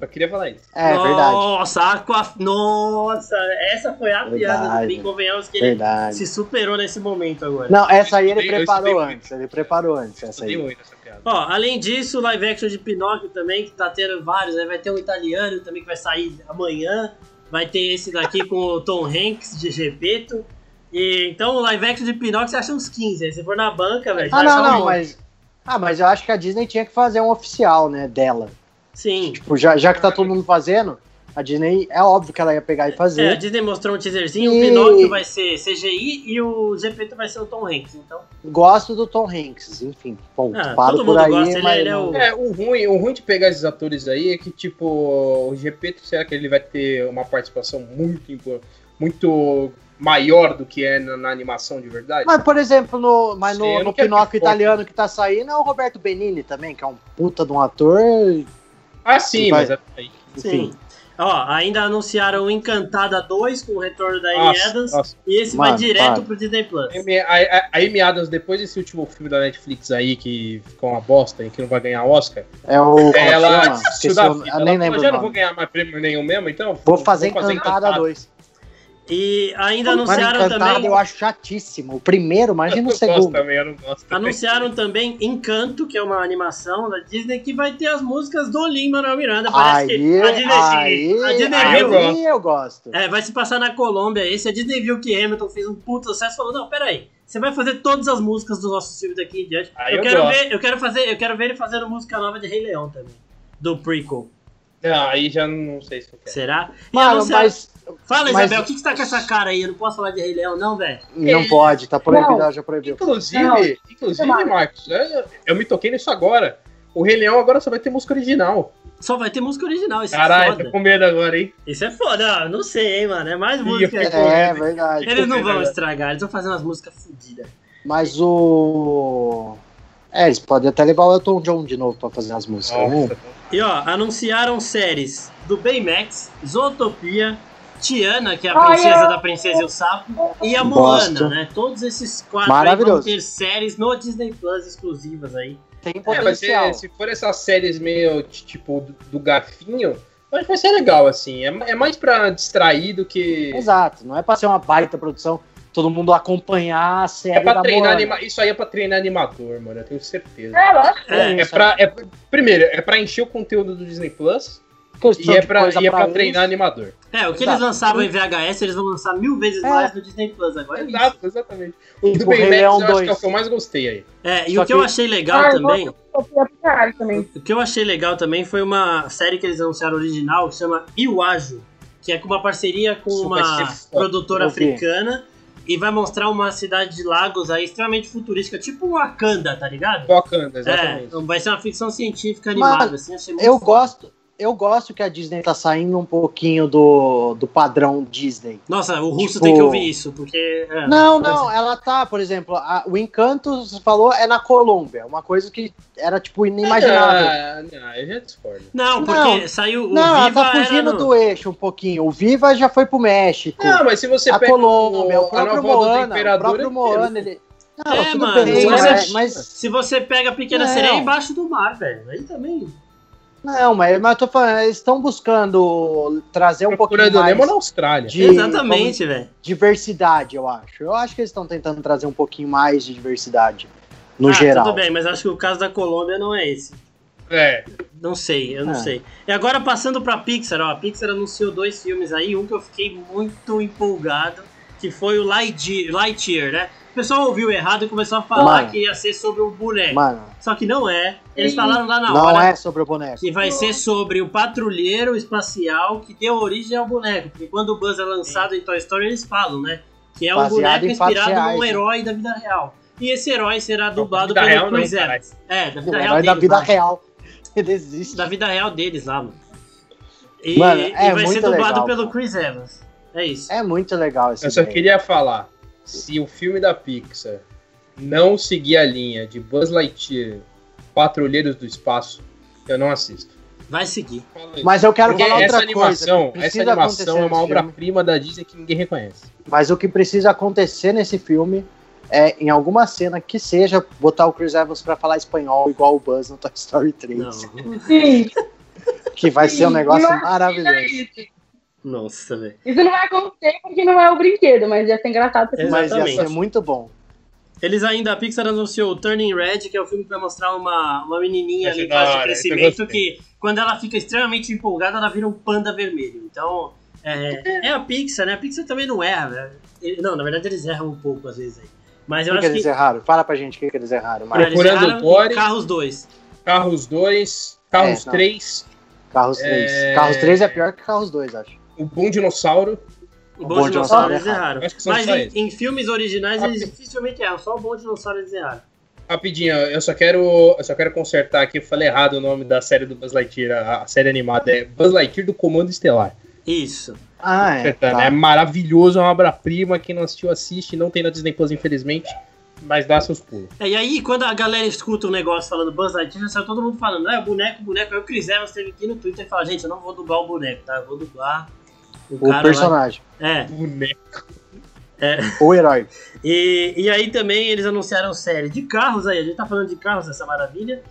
[SPEAKER 3] Só queria falar isso.
[SPEAKER 4] É verdade.
[SPEAKER 1] Nossa, a Aquaf... Nossa, essa foi a piada do
[SPEAKER 4] Verdade.
[SPEAKER 1] Bem Convenhamos que ele
[SPEAKER 4] Verdade.
[SPEAKER 1] se superou nesse momento agora.
[SPEAKER 4] Não, essa aí
[SPEAKER 3] Eu
[SPEAKER 4] ele
[SPEAKER 3] estudei- eu
[SPEAKER 4] preparou
[SPEAKER 3] estudei
[SPEAKER 4] antes. Ele preparou antes essa
[SPEAKER 3] Estudei
[SPEAKER 4] aí.
[SPEAKER 3] muito essa um piada.
[SPEAKER 1] Ó, além disso, live action de Pinóquio também, que tá tendo vários, aí vai ter um italiano também que vai sair amanhã, vai ter esse daqui com o Tom Hanks de Gepeto. E então o live action de Pinóquio você acha uns 15, aí você for na banca, velho.
[SPEAKER 4] Ah,
[SPEAKER 1] vai
[SPEAKER 4] não,
[SPEAKER 1] achar um
[SPEAKER 4] não,
[SPEAKER 1] monte.
[SPEAKER 4] mas. Ah, mas eu acho que a Disney tinha que fazer um oficial, né, dela.
[SPEAKER 1] Sim.
[SPEAKER 4] Tipo, já, já que tá todo mundo fazendo, a Disney é óbvio que ela ia pegar e
[SPEAKER 1] É, a
[SPEAKER 4] fazer.
[SPEAKER 1] Disney mostrou um teaserzinho, o
[SPEAKER 4] E-
[SPEAKER 1] Pinóquio vai ser CGI e o Gepeto vai ser o Tom Hanks, então.
[SPEAKER 4] Gosto do Tom Hanks, enfim. Bom,
[SPEAKER 1] Ah, todo
[SPEAKER 4] paro por
[SPEAKER 1] mundo
[SPEAKER 4] aí,
[SPEAKER 1] gosta, ele-
[SPEAKER 4] mas
[SPEAKER 1] ele é
[SPEAKER 4] não-
[SPEAKER 1] o-
[SPEAKER 3] É, o ruim, o ruim de pegar esses atores aí é que, tipo, o GP, será que ele vai ter uma participação muito, impo- muito maior do que é na, na animação de verdade?
[SPEAKER 4] Mas, por exemplo, no, mas
[SPEAKER 3] Sim, eu
[SPEAKER 4] no,
[SPEAKER 3] não
[SPEAKER 4] no
[SPEAKER 3] quero
[SPEAKER 4] Pinóquio
[SPEAKER 3] que foque.
[SPEAKER 4] italiano que tá saindo é o Roberto Benini também, que é um puta de um ator.
[SPEAKER 3] ah, sim,
[SPEAKER 4] Vai.
[SPEAKER 3] mas é aí.
[SPEAKER 4] Enfim.
[SPEAKER 1] Sim. Ó, ainda anunciaram Encantada 2 com o retorno da Amy
[SPEAKER 3] Nossa,
[SPEAKER 1] Adams.
[SPEAKER 3] nossa.
[SPEAKER 1] E esse vai
[SPEAKER 4] Mano,
[SPEAKER 1] direto
[SPEAKER 4] para.
[SPEAKER 1] pro Disney Plus.
[SPEAKER 3] A Amy- A, a- a Amy Adams, depois desse último filme da Netflix aí, que ficou uma bosta e que não vai ganhar Oscar,
[SPEAKER 4] É o. como
[SPEAKER 3] é,
[SPEAKER 4] chama?
[SPEAKER 3] ela
[SPEAKER 4] Esqueci
[SPEAKER 3] estudar
[SPEAKER 4] o- eu nem lembro.
[SPEAKER 3] já
[SPEAKER 4] o
[SPEAKER 3] não vou
[SPEAKER 4] nome.
[SPEAKER 3] ganhar mais prêmio nenhum mesmo, então
[SPEAKER 4] Vou fazer Encantada 2.
[SPEAKER 1] E ainda
[SPEAKER 4] Mano,
[SPEAKER 1] anunciaram
[SPEAKER 4] Encantada
[SPEAKER 1] também.
[SPEAKER 4] eu acho chatíssimo. O primeiro,
[SPEAKER 3] Eu
[SPEAKER 4] imagina
[SPEAKER 3] não
[SPEAKER 4] o
[SPEAKER 3] gosto
[SPEAKER 4] segundo.
[SPEAKER 3] também, eu não gosto também.
[SPEAKER 1] Anunciaram também Encanto, que é uma animação da Disney, que vai ter as músicas do Lin-Manuel Miranda. Parece
[SPEAKER 4] Aí,
[SPEAKER 1] que a Disney,
[SPEAKER 4] aí,
[SPEAKER 1] a Disney
[SPEAKER 3] aí
[SPEAKER 1] viu.
[SPEAKER 3] eu gosto.
[SPEAKER 4] aí eu gosto.
[SPEAKER 1] É, vai se passar na Colômbia. Esse a Disney viu que Hamilton fez um puto sucesso e falou: não, peraí, você vai fazer todas as músicas dos nossos filmes daqui em diante.
[SPEAKER 3] Aí eu
[SPEAKER 1] quero
[SPEAKER 3] gosto.
[SPEAKER 1] ver, eu quero fazer, eu quero ver ele fazendo música nova de Rei Leão também. Do prequel.
[SPEAKER 3] Não, aí já não sei se eu quero.
[SPEAKER 1] Será? E
[SPEAKER 4] Mano,
[SPEAKER 1] anunciaram-
[SPEAKER 4] mas
[SPEAKER 1] Fala,
[SPEAKER 4] mas-
[SPEAKER 1] Isabel, o que, que tá com essa cara aí? Eu não posso falar de Rei Leão, não, velho.
[SPEAKER 4] não pode, tá proibido, ela já proibiu.
[SPEAKER 3] Inclusive,
[SPEAKER 2] Não,
[SPEAKER 3] inclusive,
[SPEAKER 2] não.
[SPEAKER 3] Marcos, eu, eu me toquei nisso agora. O Rei Leão agora só vai ter música original.
[SPEAKER 1] Só vai ter música original, isso é
[SPEAKER 3] Caralho,
[SPEAKER 1] foda.
[SPEAKER 3] tô com medo agora, hein?
[SPEAKER 1] Isso é foda, ah, não sei, hein, mano. É mais música.
[SPEAKER 3] eu-
[SPEAKER 1] que-
[SPEAKER 4] É, verdade.
[SPEAKER 1] Eles não vão estragar, eles vão fazer umas músicas fodidas.
[SPEAKER 4] Mas o. É, eles podem até levar o Elton John de novo pra fazer as músicas. né?
[SPEAKER 3] Nossa.
[SPEAKER 1] E ó, anunciaram séries do Baymax, Zootopia, Tiana, que é a
[SPEAKER 2] Ai,
[SPEAKER 1] princesa
[SPEAKER 2] eu-
[SPEAKER 1] da Princesa e o Sapo, e a
[SPEAKER 4] Bosta.
[SPEAKER 1] Moana, né? Todos esses quatro aí vão
[SPEAKER 4] Maravilhoso.
[SPEAKER 1] ter séries no Disney Plus exclusivas aí.
[SPEAKER 4] Tem
[SPEAKER 3] É, vai ser-
[SPEAKER 4] potencial.
[SPEAKER 3] se for essas séries meio t- tipo do, do gafinho, mas vai ser legal, assim. É, é mais pra distrair do que.
[SPEAKER 4] Exato, não é pra ser uma baita produção, todo mundo acompanhar a série.
[SPEAKER 3] É pra
[SPEAKER 4] da
[SPEAKER 3] treinar
[SPEAKER 4] Moana.
[SPEAKER 3] anima... Isso aí é pra treinar animador, mano, eu tenho certeza.
[SPEAKER 2] É, lógico.
[SPEAKER 1] É,
[SPEAKER 4] É,
[SPEAKER 3] É
[SPEAKER 4] isso
[SPEAKER 3] pra, é, primeiro, é pra encher o conteúdo do Disney Plus
[SPEAKER 4] Que eles
[SPEAKER 3] e
[SPEAKER 4] precisam
[SPEAKER 3] é
[SPEAKER 4] de
[SPEAKER 3] pra,
[SPEAKER 4] coisa
[SPEAKER 3] e é pra
[SPEAKER 4] eles.
[SPEAKER 3] treinar animador.
[SPEAKER 1] É, o que eles
[SPEAKER 4] Exato.
[SPEAKER 1] lançavam em VHS, eles vão lançar mil vezes
[SPEAKER 4] É.
[SPEAKER 1] mais no Disney Plus agora. É, isso.
[SPEAKER 3] Exato, exatamente. O do
[SPEAKER 4] Tipo, Rei
[SPEAKER 3] Baymax eu
[SPEAKER 4] Leão
[SPEAKER 3] acho que é o
[SPEAKER 4] 2.
[SPEAKER 3] que eu mais gostei aí.
[SPEAKER 1] É, e
[SPEAKER 4] Só
[SPEAKER 1] o que eu
[SPEAKER 4] que-
[SPEAKER 1] achei legal
[SPEAKER 2] Ah, eu
[SPEAKER 1] também.
[SPEAKER 2] Sofia pra caralho também.
[SPEAKER 1] O que eu achei legal também foi uma série que eles anunciaram original que chama Iwajo, que é com uma parceria com
[SPEAKER 3] Isso vai
[SPEAKER 1] uma
[SPEAKER 3] ser foda.
[SPEAKER 1] produtora
[SPEAKER 4] Eu vi.
[SPEAKER 1] africana e vai mostrar uma cidade de lagos aí extremamente futurística, tipo Wakanda, tá ligado?
[SPEAKER 3] Wakanda,
[SPEAKER 1] É,
[SPEAKER 3] exatamente.
[SPEAKER 1] então vai ser uma ficção científica animada,
[SPEAKER 4] Mano,
[SPEAKER 1] assim, achei muito
[SPEAKER 4] Eu
[SPEAKER 1] foda.
[SPEAKER 4] gosto, eu gosto que a Disney tá saindo um pouquinho do, do padrão Disney.
[SPEAKER 1] Nossa, o russo
[SPEAKER 4] Tipo-
[SPEAKER 1] tem que ouvir isso, porque. é,
[SPEAKER 4] Não, não, ela tá, por exemplo, a- o Encanto, você falou, é na Colômbia, uma coisa que era, tipo, inimaginável.
[SPEAKER 3] Ah, não, eu já discordo.
[SPEAKER 1] Não, porque saiu o
[SPEAKER 4] não, ela
[SPEAKER 1] Viva
[SPEAKER 4] tá
[SPEAKER 1] era
[SPEAKER 4] fugindo
[SPEAKER 1] no-
[SPEAKER 4] do eixo um pouquinho. O Viva já foi pro México.
[SPEAKER 3] Não, mas se você
[SPEAKER 4] a
[SPEAKER 3] pega
[SPEAKER 4] Colômbia, o
[SPEAKER 3] a
[SPEAKER 4] próprio
[SPEAKER 3] novela do
[SPEAKER 4] Moana, o
[SPEAKER 3] Imperador,
[SPEAKER 4] próprio
[SPEAKER 3] é
[SPEAKER 4] Moana,
[SPEAKER 3] inteiro.
[SPEAKER 4] ele... um Não,
[SPEAKER 1] É,
[SPEAKER 4] tudo
[SPEAKER 1] mano,
[SPEAKER 4] bem,
[SPEAKER 1] mas
[SPEAKER 4] mas,
[SPEAKER 1] Se você pega a Pequena
[SPEAKER 4] Não.
[SPEAKER 1] Sereia é embaixo do mar, velho, aí também.
[SPEAKER 4] Não, mas, mas eu tô falando, eles estão buscando trazer um pouquinho
[SPEAKER 3] Procurando
[SPEAKER 4] mais
[SPEAKER 3] Nemo na Austrália.
[SPEAKER 4] de
[SPEAKER 1] Exatamente, velho.
[SPEAKER 4] diversidade, eu acho. Eu acho que eles estão tentando trazer um pouquinho mais de diversidade, no
[SPEAKER 1] ah,
[SPEAKER 4] geral.
[SPEAKER 1] Tudo bem, mas acho que o caso da Colômbia não é esse.
[SPEAKER 3] É.
[SPEAKER 1] Não sei, eu não
[SPEAKER 4] Ah.
[SPEAKER 1] sei. E agora passando pra Pixar, ó, a Pixar anunciou dois filmes aí, um que eu fiquei muito empolgado, que foi o Lightye- Lightyear, né? O pessoal ouviu errado e começou a falar
[SPEAKER 4] Mano.
[SPEAKER 1] que ia ser sobre o boneco.
[SPEAKER 4] Mano,
[SPEAKER 1] Só que não é. Eles
[SPEAKER 2] Ih.
[SPEAKER 1] falaram lá na
[SPEAKER 4] não
[SPEAKER 1] hora
[SPEAKER 4] é sobre o boneco.
[SPEAKER 1] que vai ser sobre o patrulheiro espacial que deu origem ao boneco. Porque quando o Buzz é lançado em Toy Story, eles falam, né? Que é um
[SPEAKER 4] Baseado
[SPEAKER 1] boneco
[SPEAKER 4] em fatos
[SPEAKER 1] inspirado
[SPEAKER 4] reais,
[SPEAKER 1] num
[SPEAKER 4] né?
[SPEAKER 1] herói da vida real. E esse herói será dublado
[SPEAKER 3] É um da
[SPEAKER 1] pelo
[SPEAKER 3] real né, então, não,
[SPEAKER 1] Chris
[SPEAKER 3] caralho.
[SPEAKER 1] Evans. É, da
[SPEAKER 4] O
[SPEAKER 1] vida real
[SPEAKER 4] herói da
[SPEAKER 1] deles.
[SPEAKER 4] vida
[SPEAKER 1] lá.
[SPEAKER 4] real. Ele existe.
[SPEAKER 1] Da vida real deles lá, mano. E,
[SPEAKER 4] Mano,
[SPEAKER 1] e
[SPEAKER 4] é
[SPEAKER 1] vai ser
[SPEAKER 4] muito
[SPEAKER 1] dublado
[SPEAKER 4] legal,
[SPEAKER 1] pelo
[SPEAKER 4] cara.
[SPEAKER 1] Chris Evans. É isso.
[SPEAKER 4] É muito legal esse
[SPEAKER 3] Eu só
[SPEAKER 4] desenho.
[SPEAKER 3] queria falar, se o filme da Pixar não seguir a linha de Buzz Lightyear, Patrulheiros do Espaço, eu não assisto.
[SPEAKER 1] Vai seguir.
[SPEAKER 4] Mas eu quero
[SPEAKER 3] Porque
[SPEAKER 4] falar
[SPEAKER 3] essa
[SPEAKER 4] outra
[SPEAKER 3] animação,
[SPEAKER 4] coisa.
[SPEAKER 3] essa
[SPEAKER 4] Precisa
[SPEAKER 3] animação é
[SPEAKER 4] acontecer
[SPEAKER 3] uma
[SPEAKER 4] nesse filme.
[SPEAKER 3] obra-prima da Disney que ninguém reconhece.
[SPEAKER 4] Mas o que precisa acontecer nesse filme é, em alguma cena que seja, botar o Chris Evans pra falar espanhol igual o Buzz no Toy Story 3.
[SPEAKER 1] Não.
[SPEAKER 2] Sim,
[SPEAKER 4] Que
[SPEAKER 1] [LAUGHS]
[SPEAKER 4] vai ser um
[SPEAKER 2] sim,
[SPEAKER 4] negócio
[SPEAKER 2] eu acho que é
[SPEAKER 4] maravilhoso.
[SPEAKER 2] isso.
[SPEAKER 1] Nossa, velho.
[SPEAKER 2] Isso não vai acontecer porque não é o brinquedo, mas ia ser engraçado. pra
[SPEAKER 1] É.
[SPEAKER 4] Mas ia
[SPEAKER 1] Exatamente.
[SPEAKER 4] ser muito bom.
[SPEAKER 1] Eles ainda, a Pixar anunciou o Turning Red, que é o filme que vai mostrar uma, uma menininha
[SPEAKER 3] Esse
[SPEAKER 1] ali em
[SPEAKER 3] é da
[SPEAKER 1] fase de
[SPEAKER 3] hora, esse eu
[SPEAKER 1] crescimento
[SPEAKER 3] gostei.
[SPEAKER 1] que, quando ela fica extremamente empolgada, ela vira um panda vermelho. Então, é, é a Pixar, né? A Pixar também não erra, velho. Ele- Não, na verdade eles erram um pouco às vezes aí. Mas eu
[SPEAKER 4] O que, que
[SPEAKER 1] acho que.
[SPEAKER 4] eles erraram? Fala pra gente o que, que eles erraram,
[SPEAKER 1] Ah,
[SPEAKER 4] Marcos.
[SPEAKER 1] eles
[SPEAKER 3] Procurando
[SPEAKER 1] erraram
[SPEAKER 3] Dory.
[SPEAKER 1] em Carros 2.
[SPEAKER 3] Carros 2, Carros
[SPEAKER 4] É, não.
[SPEAKER 3] 3,
[SPEAKER 4] Carros 3. Carros 3 é pior que Carros 2, acho.
[SPEAKER 3] O Bom Dinossauro.
[SPEAKER 1] O
[SPEAKER 4] O
[SPEAKER 1] Bom Dinossauro
[SPEAKER 4] Bom Dinossauro
[SPEAKER 1] eles
[SPEAKER 4] erraram.
[SPEAKER 1] erraram. Ah,
[SPEAKER 3] Acho que são
[SPEAKER 1] Mas
[SPEAKER 3] só
[SPEAKER 1] em,
[SPEAKER 3] esses.
[SPEAKER 1] em filmes originais
[SPEAKER 3] A
[SPEAKER 1] eles
[SPEAKER 3] Pi-
[SPEAKER 1] dificilmente erram, só o Bom Dinossauro eles erraram.
[SPEAKER 3] Rapidinho, eu só quero, eu só quero consertar aqui, eu falei errado o nome da série do Buzz Lightyear, a, a série animada é Buzz Lightyear do Comando Estelar.
[SPEAKER 1] Isso.
[SPEAKER 4] Ah, é.
[SPEAKER 3] Consertando,
[SPEAKER 4] tá.
[SPEAKER 3] É maravilhoso, é uma obra-prima, quem não assistiu assiste, não tem na Disney Plus infelizmente, mas dá seus pulos.
[SPEAKER 1] É, E aí, quando a galera escuta um negócio falando Buzz Lightyear, sai todo mundo falando, é boneco, boneco. Aí o Chris Evans teve aqui no Twitter e fala, gente, eu não vou dublar o boneco, tá? Eu vou dublar o,
[SPEAKER 4] O
[SPEAKER 1] cara lá.
[SPEAKER 4] personagem.
[SPEAKER 1] É.
[SPEAKER 3] Boneco. né?
[SPEAKER 4] O herói.
[SPEAKER 1] E, e aí também eles anunciaram série de carros aí. A gente tá falando de carros, essa maravilha.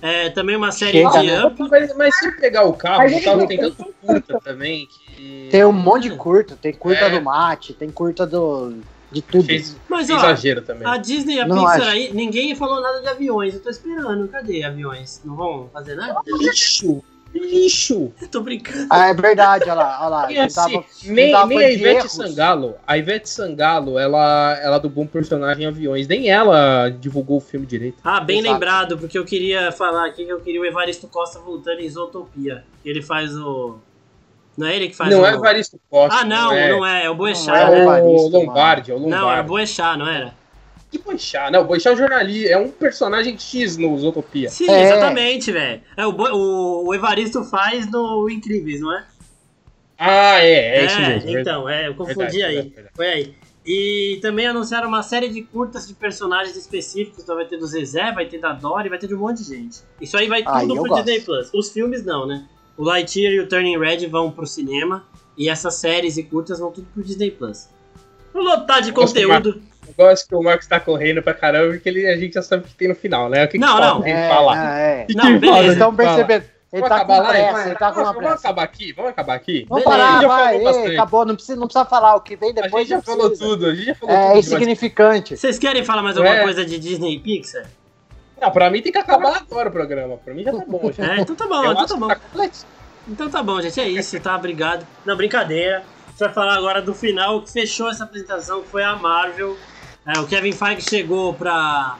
[SPEAKER 1] É, também uma série
[SPEAKER 4] Chega,
[SPEAKER 1] de
[SPEAKER 4] né?
[SPEAKER 1] Up.
[SPEAKER 3] Mas, mas se pegar o carro,
[SPEAKER 2] é. A
[SPEAKER 3] o
[SPEAKER 2] gente
[SPEAKER 3] carro
[SPEAKER 2] não
[SPEAKER 3] tem
[SPEAKER 2] tem
[SPEAKER 3] tanto curta também que
[SPEAKER 4] Tem um monte de curta. Tem curta
[SPEAKER 3] É.
[SPEAKER 4] do mate, tem curta do... de tudo.
[SPEAKER 3] fez,
[SPEAKER 1] Mas
[SPEAKER 3] fez
[SPEAKER 1] ó,
[SPEAKER 3] exagero
[SPEAKER 2] Ah,
[SPEAKER 3] também.
[SPEAKER 1] a Disney e a
[SPEAKER 4] Não
[SPEAKER 1] Pixar
[SPEAKER 4] acho.
[SPEAKER 1] aí, ninguém falou nada de aviões. Eu tô esperando, cadê aviões? Não vão fazer nada? [LAUGHS]
[SPEAKER 3] Lixo, lixo.
[SPEAKER 1] Eu tô brincando.
[SPEAKER 4] Ah, é verdade, olha lá. Olha lá.
[SPEAKER 3] E
[SPEAKER 4] não
[SPEAKER 3] assim,
[SPEAKER 4] tava-
[SPEAKER 3] Nem,
[SPEAKER 4] tava
[SPEAKER 3] nem a
[SPEAKER 4] de
[SPEAKER 3] Ivete
[SPEAKER 4] erros.
[SPEAKER 3] Sangalo, a Ivete Sangalo, ela, ela dublou um personagem em aviões. Nem ela divulgou o filme direito.
[SPEAKER 1] Ah, bem
[SPEAKER 4] Exato.
[SPEAKER 1] lembrado, porque eu queria falar aqui que eu queria o Evaristo Costa voltando em Isotopia. Ele faz o. Não é ele que faz
[SPEAKER 3] não
[SPEAKER 1] o.
[SPEAKER 3] é Evaristo Costa.
[SPEAKER 1] Ah, não, não é, é, o
[SPEAKER 4] Não
[SPEAKER 1] Boechat,
[SPEAKER 4] é
[SPEAKER 3] É
[SPEAKER 4] o
[SPEAKER 1] né?
[SPEAKER 3] o
[SPEAKER 4] Evaristo,
[SPEAKER 3] Lombardi, é o
[SPEAKER 1] Não, era o
[SPEAKER 3] Lombardi.
[SPEAKER 1] Boechat, não era?
[SPEAKER 3] Que Boixá? Não, o Boixá é um jornalista, é um personagem X no Zootopia.
[SPEAKER 1] Sim,
[SPEAKER 4] É.
[SPEAKER 1] exatamente, velho. É, o, Bo- o, o Evaristo faz no Incríveis, não é?
[SPEAKER 3] Ah, é, é, isso mesmo. verdade,
[SPEAKER 1] então, é, eu confundi
[SPEAKER 3] verdade,
[SPEAKER 1] aí.
[SPEAKER 3] verdade, verdade.
[SPEAKER 1] Foi aí. E também anunciaram uma série de curtas de personagens específicos. Então vai ter do Zezé, vai ter da Dory, vai ter de um monte de gente. Isso aí vai
[SPEAKER 4] Ah,
[SPEAKER 1] tudo
[SPEAKER 4] eu
[SPEAKER 1] pro
[SPEAKER 4] gosto.
[SPEAKER 1] Disney Plus. Os filmes não, né? O Lightyear e o Turning Red vão pro cinema. E essas séries e curtas vão tudo pro Disney Plus. Vou lotar de
[SPEAKER 3] Nossa, que
[SPEAKER 1] conteúdo.
[SPEAKER 3] Eu gosto que o Marcos tá correndo pra caramba, porque ele, a gente já sabe o que tem no final, né? O que que
[SPEAKER 1] Não,
[SPEAKER 3] falta,
[SPEAKER 1] não.
[SPEAKER 3] Tem que
[SPEAKER 4] É,
[SPEAKER 3] falar.
[SPEAKER 4] ah, é.
[SPEAKER 3] Que
[SPEAKER 1] Não,
[SPEAKER 3] que
[SPEAKER 1] beleza.
[SPEAKER 3] falta,
[SPEAKER 4] Vocês
[SPEAKER 1] Eles
[SPEAKER 4] estão
[SPEAKER 3] tem que falar?
[SPEAKER 4] percebendo? Ele
[SPEAKER 3] Vamos
[SPEAKER 4] tá
[SPEAKER 3] acabar
[SPEAKER 4] com
[SPEAKER 3] lá,
[SPEAKER 4] pressa,
[SPEAKER 3] vai.
[SPEAKER 4] ele tá com uma
[SPEAKER 3] Vamos
[SPEAKER 4] pressa.
[SPEAKER 3] acabar aqui? Vamos acabar aqui?
[SPEAKER 4] Vamos
[SPEAKER 1] Beleza. A
[SPEAKER 4] parar,
[SPEAKER 1] gente
[SPEAKER 3] já falou
[SPEAKER 4] vai. ei,
[SPEAKER 3] bastante.
[SPEAKER 4] acabou, não precisa, não precisa falar. O que vem
[SPEAKER 3] A
[SPEAKER 4] depois
[SPEAKER 3] gente já
[SPEAKER 4] não
[SPEAKER 3] falou
[SPEAKER 4] precisa.
[SPEAKER 3] tudo, a gente já falou
[SPEAKER 4] É
[SPEAKER 3] tudo. mas-
[SPEAKER 4] insignificante.
[SPEAKER 1] Vocês querem falar mais alguma
[SPEAKER 3] É.
[SPEAKER 1] coisa de Disney e Pixar?
[SPEAKER 3] Não, pra mim tem
[SPEAKER 4] Tá
[SPEAKER 3] que acabar agora o programa. Pra mim já tá bom.
[SPEAKER 1] [LAUGHS]
[SPEAKER 3] Já.
[SPEAKER 1] É, então tá bom,
[SPEAKER 3] Eu
[SPEAKER 1] então
[SPEAKER 3] acho
[SPEAKER 1] tá
[SPEAKER 3] que
[SPEAKER 1] bom.
[SPEAKER 3] tá completo.
[SPEAKER 1] Então tá bom, gente. É isso, tá? Obrigado. Não, brincadeira. A gente vai falar agora do final. O que fechou essa apresentação foi a Marvel. É, o Kevin Feige chegou pra.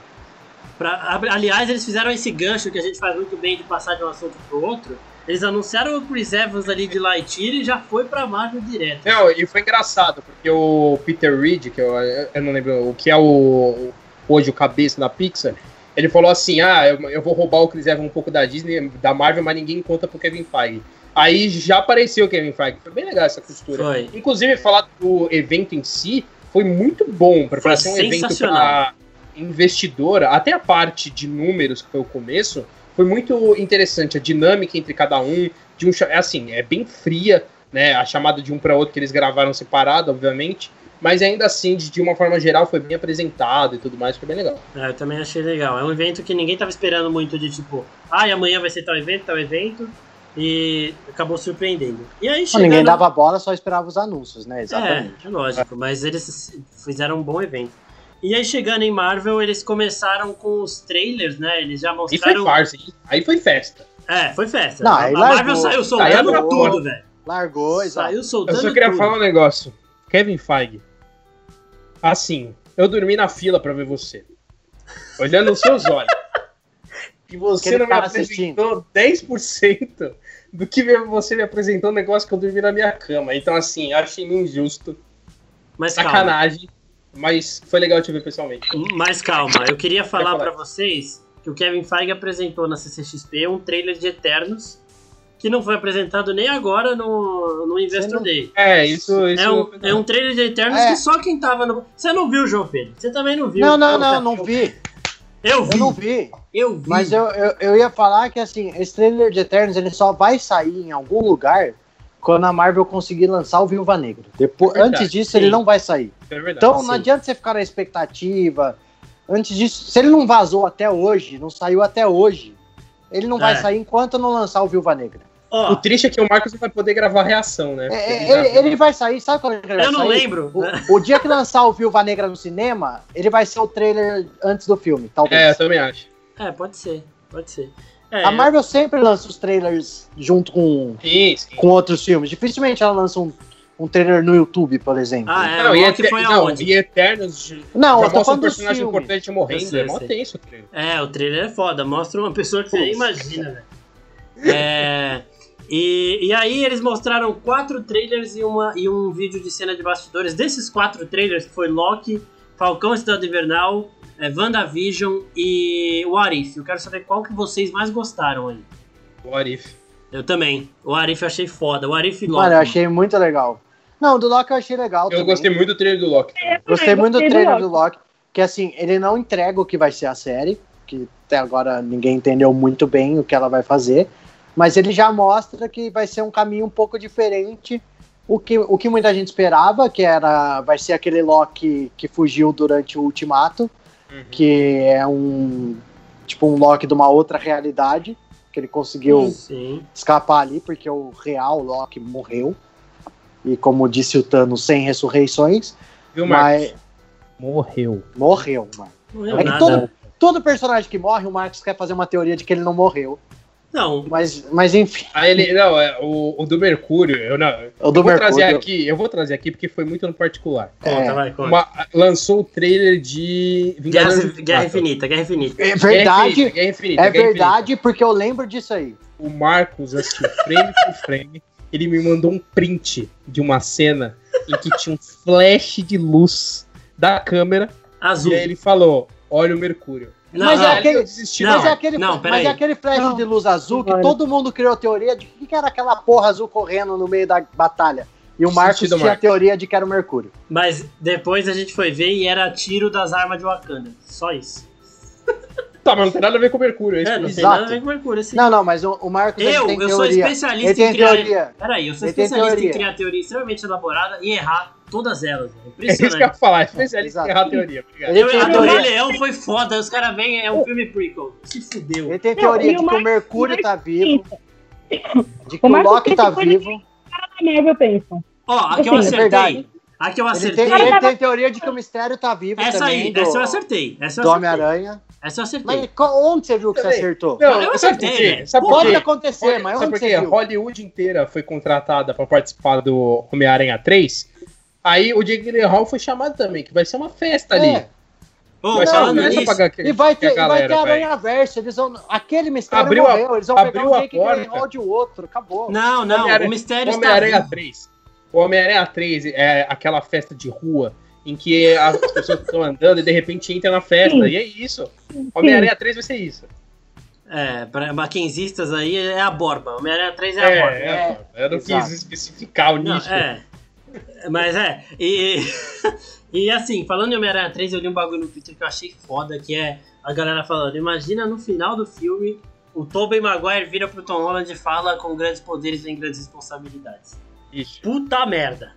[SPEAKER 1] pra aliás, eles fizeram esse gancho que a gente faz muito bem de passar de um assunto pro outro. Eles anunciaram o Chris Evans ali de Lightyear e já foi pra Marvel direto.
[SPEAKER 3] Não, e foi engraçado, porque o Peter Reed, que eu, eu não lembro o que é o hoje o cabeça da Pixar, ele falou assim: ah, eu, eu vou roubar o Chris Evans um pouco da Disney, da Marvel, mas ninguém conta pro Kevin Feige. Aí já apareceu o Kevin Feige. Foi bem legal essa costura.
[SPEAKER 1] Foi.
[SPEAKER 3] Inclusive, falar do evento em si foi muito bom para
[SPEAKER 1] Foi
[SPEAKER 3] fazer um evento
[SPEAKER 1] sensacional.
[SPEAKER 3] para investidora. Até a parte de números, que foi o começo, foi muito interessante. A dinâmica entre cada um, de um cha- é assim, é bem fria, né? A chamada de um para outro que eles gravaram separado, obviamente. mas ainda assim, de de uma forma geral, foi bem apresentado e tudo mais, foi bem legal.
[SPEAKER 1] É, eu também achei legal. É um evento que ninguém tava esperando muito de tipo, ai, amanhã vai ser tal evento, tal evento. E acabou surpreendendo. E aí
[SPEAKER 4] Não,
[SPEAKER 1] chegando...
[SPEAKER 4] ninguém dava bola, só esperava os anúncios, né? Exatamente.
[SPEAKER 1] É, é lógico, mas eles fizeram um bom evento. E aí, chegando em Marvel, eles começaram com os trailers, né? Eles já
[SPEAKER 3] E foi
[SPEAKER 1] mostraram.
[SPEAKER 3] farsa, hein? Aí foi festa.
[SPEAKER 1] É, foi festa.
[SPEAKER 4] Não,
[SPEAKER 1] a
[SPEAKER 4] aí
[SPEAKER 1] Marvel
[SPEAKER 4] largou.
[SPEAKER 1] saiu
[SPEAKER 3] Aí
[SPEAKER 1] soltando
[SPEAKER 3] abraçou.
[SPEAKER 1] tudo, velho.
[SPEAKER 4] Largou, exato.
[SPEAKER 1] Saiu soltando
[SPEAKER 3] Eu
[SPEAKER 1] tudo.
[SPEAKER 3] só queria falar um negócio. Kevin Feige. Assim, eu dormi na fila pra ver você. Olhando os seus olhos.
[SPEAKER 4] [LAUGHS]
[SPEAKER 3] E você
[SPEAKER 4] Aquele
[SPEAKER 3] não me
[SPEAKER 4] cara
[SPEAKER 3] apresentou 10% do que me- você me apresentou um negócio que eu dormi na minha cama. Então, assim, eu achei injusto.
[SPEAKER 1] Mas calma,
[SPEAKER 3] Sacanagem. Mas foi legal te ver pessoalmente.
[SPEAKER 1] mas calma, eu queria falar
[SPEAKER 3] falar.
[SPEAKER 1] pra vocês que o Kevin Feige apresentou na CCXP um trailer de Eternos que não foi apresentado nem agora no, no Investor
[SPEAKER 4] não-
[SPEAKER 1] Day.
[SPEAKER 3] É, isso. isso
[SPEAKER 1] É um, é um trailer de Eternos
[SPEAKER 4] É.
[SPEAKER 1] que só quem tava no. Você não viu, João Pedro? Você também não viu.
[SPEAKER 4] Não, não, não,
[SPEAKER 1] Puta,
[SPEAKER 4] não vi.
[SPEAKER 1] Eu vi,
[SPEAKER 4] Eu
[SPEAKER 1] eu
[SPEAKER 4] não
[SPEAKER 1] vi.
[SPEAKER 4] vi. Mas eu, eu, eu ia falar que assim, esse trailer de Eternos ele só vai sair em algum lugar quando a Marvel conseguir lançar o Viúva Negra. Depois,
[SPEAKER 3] É verdade,
[SPEAKER 4] antes disso,
[SPEAKER 1] sim.
[SPEAKER 4] ele não vai sair.
[SPEAKER 3] é verdade.
[SPEAKER 4] Então
[SPEAKER 1] sim.
[SPEAKER 4] não adianta você ficar na expectativa. Antes disso, se ele não vazou até hoje, não saiu até hoje, ele não vai
[SPEAKER 1] É.
[SPEAKER 4] sair enquanto não lançar o Viúva Negra.
[SPEAKER 1] Ó,
[SPEAKER 3] O triste é que o Marcos não vai poder gravar a reação, né?
[SPEAKER 4] É, é,
[SPEAKER 3] Porque
[SPEAKER 4] ele, ele vai sair, sabe quando ele vai
[SPEAKER 1] eu não
[SPEAKER 4] sair?
[SPEAKER 1] lembro.
[SPEAKER 4] O, o dia que lançar o Viúva Negra no cinema, ele vai ser o trailer antes do filme, talvez.
[SPEAKER 3] É, eu também acho.
[SPEAKER 1] É, pode ser, pode ser. É,
[SPEAKER 4] A Marvel sempre lança os trailers junto com,
[SPEAKER 3] Sim, sim.
[SPEAKER 4] com outros filmes. Dificilmente ela lança um, um trailer no YouTube, por exemplo.
[SPEAKER 1] Ah, é,
[SPEAKER 3] Não,
[SPEAKER 1] o
[SPEAKER 3] e,
[SPEAKER 1] Loki
[SPEAKER 3] Eter-
[SPEAKER 1] foi
[SPEAKER 3] não,
[SPEAKER 1] aonde?
[SPEAKER 3] e Eternos
[SPEAKER 4] Não,
[SPEAKER 3] Já
[SPEAKER 4] eu tô
[SPEAKER 3] mostra um
[SPEAKER 4] falando dos
[SPEAKER 3] personagem
[SPEAKER 4] filmes.
[SPEAKER 3] importante morrendo,
[SPEAKER 1] Eu sei,
[SPEAKER 3] é mó
[SPEAKER 1] eu sei.
[SPEAKER 3] tenso o trailer.
[SPEAKER 1] É, o trailer é foda, mostra uma pessoa que você nem imagina, velho. É, e, e aí eles mostraram quatro trailers e, uma, e um vídeo de cena de bastidores. Desses quatro trailers, que foi Loki, Falcão e Cidade Invernal, é, WandaVision e o Arif. Eu quero saber qual que vocês mais gostaram aí.
[SPEAKER 3] What if?
[SPEAKER 1] Eu também. O Arif eu achei foda. O Arif e Loki.
[SPEAKER 4] Mano, eu achei muito legal. Não, do Loki eu achei legal.
[SPEAKER 3] Eu
[SPEAKER 4] também.
[SPEAKER 3] gostei muito do trailer do Loki. também.
[SPEAKER 4] Gostei muito do
[SPEAKER 2] Gostei do
[SPEAKER 4] trailer
[SPEAKER 2] Loki.
[SPEAKER 4] do Loki. Que assim, ele não entrega o que vai ser a série, que até agora ninguém entendeu muito bem o que ela vai fazer. Mas ele já mostra que vai ser um caminho um pouco diferente. O que, o que muita gente esperava, que era. Vai ser aquele Loki que fugiu durante o Ultimato.
[SPEAKER 3] Uhum.
[SPEAKER 4] que é um tipo um Loki de uma outra realidade que ele conseguiu
[SPEAKER 1] Sim.
[SPEAKER 4] escapar ali porque o real Loki morreu e como disse o Thanos sem ressurreições
[SPEAKER 3] Viu, Marcos?
[SPEAKER 4] mas
[SPEAKER 5] Morreu.
[SPEAKER 4] morreu mano.
[SPEAKER 1] Não
[SPEAKER 4] É
[SPEAKER 1] é
[SPEAKER 4] que
[SPEAKER 1] nada.
[SPEAKER 4] todo, todo personagem que morre o Marcos quer fazer uma teoria de que ele não morreu
[SPEAKER 1] Não,
[SPEAKER 4] mas mas enfim
[SPEAKER 3] Aí ele, não, é, o, o do Mercúrio, eu não, eu
[SPEAKER 4] o do
[SPEAKER 3] vou trazer
[SPEAKER 4] Mercúrio
[SPEAKER 3] aqui, eu vou trazer aqui porque foi muito no particular.
[SPEAKER 1] conta,
[SPEAKER 4] é,
[SPEAKER 1] vai, conta.
[SPEAKER 3] Uma- lançou o trailer de
[SPEAKER 1] Guerra,
[SPEAKER 3] Vingadores Ultimato.
[SPEAKER 1] Guerra Infinita, Guerra Infinita.
[SPEAKER 4] é
[SPEAKER 3] Guerra
[SPEAKER 4] verdade
[SPEAKER 3] Infinita, Guerra Infinita,
[SPEAKER 4] é
[SPEAKER 3] Guerra Infinita.
[SPEAKER 4] verdade porque eu lembro disso aí
[SPEAKER 3] O Marcos assistiu frame por frame, ele me mandou um print de uma cena em que tinha um flash de luz da câmera
[SPEAKER 1] Azul.
[SPEAKER 3] e aí ele falou, olha o Mercúrio.
[SPEAKER 1] Não,
[SPEAKER 4] Mas
[SPEAKER 1] não,
[SPEAKER 4] é aquele-
[SPEAKER 3] eu desisti
[SPEAKER 1] Não,
[SPEAKER 4] mas, é aquele,
[SPEAKER 1] não,
[SPEAKER 4] mas
[SPEAKER 1] peraí.
[SPEAKER 4] é aquele flash
[SPEAKER 5] Não.
[SPEAKER 4] de luz azul que
[SPEAKER 5] Olha.
[SPEAKER 4] todo mundo criou teoria de que que era aquela porra azul correndo no meio da batalha. E o
[SPEAKER 3] Que
[SPEAKER 4] Marcos
[SPEAKER 3] sentido,
[SPEAKER 4] tinha a
[SPEAKER 3] Marcos?
[SPEAKER 4] teoria de que era o Mercúrio.
[SPEAKER 1] Mas depois a gente foi ver e era tiro das armas de Wakanda. Só isso.
[SPEAKER 3] Tá, mas não tem nada a ver com o Mercúrio, é isso
[SPEAKER 1] É,
[SPEAKER 3] que eu
[SPEAKER 1] não
[SPEAKER 3] disse.
[SPEAKER 1] tem nada a
[SPEAKER 4] Exato.
[SPEAKER 1] ver com Mercúrio, assim.
[SPEAKER 4] Não, não, mas o, o Marcos ele
[SPEAKER 1] eu,
[SPEAKER 4] tem
[SPEAKER 1] eu sou
[SPEAKER 4] teoria. ele
[SPEAKER 1] especialista em
[SPEAKER 4] tem
[SPEAKER 1] criar.
[SPEAKER 4] teoria.
[SPEAKER 1] Peraí, eu sou
[SPEAKER 4] Ele tem
[SPEAKER 1] especialista em
[SPEAKER 4] teoria.
[SPEAKER 1] criar teoria extremamente elaborada e errar todas elas. velho.
[SPEAKER 3] É isso que eu ia
[SPEAKER 1] Impressionante.
[SPEAKER 3] falar, é especialista em
[SPEAKER 4] Exato.
[SPEAKER 3] errar a teoria. Obrigado.
[SPEAKER 4] Ele
[SPEAKER 1] Eu,
[SPEAKER 4] tem
[SPEAKER 1] a do Rei
[SPEAKER 4] teoria,
[SPEAKER 1] Leão foi foda, os caras vêm, é um filme prequel. Se fudeu.
[SPEAKER 4] ele tem
[SPEAKER 2] Não,
[SPEAKER 4] teoria
[SPEAKER 2] e o
[SPEAKER 4] de que o
[SPEAKER 2] Marcos- assim.
[SPEAKER 4] Mercúrio tá vivo, de
[SPEAKER 2] O
[SPEAKER 4] que o,
[SPEAKER 2] Marcos
[SPEAKER 4] Loki tá
[SPEAKER 2] tem teoria de
[SPEAKER 4] vivo.
[SPEAKER 2] A Marvel pensa.
[SPEAKER 1] Ó, a que eu
[SPEAKER 2] Sim, é
[SPEAKER 1] acertei.
[SPEAKER 4] verdade.
[SPEAKER 1] A que eu
[SPEAKER 4] Ele tem,
[SPEAKER 1] acertei.
[SPEAKER 4] ele tem teoria de que o Mistério tá vivo
[SPEAKER 1] Essa
[SPEAKER 4] também,
[SPEAKER 1] aí,
[SPEAKER 4] do,
[SPEAKER 1] essa eu acertei. Essa eu
[SPEAKER 4] do
[SPEAKER 1] acertei.
[SPEAKER 4] Homem-Aranha.
[SPEAKER 1] Essa eu acertei.
[SPEAKER 4] Mas co- onde você viu que você
[SPEAKER 3] Também.
[SPEAKER 4] acertou?
[SPEAKER 1] eu acertei, velho.
[SPEAKER 3] Sabe por
[SPEAKER 4] "É, Pode
[SPEAKER 3] quê?
[SPEAKER 4] acontecer, mas
[SPEAKER 3] Sabe
[SPEAKER 4] onde
[SPEAKER 3] por
[SPEAKER 4] você
[SPEAKER 3] quê?
[SPEAKER 4] viu?
[SPEAKER 3] Hollywood inteira foi contratada pra participar do Homem-Aranha 3. Aí o Jake Hall foi chamado também, que vai ser uma festa ali.
[SPEAKER 4] É.
[SPEAKER 1] Ô,
[SPEAKER 3] Vai ser
[SPEAKER 1] falando
[SPEAKER 3] uma festa
[SPEAKER 1] nisso,
[SPEAKER 3] pra ga- que-
[SPEAKER 4] E vai ter,
[SPEAKER 3] que a galera,
[SPEAKER 4] e vai ter
[SPEAKER 3] velho.
[SPEAKER 4] Aranha Verso, eles vão. Aquele mistério
[SPEAKER 3] Abriu a-
[SPEAKER 4] morreu, eles vão
[SPEAKER 3] abriu
[SPEAKER 4] pegar
[SPEAKER 3] a
[SPEAKER 4] um Jake
[SPEAKER 3] porta.
[SPEAKER 4] Gyllenhaal de outro, acabou.
[SPEAKER 1] Não, não, o
[SPEAKER 3] Homem-Aranha-
[SPEAKER 1] mistério está
[SPEAKER 3] O Homem-Aranha
[SPEAKER 1] vivo.
[SPEAKER 3] 3. O Homem-Aranha 3 é aquela festa de rua em que as pessoas estão andando e de repente entra na festa.
[SPEAKER 2] Sim.
[SPEAKER 3] E é isso. Homem-Aranha 3 vai ser isso.
[SPEAKER 1] É, para maquinzistas aí é a borba. Homem-Aranha 3 é,
[SPEAKER 3] É,
[SPEAKER 1] a borba.
[SPEAKER 3] é, eu não
[SPEAKER 4] Exato.
[SPEAKER 3] quis especificar o
[SPEAKER 1] Não,
[SPEAKER 3] nicho.
[SPEAKER 1] é. Mas é. E, [LAUGHS] e assim, falando de Homem-Aranha 3, eu li um bagulho no Twitter que eu achei foda, que é a galera falando, imagina no final do filme, o Tobey Maguire vira pro Tom Holland e fala com grandes poderes vem grandes responsabilidades.
[SPEAKER 3] Isso.
[SPEAKER 1] Puta merda.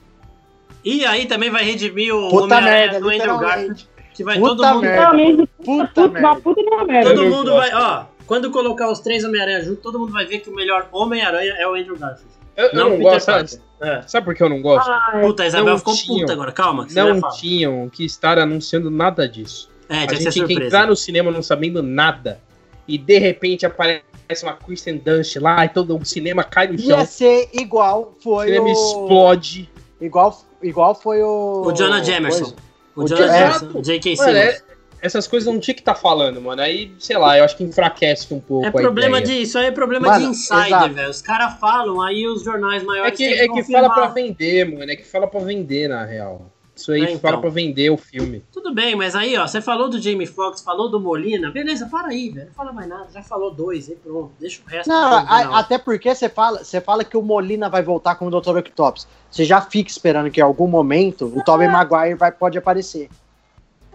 [SPEAKER 1] E aí também vai redimir o
[SPEAKER 4] Puta
[SPEAKER 1] Homem-Aranha
[SPEAKER 4] merda,
[SPEAKER 1] do Andrew Garfield,
[SPEAKER 4] literalmente.
[SPEAKER 1] que vai
[SPEAKER 4] Puta
[SPEAKER 1] todo mundo.
[SPEAKER 4] merda.
[SPEAKER 2] Realmente,
[SPEAKER 4] Puta
[SPEAKER 2] puta,
[SPEAKER 4] merda.
[SPEAKER 2] uma puta de uma merda.
[SPEAKER 1] É, Todo
[SPEAKER 3] Eu não
[SPEAKER 1] mundo
[SPEAKER 3] gosto.
[SPEAKER 1] vai. Ó, quando colocar os três Homem-Aranha junto, todo mundo vai ver que o melhor Homem-Aranha é o Andrew Garfield.
[SPEAKER 3] Eu, eu não,
[SPEAKER 1] Peter
[SPEAKER 3] gosto. Sabe,
[SPEAKER 1] Parker. É.
[SPEAKER 3] sabe por que eu não gosto?
[SPEAKER 2] Ai,
[SPEAKER 1] Puta, a Isabel
[SPEAKER 3] Não
[SPEAKER 1] ficou
[SPEAKER 3] tinham.
[SPEAKER 1] puta agora, calma. Que você
[SPEAKER 3] não
[SPEAKER 1] já fala.
[SPEAKER 3] tinham que estar anunciando nada disso.
[SPEAKER 1] É,
[SPEAKER 3] a
[SPEAKER 1] tinha que ser
[SPEAKER 3] gente tinha que
[SPEAKER 1] surpresa.
[SPEAKER 3] entrar no cinema não sabendo nada. E de repente aparece uma Kristen Dunst lá e todo o cinema cai no
[SPEAKER 1] é
[SPEAKER 3] chão.
[SPEAKER 4] Ia ser igual
[SPEAKER 3] o
[SPEAKER 4] foi
[SPEAKER 3] cinema
[SPEAKER 4] o...
[SPEAKER 3] explode.
[SPEAKER 4] Igual, igual foi o...
[SPEAKER 1] O Jonah Jamerson.
[SPEAKER 4] Coisa.
[SPEAKER 1] O
[SPEAKER 4] O
[SPEAKER 1] Jonathan
[SPEAKER 4] Jonah-
[SPEAKER 1] Jackson, J.K.
[SPEAKER 3] Mano,
[SPEAKER 1] Simmons.
[SPEAKER 3] é- essas coisas não tinha que estar falando, mano. Aí, sei lá, eu acho que enfraquece um pouco.
[SPEAKER 1] É
[SPEAKER 3] a
[SPEAKER 1] problema
[SPEAKER 3] ideia.
[SPEAKER 1] de. Isso aí é problema de
[SPEAKER 4] Mano,
[SPEAKER 1] insider,
[SPEAKER 4] exato.
[SPEAKER 1] velho. Os caras falam, aí os jornais
[SPEAKER 3] É
[SPEAKER 1] maiores.
[SPEAKER 3] que,
[SPEAKER 1] têm
[SPEAKER 3] é que fala pra
[SPEAKER 1] confirmar.
[SPEAKER 3] vender, mano. É que fala pra vender, na real. Isso aí
[SPEAKER 1] É, então.
[SPEAKER 3] fala pra vender o filme.
[SPEAKER 1] Tudo bem, mas aí, ó, você falou do Jamie Foxx, falou do Molina, beleza, para aí, velho. Não fala mais nada, já falou dois, aí pronto, deixa o resto.
[SPEAKER 4] Não,
[SPEAKER 1] pro final.
[SPEAKER 4] a- até porque você fala, você fala que o Molina vai voltar como Dr. Octopus. Você já fica esperando que em algum momento o Tobey Maguire vai, pode aparecer.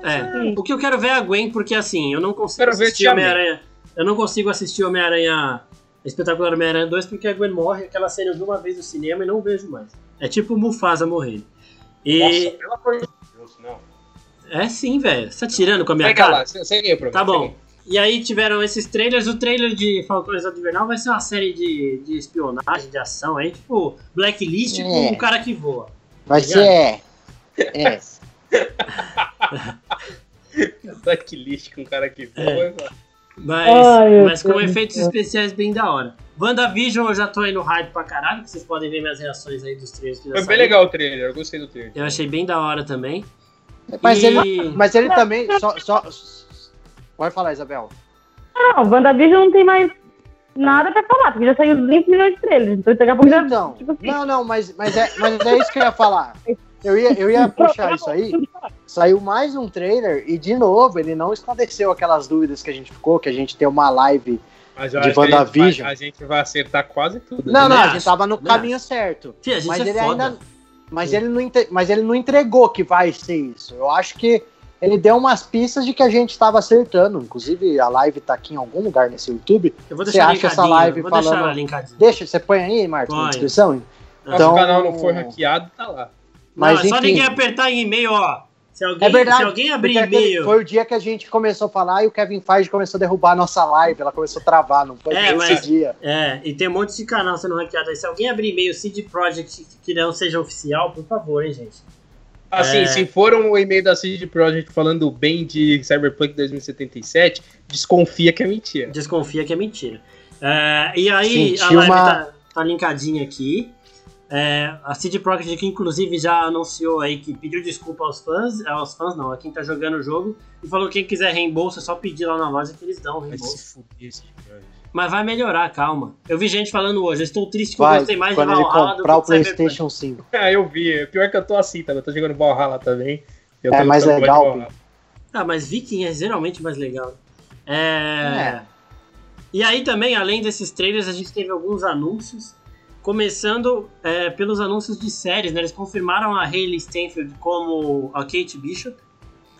[SPEAKER 1] É, o que eu quero ver é a Gwen, porque assim, eu não consigo
[SPEAKER 3] Quero ver
[SPEAKER 1] assistir
[SPEAKER 3] Tia
[SPEAKER 1] Homem-Aranha. Eu não consigo assistir Homem-Aranha Espetacular Homem-Aranha 2 porque a Gwen morre, aquela cena eu vi uma vez no cinema e não vejo mais. É tipo o Mufasa morrer. E
[SPEAKER 3] Nossa, pelo amor de Deus, não.
[SPEAKER 1] é sim, velho. Você tá tirando com a minha
[SPEAKER 3] Pega
[SPEAKER 1] cara?
[SPEAKER 3] lá, se- segue o programa.
[SPEAKER 1] Tá bom.
[SPEAKER 3] segue.
[SPEAKER 1] E aí tiveram esses trailers. O trailer de Falcão Exato Invernal vai ser uma série de, de espionagem, de ação aí, tipo Blacklist
[SPEAKER 4] É.
[SPEAKER 1] com o cara que voa.
[SPEAKER 4] Vai
[SPEAKER 1] Obrigado.
[SPEAKER 4] ser. É. É.
[SPEAKER 1] [LAUGHS]
[SPEAKER 3] Blacklist com o cara
[SPEAKER 1] É,
[SPEAKER 3] que voa.
[SPEAKER 1] Mas,
[SPEAKER 2] Ai, meu
[SPEAKER 1] mas com
[SPEAKER 2] Deus do
[SPEAKER 1] efeitos
[SPEAKER 2] céu.
[SPEAKER 1] especiais bem da hora. WandaVision eu já tô aí no hype pra caralho, que vocês podem ver minhas reações aí dos trailers que já
[SPEAKER 3] Foi bem
[SPEAKER 1] saíram.
[SPEAKER 3] legal o trailer, eu gostei do trailer.
[SPEAKER 1] Eu achei bem da hora também.
[SPEAKER 4] Mas
[SPEAKER 1] E-
[SPEAKER 4] ele, mas ele também. Só, só, pode falar, Isabel.
[SPEAKER 2] Não, WandaVision não tem mais nada pra falar, porque já saiu 200 milhões de trailers. Então daqui a pouco já.
[SPEAKER 4] Então,
[SPEAKER 2] tipo assim.
[SPEAKER 4] não, não, mas, mas, é, mas é isso que eu ia falar. Eu ia,
[SPEAKER 2] [LAUGHS]
[SPEAKER 4] eu ia puxar isso aí. Saiu mais um trailer e, de novo, ele não esclareceu aquelas dúvidas que a gente ficou, que a gente tem uma live
[SPEAKER 3] Mas
[SPEAKER 4] De
[SPEAKER 3] acho que a gente
[SPEAKER 4] WandaVision.
[SPEAKER 3] vai- A gente vai acertar quase tudo.
[SPEAKER 4] Não,
[SPEAKER 1] Também
[SPEAKER 4] não, né, a
[SPEAKER 1] acho,
[SPEAKER 4] gente tava no
[SPEAKER 1] também
[SPEAKER 4] caminho certo.
[SPEAKER 1] Fih, a gente
[SPEAKER 4] Mas
[SPEAKER 1] é
[SPEAKER 4] ele
[SPEAKER 1] foda.
[SPEAKER 4] ainda. Mas ele, não entre- mas ele não entregou que vai ser isso. Eu acho que ele deu umas pistas de que a gente tava acertando. Inclusive, a live tá aqui em algum lugar nesse YouTube.
[SPEAKER 1] Eu vou
[SPEAKER 4] Você
[SPEAKER 1] deixar
[SPEAKER 4] acha
[SPEAKER 1] linkadinho.
[SPEAKER 4] essa live
[SPEAKER 1] vou deixar
[SPEAKER 4] falando-
[SPEAKER 1] ela linkadinha.
[SPEAKER 4] Deixa, você põe aí, Marcos, na
[SPEAKER 1] Põe.
[SPEAKER 4] descrição.
[SPEAKER 3] Mas
[SPEAKER 4] Então-
[SPEAKER 3] o canal não foi hackeado, tá lá.
[SPEAKER 1] Mas,
[SPEAKER 4] Mas
[SPEAKER 1] é só
[SPEAKER 4] enfim.
[SPEAKER 1] ninguém apertar em e-mail, ó. Se alguém,
[SPEAKER 4] É verdade,
[SPEAKER 1] se alguém abrir
[SPEAKER 4] Porque aquele-
[SPEAKER 1] e-mail.
[SPEAKER 4] Foi o dia que a gente começou a falar e o Kevin Feige começou a derrubar a nossa live. Ela começou a travar, não foi
[SPEAKER 1] É,
[SPEAKER 4] esse
[SPEAKER 1] mas-
[SPEAKER 4] dia.
[SPEAKER 1] É, e tem um monte de canal sendo hackeado aí. Se alguém abrir e-mail CD Projekt que não seja oficial, por favor, hein, gente.
[SPEAKER 3] Assim,
[SPEAKER 1] É.
[SPEAKER 3] se for um e-mail da CD Projekt falando bem de Cyberpunk 2077, desconfia que é mentira.
[SPEAKER 1] Desconfia que é mentira. É, e aí,
[SPEAKER 4] Senti
[SPEAKER 1] a live
[SPEAKER 4] uma-
[SPEAKER 1] tá, tá linkadinha aqui. É, a CD Projekt que inclusive já anunciou aí que pediu desculpa aos fãs, aos fãs não, a quem tá jogando o jogo, e falou que quem quiser reembolso é só pedir lá na loja que eles dão o
[SPEAKER 3] Vai se
[SPEAKER 1] reembolso.
[SPEAKER 3] fuder esse Projekt.
[SPEAKER 1] Mas vai melhorar, calma. Eu vi gente falando hoje, eu estou triste que eu
[SPEAKER 4] Vai,
[SPEAKER 1] gostei mais de
[SPEAKER 4] quando ele
[SPEAKER 1] Valhalla do que
[SPEAKER 4] comprar o
[SPEAKER 1] de Cyberpunk.
[SPEAKER 4] PlayStation 5.
[SPEAKER 3] Ah, eu vi. Pior que eu tô assim também. Eu tô jogando Valhalla também. Eu
[SPEAKER 4] É
[SPEAKER 3] tô
[SPEAKER 4] mais
[SPEAKER 3] gostando
[SPEAKER 4] legal,
[SPEAKER 3] de Valhalla.
[SPEAKER 1] Ah, mas Viking é geralmente mais legal. É... E aí também, além desses trailers, a gente teve alguns anúncios. Começando é, pelos anúncios de séries, né? Eles confirmaram a Hayley Stanfield como a Kate Bishop.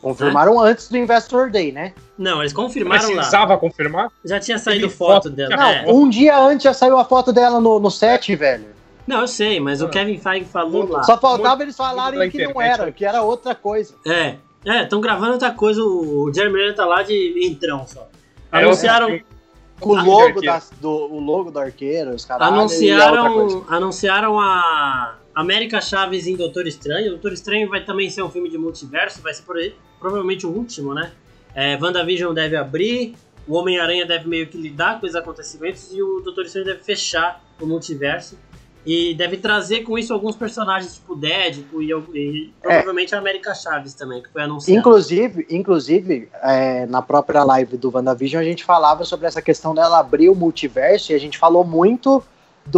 [SPEAKER 4] Confirmaram antes do Investor Day, né?
[SPEAKER 1] Não, eles confirmaram lá.
[SPEAKER 3] Precisava confirmar?
[SPEAKER 1] Já tinha saído
[SPEAKER 3] Teve
[SPEAKER 1] foto
[SPEAKER 3] foto,
[SPEAKER 1] dela.
[SPEAKER 3] já
[SPEAKER 1] É.
[SPEAKER 3] rolou.
[SPEAKER 4] Um dia antes já saiu a foto dela no, no set, velho.
[SPEAKER 1] É. Não, eu sei, mas o
[SPEAKER 3] Ah.
[SPEAKER 1] Kevin Feige falou lá.
[SPEAKER 4] Só faltava eles falarem
[SPEAKER 3] muito
[SPEAKER 4] que
[SPEAKER 3] da
[SPEAKER 4] não
[SPEAKER 3] internet,
[SPEAKER 4] era,
[SPEAKER 3] né?
[SPEAKER 4] que era outra coisa.
[SPEAKER 1] É, é, estão gravando outra coisa, o Jeremy Renner tá lá de entrão só.
[SPEAKER 3] É, eu-
[SPEAKER 1] Anunciaram,
[SPEAKER 4] O
[SPEAKER 3] Ah,
[SPEAKER 4] logo,
[SPEAKER 3] do
[SPEAKER 4] da, do, o logo do arqueiro, os caras. é
[SPEAKER 1] Anunciaram, anunciaram a América Chaves em Doutor Estranho. Doutor Estranho vai também ser um filme de multiverso, vai ser por aí- provavelmente o último, né? É, WandaVision deve abrir, o Homem-Aranha deve meio que lidar com os acontecimentos e o Doutor Estranho deve fechar o multiverso. E deve trazer com isso alguns personagens, tipo Deadpool e, al- e provavelmente a América Chaves também, que foi anunciada.
[SPEAKER 4] Inclusive, inclusive é, na própria live do WandaVision, a gente falava sobre essa questão dela abrir o multiverso e a gente falou muito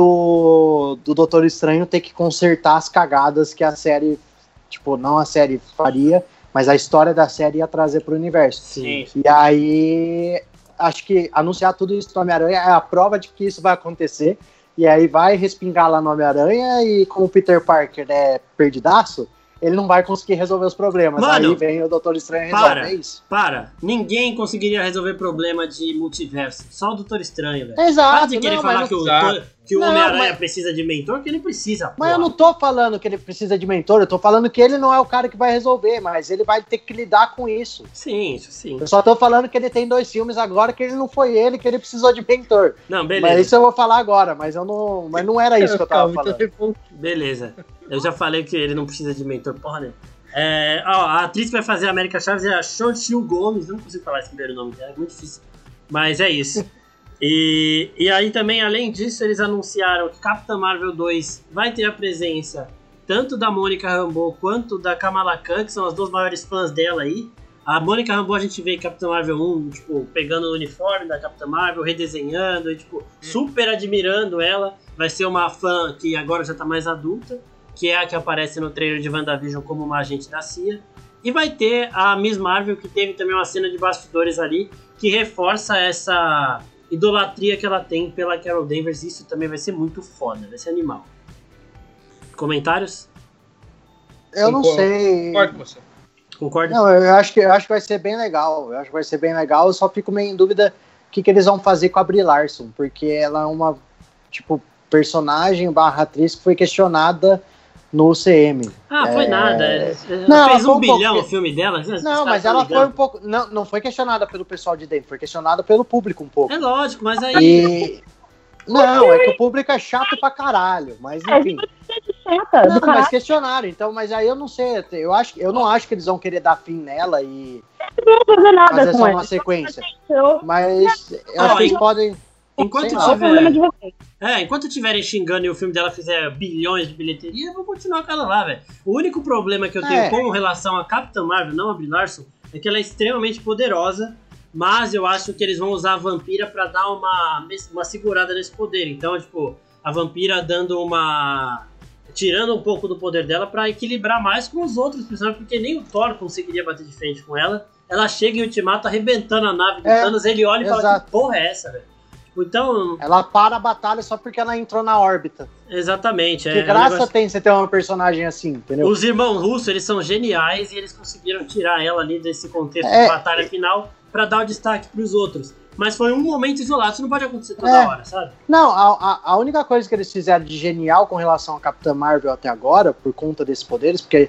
[SPEAKER 4] do, do Doutor Estranho ter que consertar as cagadas que a série, tipo, não a série faria, mas a história da série ia trazer pro universo.
[SPEAKER 1] Sim.
[SPEAKER 4] E aí, acho que anunciar tudo isso do Homem-Aranha é a prova de que isso vai acontecer. E aí vai respingar lá no Homem-Aranha e como o Peter Parker é perdidaço, ele não vai conseguir resolver os problemas.
[SPEAKER 1] Mano,
[SPEAKER 4] aí vem o Doutor Estranho e
[SPEAKER 1] para.
[SPEAKER 4] resolve é isso.
[SPEAKER 1] Para, ninguém conseguiria resolver problema de multiverso, só o Doutor Estranho, velho.
[SPEAKER 4] Exato,
[SPEAKER 1] Quase que ele
[SPEAKER 4] Ah, não, mas
[SPEAKER 1] falar
[SPEAKER 4] não-
[SPEAKER 1] que o,
[SPEAKER 3] Exato.
[SPEAKER 1] que o
[SPEAKER 4] Não,
[SPEAKER 1] Homem-Aranha
[SPEAKER 4] mas-
[SPEAKER 1] precisa de mentor, que ele precisa.
[SPEAKER 4] Mas eu
[SPEAKER 1] porra.
[SPEAKER 4] não tô falando que ele precisa de mentor, eu tô falando que ele não é o cara que vai resolver, mas ele vai ter que lidar com isso.
[SPEAKER 1] Sim, isso sim.
[SPEAKER 4] Eu só tô falando que ele tem dois filmes agora que ele não foi ele que ele precisou de mentor.
[SPEAKER 1] Não, beleza.
[SPEAKER 4] Mas isso eu vou falar agora, mas eu não. Mas não era É isso que eu tava
[SPEAKER 3] muito
[SPEAKER 4] falando.
[SPEAKER 3] revoltado.
[SPEAKER 1] Beleza. Eu já falei que ele não precisa de mentor, porra nenhuma. É, ó, a atriz que vai fazer a América Chaves é a Xochitl Gomes. Eu não consigo falar esse primeiro nome dela, é muito difícil. Mas é isso. E, e aí também, além disso, eles anunciaram que Capitã Marvel 2 vai ter a presença tanto da Mônica Rambeau quanto da Kamala Khan, que são as duas maiores fãs dela aí. A Mônica Rambeau a gente vê em Capitã Marvel 1, tipo, pegando o uniforme da Capitã Marvel, redesenhando, e, tipo, super admirando ela. Vai ser uma fã que agora já tá mais adulta, que é a que aparece no trailer de WandaVision como uma agente da CIA. E vai ter a Miss Marvel, que teve também uma cena de bastidores ali, que reforça essa idolatria que ela tem pela Carol Danvers. Isso também vai ser muito foda, vai ser animal. Comentários?
[SPEAKER 4] Eu não
[SPEAKER 3] Concordo.
[SPEAKER 4] sei.
[SPEAKER 3] Concordo com você.
[SPEAKER 1] Concorda?
[SPEAKER 4] Não, eu acho que eu acho que vai ser bem legal. Eu acho que vai ser bem legal. Eu só fico meio em dúvida o que, que eles vão fazer com a Brie Larson, porque ela é uma tipo personagem barra atriz que foi questionada no UCM.
[SPEAKER 1] Ah, foi nada. é- é-
[SPEAKER 4] Não,
[SPEAKER 1] fez
[SPEAKER 4] ela
[SPEAKER 1] um
[SPEAKER 4] foi um
[SPEAKER 1] bilhão
[SPEAKER 4] pouco-
[SPEAKER 1] o filme dela. os caras
[SPEAKER 4] Não, mas
[SPEAKER 1] tão
[SPEAKER 4] ela
[SPEAKER 1] ligando.
[SPEAKER 4] foi um pouco. Não, não foi questionada pelo pessoal de dentro, foi questionada pelo público um pouco.
[SPEAKER 1] É lógico, mas
[SPEAKER 2] Ah,
[SPEAKER 1] aí.
[SPEAKER 4] E. Não, é que o público é chato pra caralho, mas enfim.
[SPEAKER 2] Chata,
[SPEAKER 4] Não,
[SPEAKER 2] do É caralho.
[SPEAKER 4] mas questionaram, então, mas aí eu não sei, eu, acho, eu não acho que eles vão querer dar fim nela e
[SPEAKER 2] Não vou fazer nada
[SPEAKER 4] fazer
[SPEAKER 2] com
[SPEAKER 4] só
[SPEAKER 2] ela. é
[SPEAKER 4] uma sequência.
[SPEAKER 2] Eu-
[SPEAKER 4] Mas eu
[SPEAKER 1] Ah,
[SPEAKER 4] acho que
[SPEAKER 1] e-
[SPEAKER 4] eles podem.
[SPEAKER 1] Enquanto
[SPEAKER 4] sei lá. né?
[SPEAKER 2] É o problema
[SPEAKER 1] tiver.
[SPEAKER 2] de vocês.
[SPEAKER 1] É, enquanto tiverem xingando e o filme dela fizer bilhões de bilheteria, eu vou continuar com ela lá, velho. O único problema que eu tenho
[SPEAKER 4] É.
[SPEAKER 1] com relação a Capitã Marvel, não a Brie Larson, é que ela é extremamente poderosa, mas eu acho que eles vão usar a vampira pra dar uma, uma segurada nesse poder. Então, tipo, a vampira dando uma. tirando um pouco do poder dela pra equilibrar mais com os outros personagens, porque nem o Thor conseguiria bater de frente com ela. Ela chega em Ultimato arrebentando a nave do
[SPEAKER 4] É,
[SPEAKER 1] Thanos, ele olha e fala:
[SPEAKER 4] exato.
[SPEAKER 1] que porra é essa, velho? Tipo, Então,
[SPEAKER 4] Ela para a batalha só porque ela entrou na órbita.
[SPEAKER 1] exatamente. é,
[SPEAKER 4] que
[SPEAKER 1] é um
[SPEAKER 4] graça
[SPEAKER 1] negócio-
[SPEAKER 4] tem você ter uma personagem assim, entendeu?
[SPEAKER 1] Os irmãos russos, eles são geniais e eles conseguiram tirar ela ali desse contexto
[SPEAKER 4] É.
[SPEAKER 1] de batalha final pra dar o destaque pros outros. Mas foi um momento isolado, isso não pode acontecer toda
[SPEAKER 4] É.
[SPEAKER 1] hora, sabe?
[SPEAKER 4] Não, a, a, a única coisa que eles fizeram de genial com relação a Capitã Marvel até agora, por conta desses poderes, porque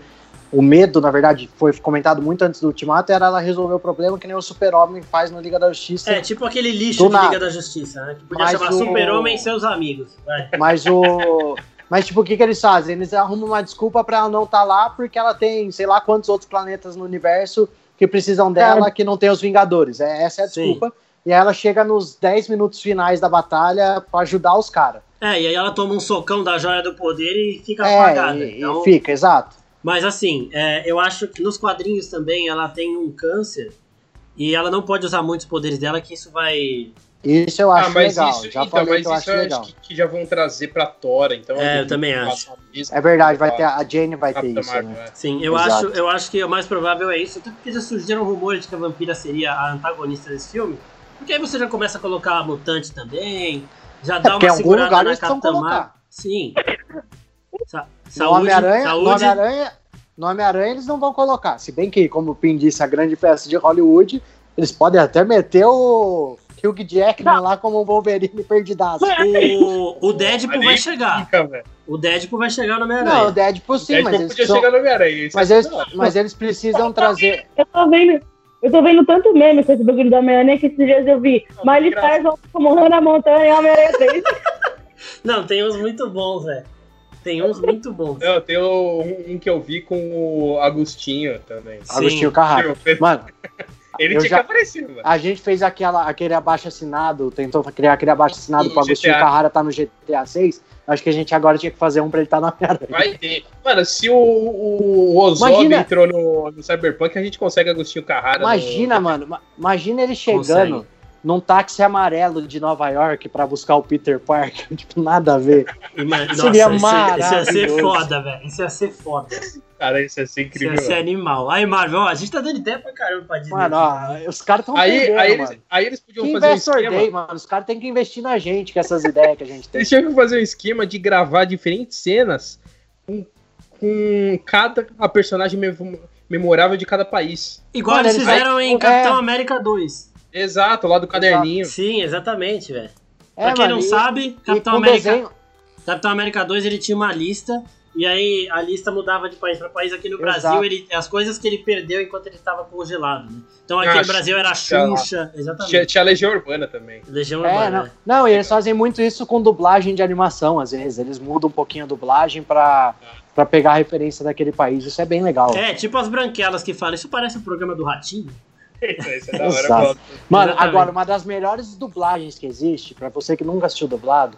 [SPEAKER 4] o medo, na verdade, foi comentado muito antes do Ultimato, era ela resolver o problema que nem o Super-Homem faz no Liga da Justiça.
[SPEAKER 1] É, tipo aquele lixo
[SPEAKER 4] Do
[SPEAKER 1] de
[SPEAKER 4] nada.
[SPEAKER 1] Liga da Justiça, né? Que podia
[SPEAKER 4] Mas
[SPEAKER 1] chamar
[SPEAKER 4] o-
[SPEAKER 1] Super-Homem e seus amigos. Vai.
[SPEAKER 4] Mas o. Mas, tipo, o que, que eles fazem? Eles arrumam uma desculpa pra ela não estar lá, porque ela tem, sei lá, quantos outros planetas no universo que precisam dela, que não tem os Vingadores. É, essa é a
[SPEAKER 1] Sim.
[SPEAKER 4] desculpa. E aí ela chega nos 10 minutos finais da batalha pra ajudar os caras.
[SPEAKER 1] É, e aí ela toma um socão da joia do poder e fica
[SPEAKER 4] É,
[SPEAKER 1] apagada.
[SPEAKER 4] e,
[SPEAKER 1] então...
[SPEAKER 4] e fica, exato.
[SPEAKER 1] Mas assim, é, eu acho que nos quadrinhos também ela tem um câncer e ela não pode usar muitos poderes dela, que isso vai
[SPEAKER 4] Isso eu acho
[SPEAKER 3] ah, mas
[SPEAKER 4] legal.
[SPEAKER 3] isso,
[SPEAKER 4] já
[SPEAKER 3] então,
[SPEAKER 4] falei
[SPEAKER 3] mas
[SPEAKER 4] que eu
[SPEAKER 3] isso
[SPEAKER 4] acho
[SPEAKER 3] eu
[SPEAKER 4] legal.
[SPEAKER 3] acho que, que já vão trazer pra Tora, então.
[SPEAKER 1] É, eu
[SPEAKER 3] acredito
[SPEAKER 1] também
[SPEAKER 3] que
[SPEAKER 1] acho.
[SPEAKER 3] façam isso.
[SPEAKER 4] É verdade, vai ter, a Jane vai ter
[SPEAKER 3] Capitã
[SPEAKER 4] isso.
[SPEAKER 3] Tá. Marvel,
[SPEAKER 4] Né?
[SPEAKER 3] é.
[SPEAKER 1] Sim, eu acho,
[SPEAKER 4] Exato.
[SPEAKER 1] eu acho que o mais provável é isso, até porque já surgiram rumores de que a vampira seria a antagonista desse filme. Porque aí você já começa a colocar a mutante também, já dá
[SPEAKER 4] É porque em
[SPEAKER 1] uma
[SPEAKER 4] algum
[SPEAKER 1] segurada
[SPEAKER 4] lugar
[SPEAKER 1] na
[SPEAKER 4] eles precisam
[SPEAKER 1] Capitã
[SPEAKER 4] colocar.
[SPEAKER 1] Marvel. Sim. Sa
[SPEAKER 4] No
[SPEAKER 1] saúde,
[SPEAKER 4] Homem-Aranha, no
[SPEAKER 1] saúde.
[SPEAKER 4] Homem-Aranha, no Homem-Aranha eles não vão colocar. Se bem que, como o Pim disse, a grande peça de Hollywood, eles podem até meter o Hugh Jackman lá como um Wolverine perdidaço.
[SPEAKER 1] O, o Deadpool
[SPEAKER 3] Ali
[SPEAKER 1] vai chegar.
[SPEAKER 3] Fica, velho.
[SPEAKER 1] O Deadpool vai chegar no
[SPEAKER 4] Não, o
[SPEAKER 1] Homem-Aranha.
[SPEAKER 4] Deadpool sim,
[SPEAKER 3] Deadpool
[SPEAKER 4] mas eles,
[SPEAKER 3] podia
[SPEAKER 4] precisam,
[SPEAKER 3] chegar no Homem-Aranha. isso
[SPEAKER 4] mas,
[SPEAKER 3] é
[SPEAKER 4] eles,
[SPEAKER 3] verdade.
[SPEAKER 4] mas eles precisam trazer...
[SPEAKER 2] Eu tô vendo. Eu tô vendo tanto meme com esse bagulho da Homem-Aranha que esses dias eu vi. Miley
[SPEAKER 3] graça.
[SPEAKER 2] Cyrus como Hannah Montana e Homem-Aranha 3.
[SPEAKER 1] Não, tem uns muito bons, velho. Tem uns muito bons.
[SPEAKER 3] é- Não, tem o- um, um que eu vi com o Agostinho também. Tipo,
[SPEAKER 1] Sim.
[SPEAKER 4] Agostinho Carrasco. Mano,
[SPEAKER 3] Ele
[SPEAKER 4] Ah, eu
[SPEAKER 3] tinha
[SPEAKER 4] já- Ah,
[SPEAKER 3] que aparecer, velho.
[SPEAKER 4] a gente fez aquela, aquele abaixo-assinado, tentou criar aquele abaixo-assinado
[SPEAKER 3] Sim,
[SPEAKER 4] pro Agostinho
[SPEAKER 3] GTA.
[SPEAKER 4] Carrara tá no GTA 6. Acho que a gente agora tinha que fazer um pra ele estar tá na Homem-Aranha.
[SPEAKER 3] Vai ter. Mano, se o, o, o Ozob
[SPEAKER 4] Imagina.
[SPEAKER 3] entrou no, no Cyberpunk, a gente consegue Agostinho Carrara. no-
[SPEAKER 4] Imagina, mano. ma- Imagina ele chegando
[SPEAKER 1] Consegue.
[SPEAKER 4] num táxi amarelo de Nova York pra buscar o Peter Parker. [LAUGHS] tipo, nada a ver. [LAUGHS]
[SPEAKER 1] Ima- Nossa,
[SPEAKER 4] Seria
[SPEAKER 1] isso, ia- isso ia ser
[SPEAKER 4] maravilhoso.
[SPEAKER 1] foda, velho. Isso ia ser foda.
[SPEAKER 3] Cara, isso ia ser
[SPEAKER 1] Isso é
[SPEAKER 3] incrível.
[SPEAKER 1] ia ser
[SPEAKER 3] mano.
[SPEAKER 1] animal. Aí, Marvel, ó, a gente tá dando ideia pra caramba pra Disney.
[SPEAKER 4] Mano, ó, os caras tão
[SPEAKER 3] Aí,
[SPEAKER 4] perdendo,
[SPEAKER 3] aí, eles,
[SPEAKER 4] mano.
[SPEAKER 3] aí eles podiam
[SPEAKER 4] Que
[SPEAKER 3] fazer um
[SPEAKER 4] investor
[SPEAKER 3] esquema.
[SPEAKER 4] day, mano. Os caras têm que investir na gente com essas ideias que a gente tem.
[SPEAKER 3] Eles tinham que fazer um esquema de gravar diferentes cenas com, com cada a personagem mem- memorável de cada país.
[SPEAKER 1] Igual
[SPEAKER 4] Mano,
[SPEAKER 1] eles
[SPEAKER 4] eles-
[SPEAKER 1] fizeram
[SPEAKER 4] aí-
[SPEAKER 1] em
[SPEAKER 4] é.
[SPEAKER 1] Capitão América 2.
[SPEAKER 3] Exato, lá do caderninho.
[SPEAKER 1] Sim, exatamente, velho. [LAUGHS] pra quem
[SPEAKER 4] É, mano,
[SPEAKER 1] não
[SPEAKER 4] e-
[SPEAKER 1] sabe,
[SPEAKER 4] e
[SPEAKER 1] Capitão
[SPEAKER 4] com
[SPEAKER 1] América, é
[SPEAKER 4] desenho-
[SPEAKER 1] Capitão América 2 ele tinha uma lista. E aí a lista mudava de país pra país. Aqui no Brasil,
[SPEAKER 4] Exato.
[SPEAKER 1] ele, as coisas que ele perdeu enquanto ele estava congelado. Né? Então aqui
[SPEAKER 3] Ah,
[SPEAKER 1] no Brasil era a
[SPEAKER 3] sei lá.
[SPEAKER 1] Xuxa,
[SPEAKER 3] Tinha,
[SPEAKER 1] exatamente.
[SPEAKER 3] tinha a Legião Urbana também.
[SPEAKER 4] [LAUGHS]
[SPEAKER 1] Legião
[SPEAKER 4] É,
[SPEAKER 1] Urbana.
[SPEAKER 4] não.
[SPEAKER 1] né?
[SPEAKER 4] não, e eles fazem muito isso com dublagem de animação, às vezes. Eles mudam um pouquinho a dublagem pra, pra pegar a referência daquele país. Isso é bem legal.
[SPEAKER 1] É, tipo as branquelas que falam. Isso parece o programa do Ratinho.
[SPEAKER 3] Isso é da hora, eu
[SPEAKER 4] Exato.
[SPEAKER 3] gosto.
[SPEAKER 4] Mano,
[SPEAKER 1] exatamente.
[SPEAKER 4] agora, uma das melhores dublagens que existe, pra você que nunca assistiu dublado,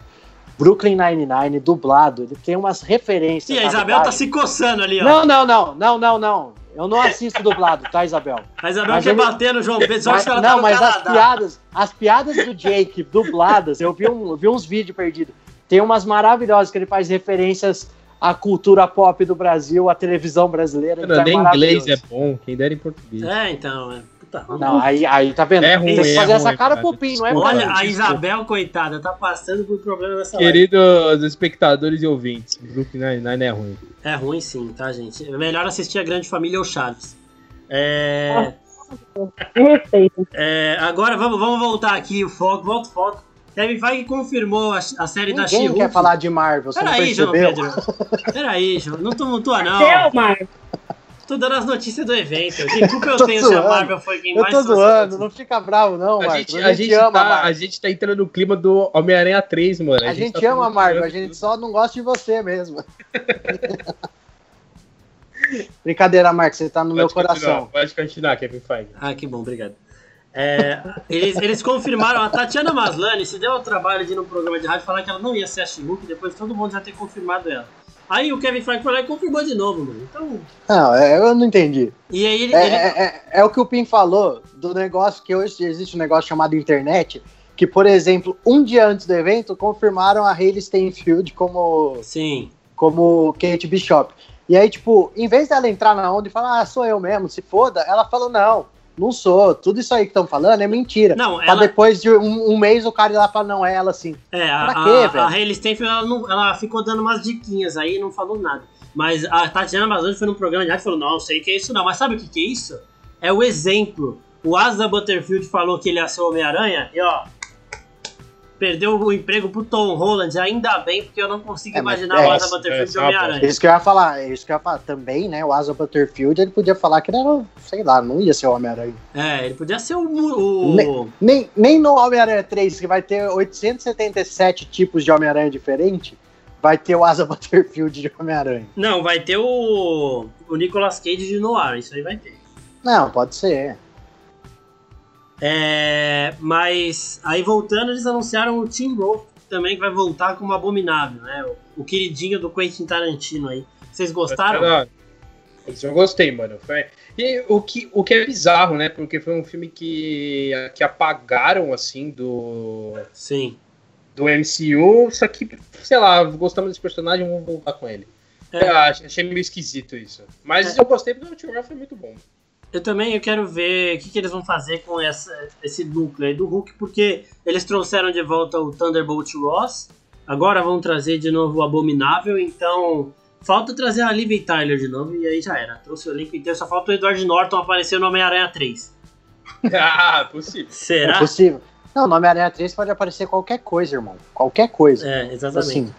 [SPEAKER 4] Brooklyn Nine-Nine, dublado, ele tem umas referências.
[SPEAKER 1] Sim, a
[SPEAKER 4] na
[SPEAKER 1] Isabel tá
[SPEAKER 4] dublagem.
[SPEAKER 1] se coçando ali, ó.
[SPEAKER 4] Não, não, não, não, não, não. Eu não assisto dublado, tá, Isabel?
[SPEAKER 1] a Isabel
[SPEAKER 4] mas
[SPEAKER 1] quer
[SPEAKER 4] ele-
[SPEAKER 1] bater no João Pedro, [LAUGHS] só
[SPEAKER 4] Mas-
[SPEAKER 1] que ela tá
[SPEAKER 4] não,
[SPEAKER 1] no
[SPEAKER 4] mas as
[SPEAKER 1] Canadá.
[SPEAKER 4] piadas, as piadas do Jake dubladas, eu vi, um, eu vi uns vídeos perdidos. Tem umas maravilhosas que ele faz referências à cultura pop do Brasil, à televisão brasileira.
[SPEAKER 5] Mano,
[SPEAKER 4] então
[SPEAKER 5] nem inglês é
[SPEAKER 4] maravilhoso.
[SPEAKER 5] bom, quem dera em português.
[SPEAKER 1] É, então. É. Puta,
[SPEAKER 4] Não, aí, aí tá vendo?
[SPEAKER 5] É
[SPEAKER 4] Tem
[SPEAKER 5] ruim,
[SPEAKER 4] que
[SPEAKER 5] é
[SPEAKER 4] fazer essa
[SPEAKER 5] ruim,
[SPEAKER 4] cara
[SPEAKER 5] cara.
[SPEAKER 4] popinho, não é?
[SPEAKER 5] Desculpa.
[SPEAKER 1] Olha,
[SPEAKER 4] mano?
[SPEAKER 1] a Isabel, coitada, tá passando por problema nessa live.
[SPEAKER 5] Queridos espectadores e ouvintes, Brooklyn Nine-Nine é ruim.
[SPEAKER 1] É ruim sim, tá, gente? É melhor assistir a Grande Família ou Chaves. É,
[SPEAKER 2] Me respeita.
[SPEAKER 1] é, agora vamos, vamos voltar aqui, o foco, volta o foco. Kevin Feige confirmou a, a série da
[SPEAKER 4] Ninguém
[SPEAKER 1] She-Hulk.
[SPEAKER 4] quer falar de Marvel, você não
[SPEAKER 1] Peraí, João
[SPEAKER 4] percebeu?
[SPEAKER 1] Pedro. Peraí, João. Não tumultua, não.
[SPEAKER 2] Seu, Marcos.
[SPEAKER 1] Tô dando as notícias do evento. Que culpa eu
[SPEAKER 4] [LAUGHS] Tô
[SPEAKER 1] tenho se a
[SPEAKER 4] zoando.
[SPEAKER 1] Marvel foi quem
[SPEAKER 4] Eu
[SPEAKER 1] mais
[SPEAKER 4] tô
[SPEAKER 1] trouxe
[SPEAKER 4] zoando,
[SPEAKER 1] notícias?
[SPEAKER 4] não fica bravo não, Marcos.
[SPEAKER 3] A
[SPEAKER 4] A
[SPEAKER 3] gente,
[SPEAKER 4] gente,
[SPEAKER 3] a, gente
[SPEAKER 4] ama,
[SPEAKER 5] tá,
[SPEAKER 4] Marcos.
[SPEAKER 5] a gente tá entrando no clima do Homem-Aranha 3, mano.
[SPEAKER 4] A gente
[SPEAKER 5] tá
[SPEAKER 4] ama,
[SPEAKER 5] todo-
[SPEAKER 4] Marvel, a gente só não gosta de você mesmo. [LAUGHS] Brincadeira, Marcos, você tá no
[SPEAKER 5] Pode
[SPEAKER 4] meu
[SPEAKER 5] continuar,
[SPEAKER 4] coração.
[SPEAKER 5] Pode continuar, Kevin Feige.
[SPEAKER 1] Ah, que bom, obrigado. É, eles, eles confirmaram, a Tatiana Maslany se deu ao trabalho de ir num programa de rádio falar que ela não ia ser a She-Hulk, depois todo mundo já ter confirmado ela. Aí o Kevin Feige foi lá e confirmou de novo, mano. Então,
[SPEAKER 4] Não, é, eu não entendi.
[SPEAKER 1] e aí ele,
[SPEAKER 4] É,
[SPEAKER 1] ele-
[SPEAKER 4] é- é- é o que o Pim falou do negócio que hoje existe um negócio chamado internet, que, por exemplo, um dia antes do evento, confirmaram a Hayley Steinfeld como,
[SPEAKER 1] Sim.
[SPEAKER 4] como Kate Bishop. E aí, tipo, em vez dela entrar na onda e falar, ah, sou eu mesmo, se foda, ela falou, não, não sou, tudo isso aí que estão falando é mentira.
[SPEAKER 1] Não,
[SPEAKER 4] Pra
[SPEAKER 1] ela.
[SPEAKER 4] depois de um, um mês o cara ir lá fala, não, é ela sim.
[SPEAKER 1] É, a,
[SPEAKER 4] pra quê,
[SPEAKER 1] a,
[SPEAKER 4] velho?
[SPEAKER 1] a Hayley Steinfeld, ela, não- ela ficou dando umas diquinhas aí e não falou nada. Mas a Tatiana Maslany foi num programa de rádio e falou: não, eu sei que é isso não. Mas sabe o que, que é isso? É o exemplo. O Asa Butterfield falou que ele ia ser o Homem-Aranha e ó. Perdeu o emprego pro Tom Holland, ainda bem, porque eu não consigo
[SPEAKER 4] É, mas
[SPEAKER 1] imaginar
[SPEAKER 4] é,
[SPEAKER 1] o Asa
[SPEAKER 5] é,
[SPEAKER 1] Butterfield de
[SPEAKER 5] é uma
[SPEAKER 1] Homem-Aranha.
[SPEAKER 4] Isso que eu ia falar, é isso que eu ia falar. Também, né, o Asa Butterfield, ele podia falar que ele era, sei lá, não ia ser o Homem-Aranha.
[SPEAKER 1] É, ele podia ser o. o- o-
[SPEAKER 4] Nem, nem no Homem-Aranha 3, que vai ter 877 tipos de Homem-Aranha diferente, vai ter o Asa Butterfield de Homem-Aranha.
[SPEAKER 1] Não, vai ter o. O Nicolas Cage de Noir, isso aí vai ter.
[SPEAKER 4] Não, pode ser.
[SPEAKER 1] É, mas aí voltando, eles anunciaram o Tim Roth também, que vai voltar como Abominável, né? O, o queridinho do Quentin Tarantino aí. Vocês gostaram?
[SPEAKER 3] Ah, Isso eu gostei, mano. Foi- E o que, o que é bizarro, né? Porque foi um filme que, que apagaram, assim, do,
[SPEAKER 1] Sim.
[SPEAKER 3] do MCU. Só que, sei lá, gostamos desse personagem, vamos voltar com ele.
[SPEAKER 1] É.
[SPEAKER 3] Eu acho- achei meio esquisito isso. Mas eu gostei porque o Tim Roth foi muito bom. [LAUGHS]
[SPEAKER 1] Eu também eu quero ver o que, que eles vão fazer com essa- esse núcleo aí do Hulk, porque eles trouxeram de volta o Thunderbolt Ross, agora vão trazer de novo o Abominável, então falta trazer a Liv Tyler de novo e aí já era. Trouxe o elenco inteiro, só falta o Edward Norton aparecer no Homem-Aranha 3.
[SPEAKER 3] ah, possível.
[SPEAKER 4] É
[SPEAKER 1] Será?
[SPEAKER 4] possível. Não, no Homem-Aranha 3 pode aparecer qualquer coisa, irmão. Qualquer coisa.
[SPEAKER 1] É, exatamente.
[SPEAKER 4] assim.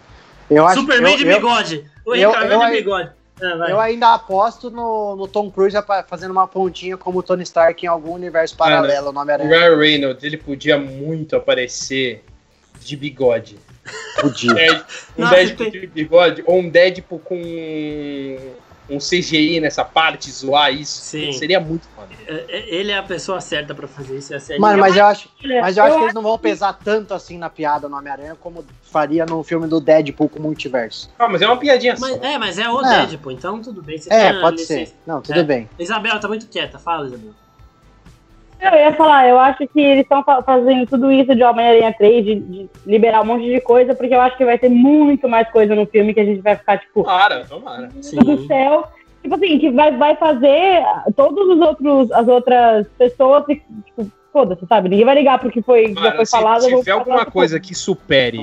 [SPEAKER 4] Eu acho
[SPEAKER 1] Superman
[SPEAKER 4] que
[SPEAKER 1] de
[SPEAKER 4] eu- eu,
[SPEAKER 1] bigode. O
[SPEAKER 4] eu-
[SPEAKER 1] Henrique
[SPEAKER 4] eu-
[SPEAKER 1] de bigode. Ah, vai.
[SPEAKER 4] Eu ainda aposto no, no Tom Cruise apa- fazendo uma pontinha como o Tony Stark em algum universo
[SPEAKER 3] Cara,
[SPEAKER 4] paralelo, o
[SPEAKER 3] O [LAUGHS]
[SPEAKER 4] Homem-Aranha
[SPEAKER 3] Ryan Reynolds, ele podia muito aparecer de bigode.
[SPEAKER 4] podia.
[SPEAKER 3] Dead- um
[SPEAKER 1] Nossa,
[SPEAKER 3] Deadpool
[SPEAKER 1] tem-
[SPEAKER 3] de bigode ou um Deadpool com um CGI nessa parte, zoar isso.
[SPEAKER 1] Sim.
[SPEAKER 3] Seria muito foda.
[SPEAKER 1] É, é, Ele é a pessoa certa pra fazer isso. Essa é a
[SPEAKER 4] Mano,
[SPEAKER 1] minha-
[SPEAKER 4] mas eu acho, mas eu acho que
[SPEAKER 2] É. Eu
[SPEAKER 4] eles não vão pesar tanto assim na piada no Homem-Aranha como faria no filme do Deadpool com o multiverso.
[SPEAKER 3] Ah, mas é uma piadinha só.
[SPEAKER 1] Mas- é, mas é o
[SPEAKER 4] É.
[SPEAKER 1] Deadpool, então tudo bem. Você
[SPEAKER 4] É,
[SPEAKER 1] tá-
[SPEAKER 4] pode
[SPEAKER 1] licença.
[SPEAKER 4] ser. Não, tudo
[SPEAKER 1] É.
[SPEAKER 4] bem.
[SPEAKER 1] Isabela tá muito quieta, fala, Isabela.
[SPEAKER 2] Eu ia falar, eu acho que eles estão fa- fazendo tudo isso de Homem-Aranha 3, de, de liberar um monte de coisa, porque eu acho que vai ter muito mais coisa no filme que a gente vai ficar, tipo,
[SPEAKER 3] Tomara, tomara.
[SPEAKER 1] Sim.
[SPEAKER 2] do céu. Tipo assim, que vai, vai fazer todas os outros, as outras pessoas, e, tipo, foda-se, sabe? Ninguém vai ligar porque foi, já
[SPEAKER 3] Mano,
[SPEAKER 2] foi
[SPEAKER 3] se
[SPEAKER 2] falado. eu vou
[SPEAKER 3] tiver alguma
[SPEAKER 2] passar-
[SPEAKER 3] coisa que supere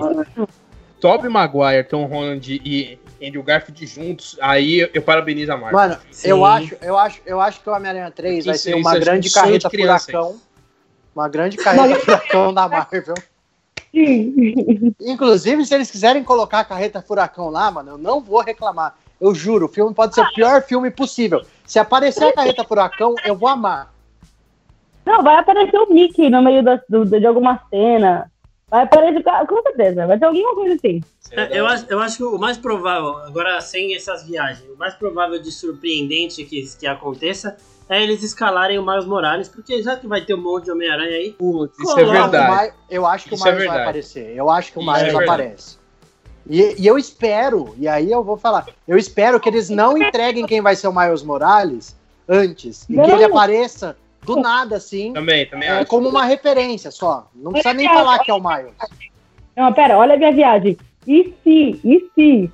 [SPEAKER 3] Tobey Maguire, Tom Holland e Andrew Garfield juntos, aí eu, eu parabenizo a Marvel.
[SPEAKER 4] Mano,
[SPEAKER 1] Sim.
[SPEAKER 4] [LAUGHS] eu acho, eu acho, eu acho que o Homem-Aranha 3 vai
[SPEAKER 3] Isso-
[SPEAKER 4] ser
[SPEAKER 3] isso
[SPEAKER 4] uma
[SPEAKER 3] é
[SPEAKER 4] grande
[SPEAKER 3] sonho de
[SPEAKER 4] carreta
[SPEAKER 3] criança,
[SPEAKER 4] furacão. Uma grande carreta furacão da Marvel.
[SPEAKER 2] Sim.
[SPEAKER 4] Inclusive, se eles quiserem colocar a carreta furacão lá, mano, eu não vou reclamar. Eu juro, o filme pode ser o pior filme possível. Se aparecer a carreta furacão, eu vou amar.
[SPEAKER 2] Não, vai aparecer o Mickey no meio da- do- de alguma cena. Vai aparecer, com certeza, vai ter alguma coisa assim.
[SPEAKER 1] É, Eu acho, eu acho que o mais provável, agora sem essas viagens, o mais provável de surpreendente que, que aconteça é eles escalarem o Miles Morales, porque já que vai ter um monte de Homem-Aranha aí,
[SPEAKER 3] Putz, isso é
[SPEAKER 1] Coloca
[SPEAKER 4] Eu acho que o
[SPEAKER 3] verdade.
[SPEAKER 4] Mai- Eu acho que
[SPEAKER 3] Isso
[SPEAKER 4] o "Ah, Miles
[SPEAKER 3] é
[SPEAKER 4] vai
[SPEAKER 3] verdade.
[SPEAKER 4] aparecer. Eu acho que o
[SPEAKER 3] Isso
[SPEAKER 4] Miles
[SPEAKER 3] é verdade.
[SPEAKER 4] aparece. E, e eu espero, e aí eu vou falar, eu espero que eles não entreguem quem vai ser o Miles Morales antes. E que
[SPEAKER 2] Não.
[SPEAKER 4] ele apareça do nada, assim,
[SPEAKER 3] Também, também
[SPEAKER 4] é,
[SPEAKER 3] acho.
[SPEAKER 4] como uma referência só. Não precisa nem
[SPEAKER 2] Olha,
[SPEAKER 4] falar que é o Miles.
[SPEAKER 2] Não, pera, olha a minha viagem. E se, e se,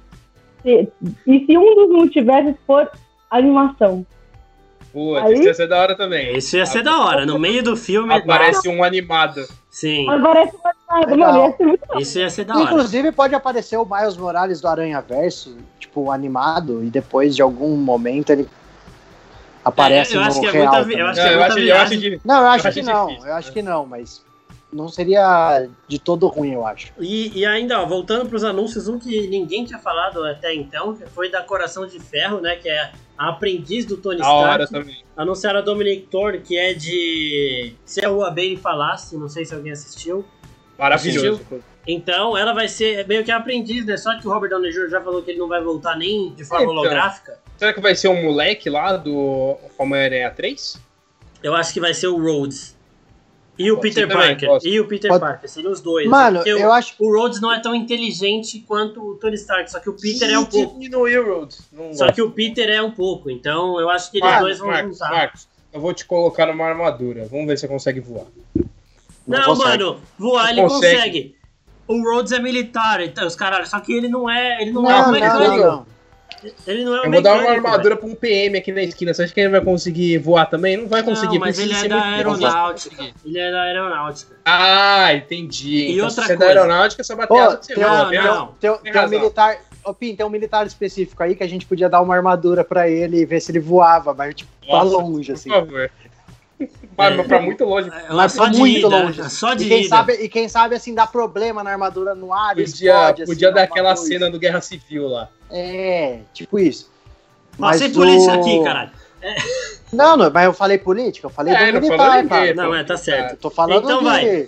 [SPEAKER 2] se- e se um dos multiversos for animação?
[SPEAKER 3] Putz,
[SPEAKER 2] Aí-
[SPEAKER 3] isso ia ser da hora também.
[SPEAKER 1] isso ia ser da hora. né? No meio do filme.
[SPEAKER 3] Aparece um animado.
[SPEAKER 1] Sim,
[SPEAKER 2] Aparece uma animação,
[SPEAKER 4] Legal.
[SPEAKER 2] mano, ia ser muito
[SPEAKER 1] isso ia ser da hora.
[SPEAKER 4] Inclusive, pode aparecer o Miles Morales do Aranha Verso, tipo, animado, e depois de algum momento ele aparece
[SPEAKER 1] É, eu
[SPEAKER 4] no
[SPEAKER 1] acho que é
[SPEAKER 4] real.
[SPEAKER 1] muita vi- eu
[SPEAKER 4] também.
[SPEAKER 1] acho
[SPEAKER 3] Não,
[SPEAKER 1] que é
[SPEAKER 3] eu,
[SPEAKER 1] muita
[SPEAKER 3] acho, eu acho
[SPEAKER 1] viagem.
[SPEAKER 3] que
[SPEAKER 4] Não, eu acho
[SPEAKER 3] acho
[SPEAKER 4] que não,
[SPEAKER 3] difícil,
[SPEAKER 4] eu acho
[SPEAKER 3] né?
[SPEAKER 4] que não, mas não seria de todo ruim, eu acho.
[SPEAKER 1] E, e ainda, ó, voltando para os anúncios, um que ninguém tinha falado até então que foi da Coração de Ferro, né? Que é a aprendiz do Tony
[SPEAKER 3] da hora
[SPEAKER 1] Stark.
[SPEAKER 3] também.
[SPEAKER 1] Anunciaram a Dominic Thorne, que é de. Se a Rua Bailey falasse, não sei se alguém assistiu.
[SPEAKER 3] Maravilhoso.
[SPEAKER 1] Então, ela vai ser meio que a aprendiz, né? Só que o Robert Downey Jr. já falou que ele não vai voltar nem de forma
[SPEAKER 3] Então.
[SPEAKER 1] holográfica.
[SPEAKER 3] Será que vai ser um moleque lá do Homem-Aranha 3?
[SPEAKER 1] Eu acho que vai ser o Rhodes. E o
[SPEAKER 3] Pode
[SPEAKER 1] Peter
[SPEAKER 3] ser também,
[SPEAKER 1] Parker.
[SPEAKER 3] pode.
[SPEAKER 1] E o Peter
[SPEAKER 4] Pode-
[SPEAKER 1] Parker. Seriam os
[SPEAKER 3] é,
[SPEAKER 1] dois.
[SPEAKER 4] Mano,
[SPEAKER 1] Porque
[SPEAKER 4] eu,
[SPEAKER 1] o-
[SPEAKER 4] acho
[SPEAKER 1] o Rhodes não é tão inteligente quanto o Tony Stark, só que o Peter é um pouco.
[SPEAKER 3] E no Heroes. Não
[SPEAKER 1] Só
[SPEAKER 3] gosto.
[SPEAKER 1] que o Peter é um pouco, então eu acho que eles dois
[SPEAKER 3] Marcos,
[SPEAKER 1] vão
[SPEAKER 3] Marcos,
[SPEAKER 1] juntar.
[SPEAKER 3] Marcos, eu vou te colocar numa armadura. Vamos ver se você consegue voar.
[SPEAKER 1] Não,
[SPEAKER 4] Não consegue.
[SPEAKER 1] mano, voar
[SPEAKER 3] Não
[SPEAKER 1] ele consegue.
[SPEAKER 3] consegue.
[SPEAKER 1] O Rhodes é militar, então, os caras, só que ele não é, ele não,
[SPEAKER 4] não,
[SPEAKER 1] é um
[SPEAKER 4] não,
[SPEAKER 1] mecânico.
[SPEAKER 4] não, não.
[SPEAKER 1] Ele não é um
[SPEAKER 3] Eu vou dar uma
[SPEAKER 1] mecânico,
[SPEAKER 3] armadura pra um PM aqui na esquina. Você acha que ele vai conseguir voar também? Não vai
[SPEAKER 1] velho.
[SPEAKER 3] conseguir.
[SPEAKER 1] Não, mas
[SPEAKER 3] precisa
[SPEAKER 1] ele é
[SPEAKER 3] ser
[SPEAKER 1] da
[SPEAKER 3] muito-
[SPEAKER 1] aeronáutica. Ele é da aeronáutica.
[SPEAKER 3] Ah, entendi.
[SPEAKER 1] E
[SPEAKER 3] então,
[SPEAKER 1] outra
[SPEAKER 3] se você é da
[SPEAKER 1] coisa.
[SPEAKER 3] aeronáutica, só bater
[SPEAKER 4] Ô,
[SPEAKER 3] asa que você
[SPEAKER 4] tem
[SPEAKER 3] voa,
[SPEAKER 1] um-
[SPEAKER 3] né?
[SPEAKER 1] não.
[SPEAKER 4] Tem, tem um
[SPEAKER 3] razão.
[SPEAKER 4] militar. Ô, Pim, tem um militar específico aí que a gente podia dar uma armadura pra ele e ver se ele voava, mas tipo, pra
[SPEAKER 3] Nossa,
[SPEAKER 4] longe, assim. É.
[SPEAKER 3] Por
[SPEAKER 4] [LAUGHS]
[SPEAKER 3] favor. Mas mas pra muito longe.
[SPEAKER 1] Ela é
[SPEAKER 4] Mas
[SPEAKER 1] só
[SPEAKER 4] foi
[SPEAKER 1] de
[SPEAKER 4] muito
[SPEAKER 1] ida,
[SPEAKER 4] longe.
[SPEAKER 1] só de
[SPEAKER 4] E quem,
[SPEAKER 1] ida.
[SPEAKER 4] sabe, e quem sabe, assim, dá problema na armadura no ar,
[SPEAKER 3] Podia,
[SPEAKER 4] explode, assim,
[SPEAKER 3] podia dar
[SPEAKER 4] alguma
[SPEAKER 3] aquela
[SPEAKER 4] coisa.
[SPEAKER 3] cena do Guerra Civil lá.
[SPEAKER 4] É, tipo isso.
[SPEAKER 1] Passei
[SPEAKER 4] Mas
[SPEAKER 1] por
[SPEAKER 4] o-
[SPEAKER 1] isso aqui, caralho.
[SPEAKER 4] Não, não, mas eu falei política, eu falei
[SPEAKER 3] É,
[SPEAKER 4] do
[SPEAKER 3] não
[SPEAKER 4] militar,
[SPEAKER 3] falou
[SPEAKER 4] cara.
[SPEAKER 3] ninguém.
[SPEAKER 1] Não, é, tá certo.
[SPEAKER 4] Eu tô falando
[SPEAKER 1] Então
[SPEAKER 4] de...
[SPEAKER 1] vai.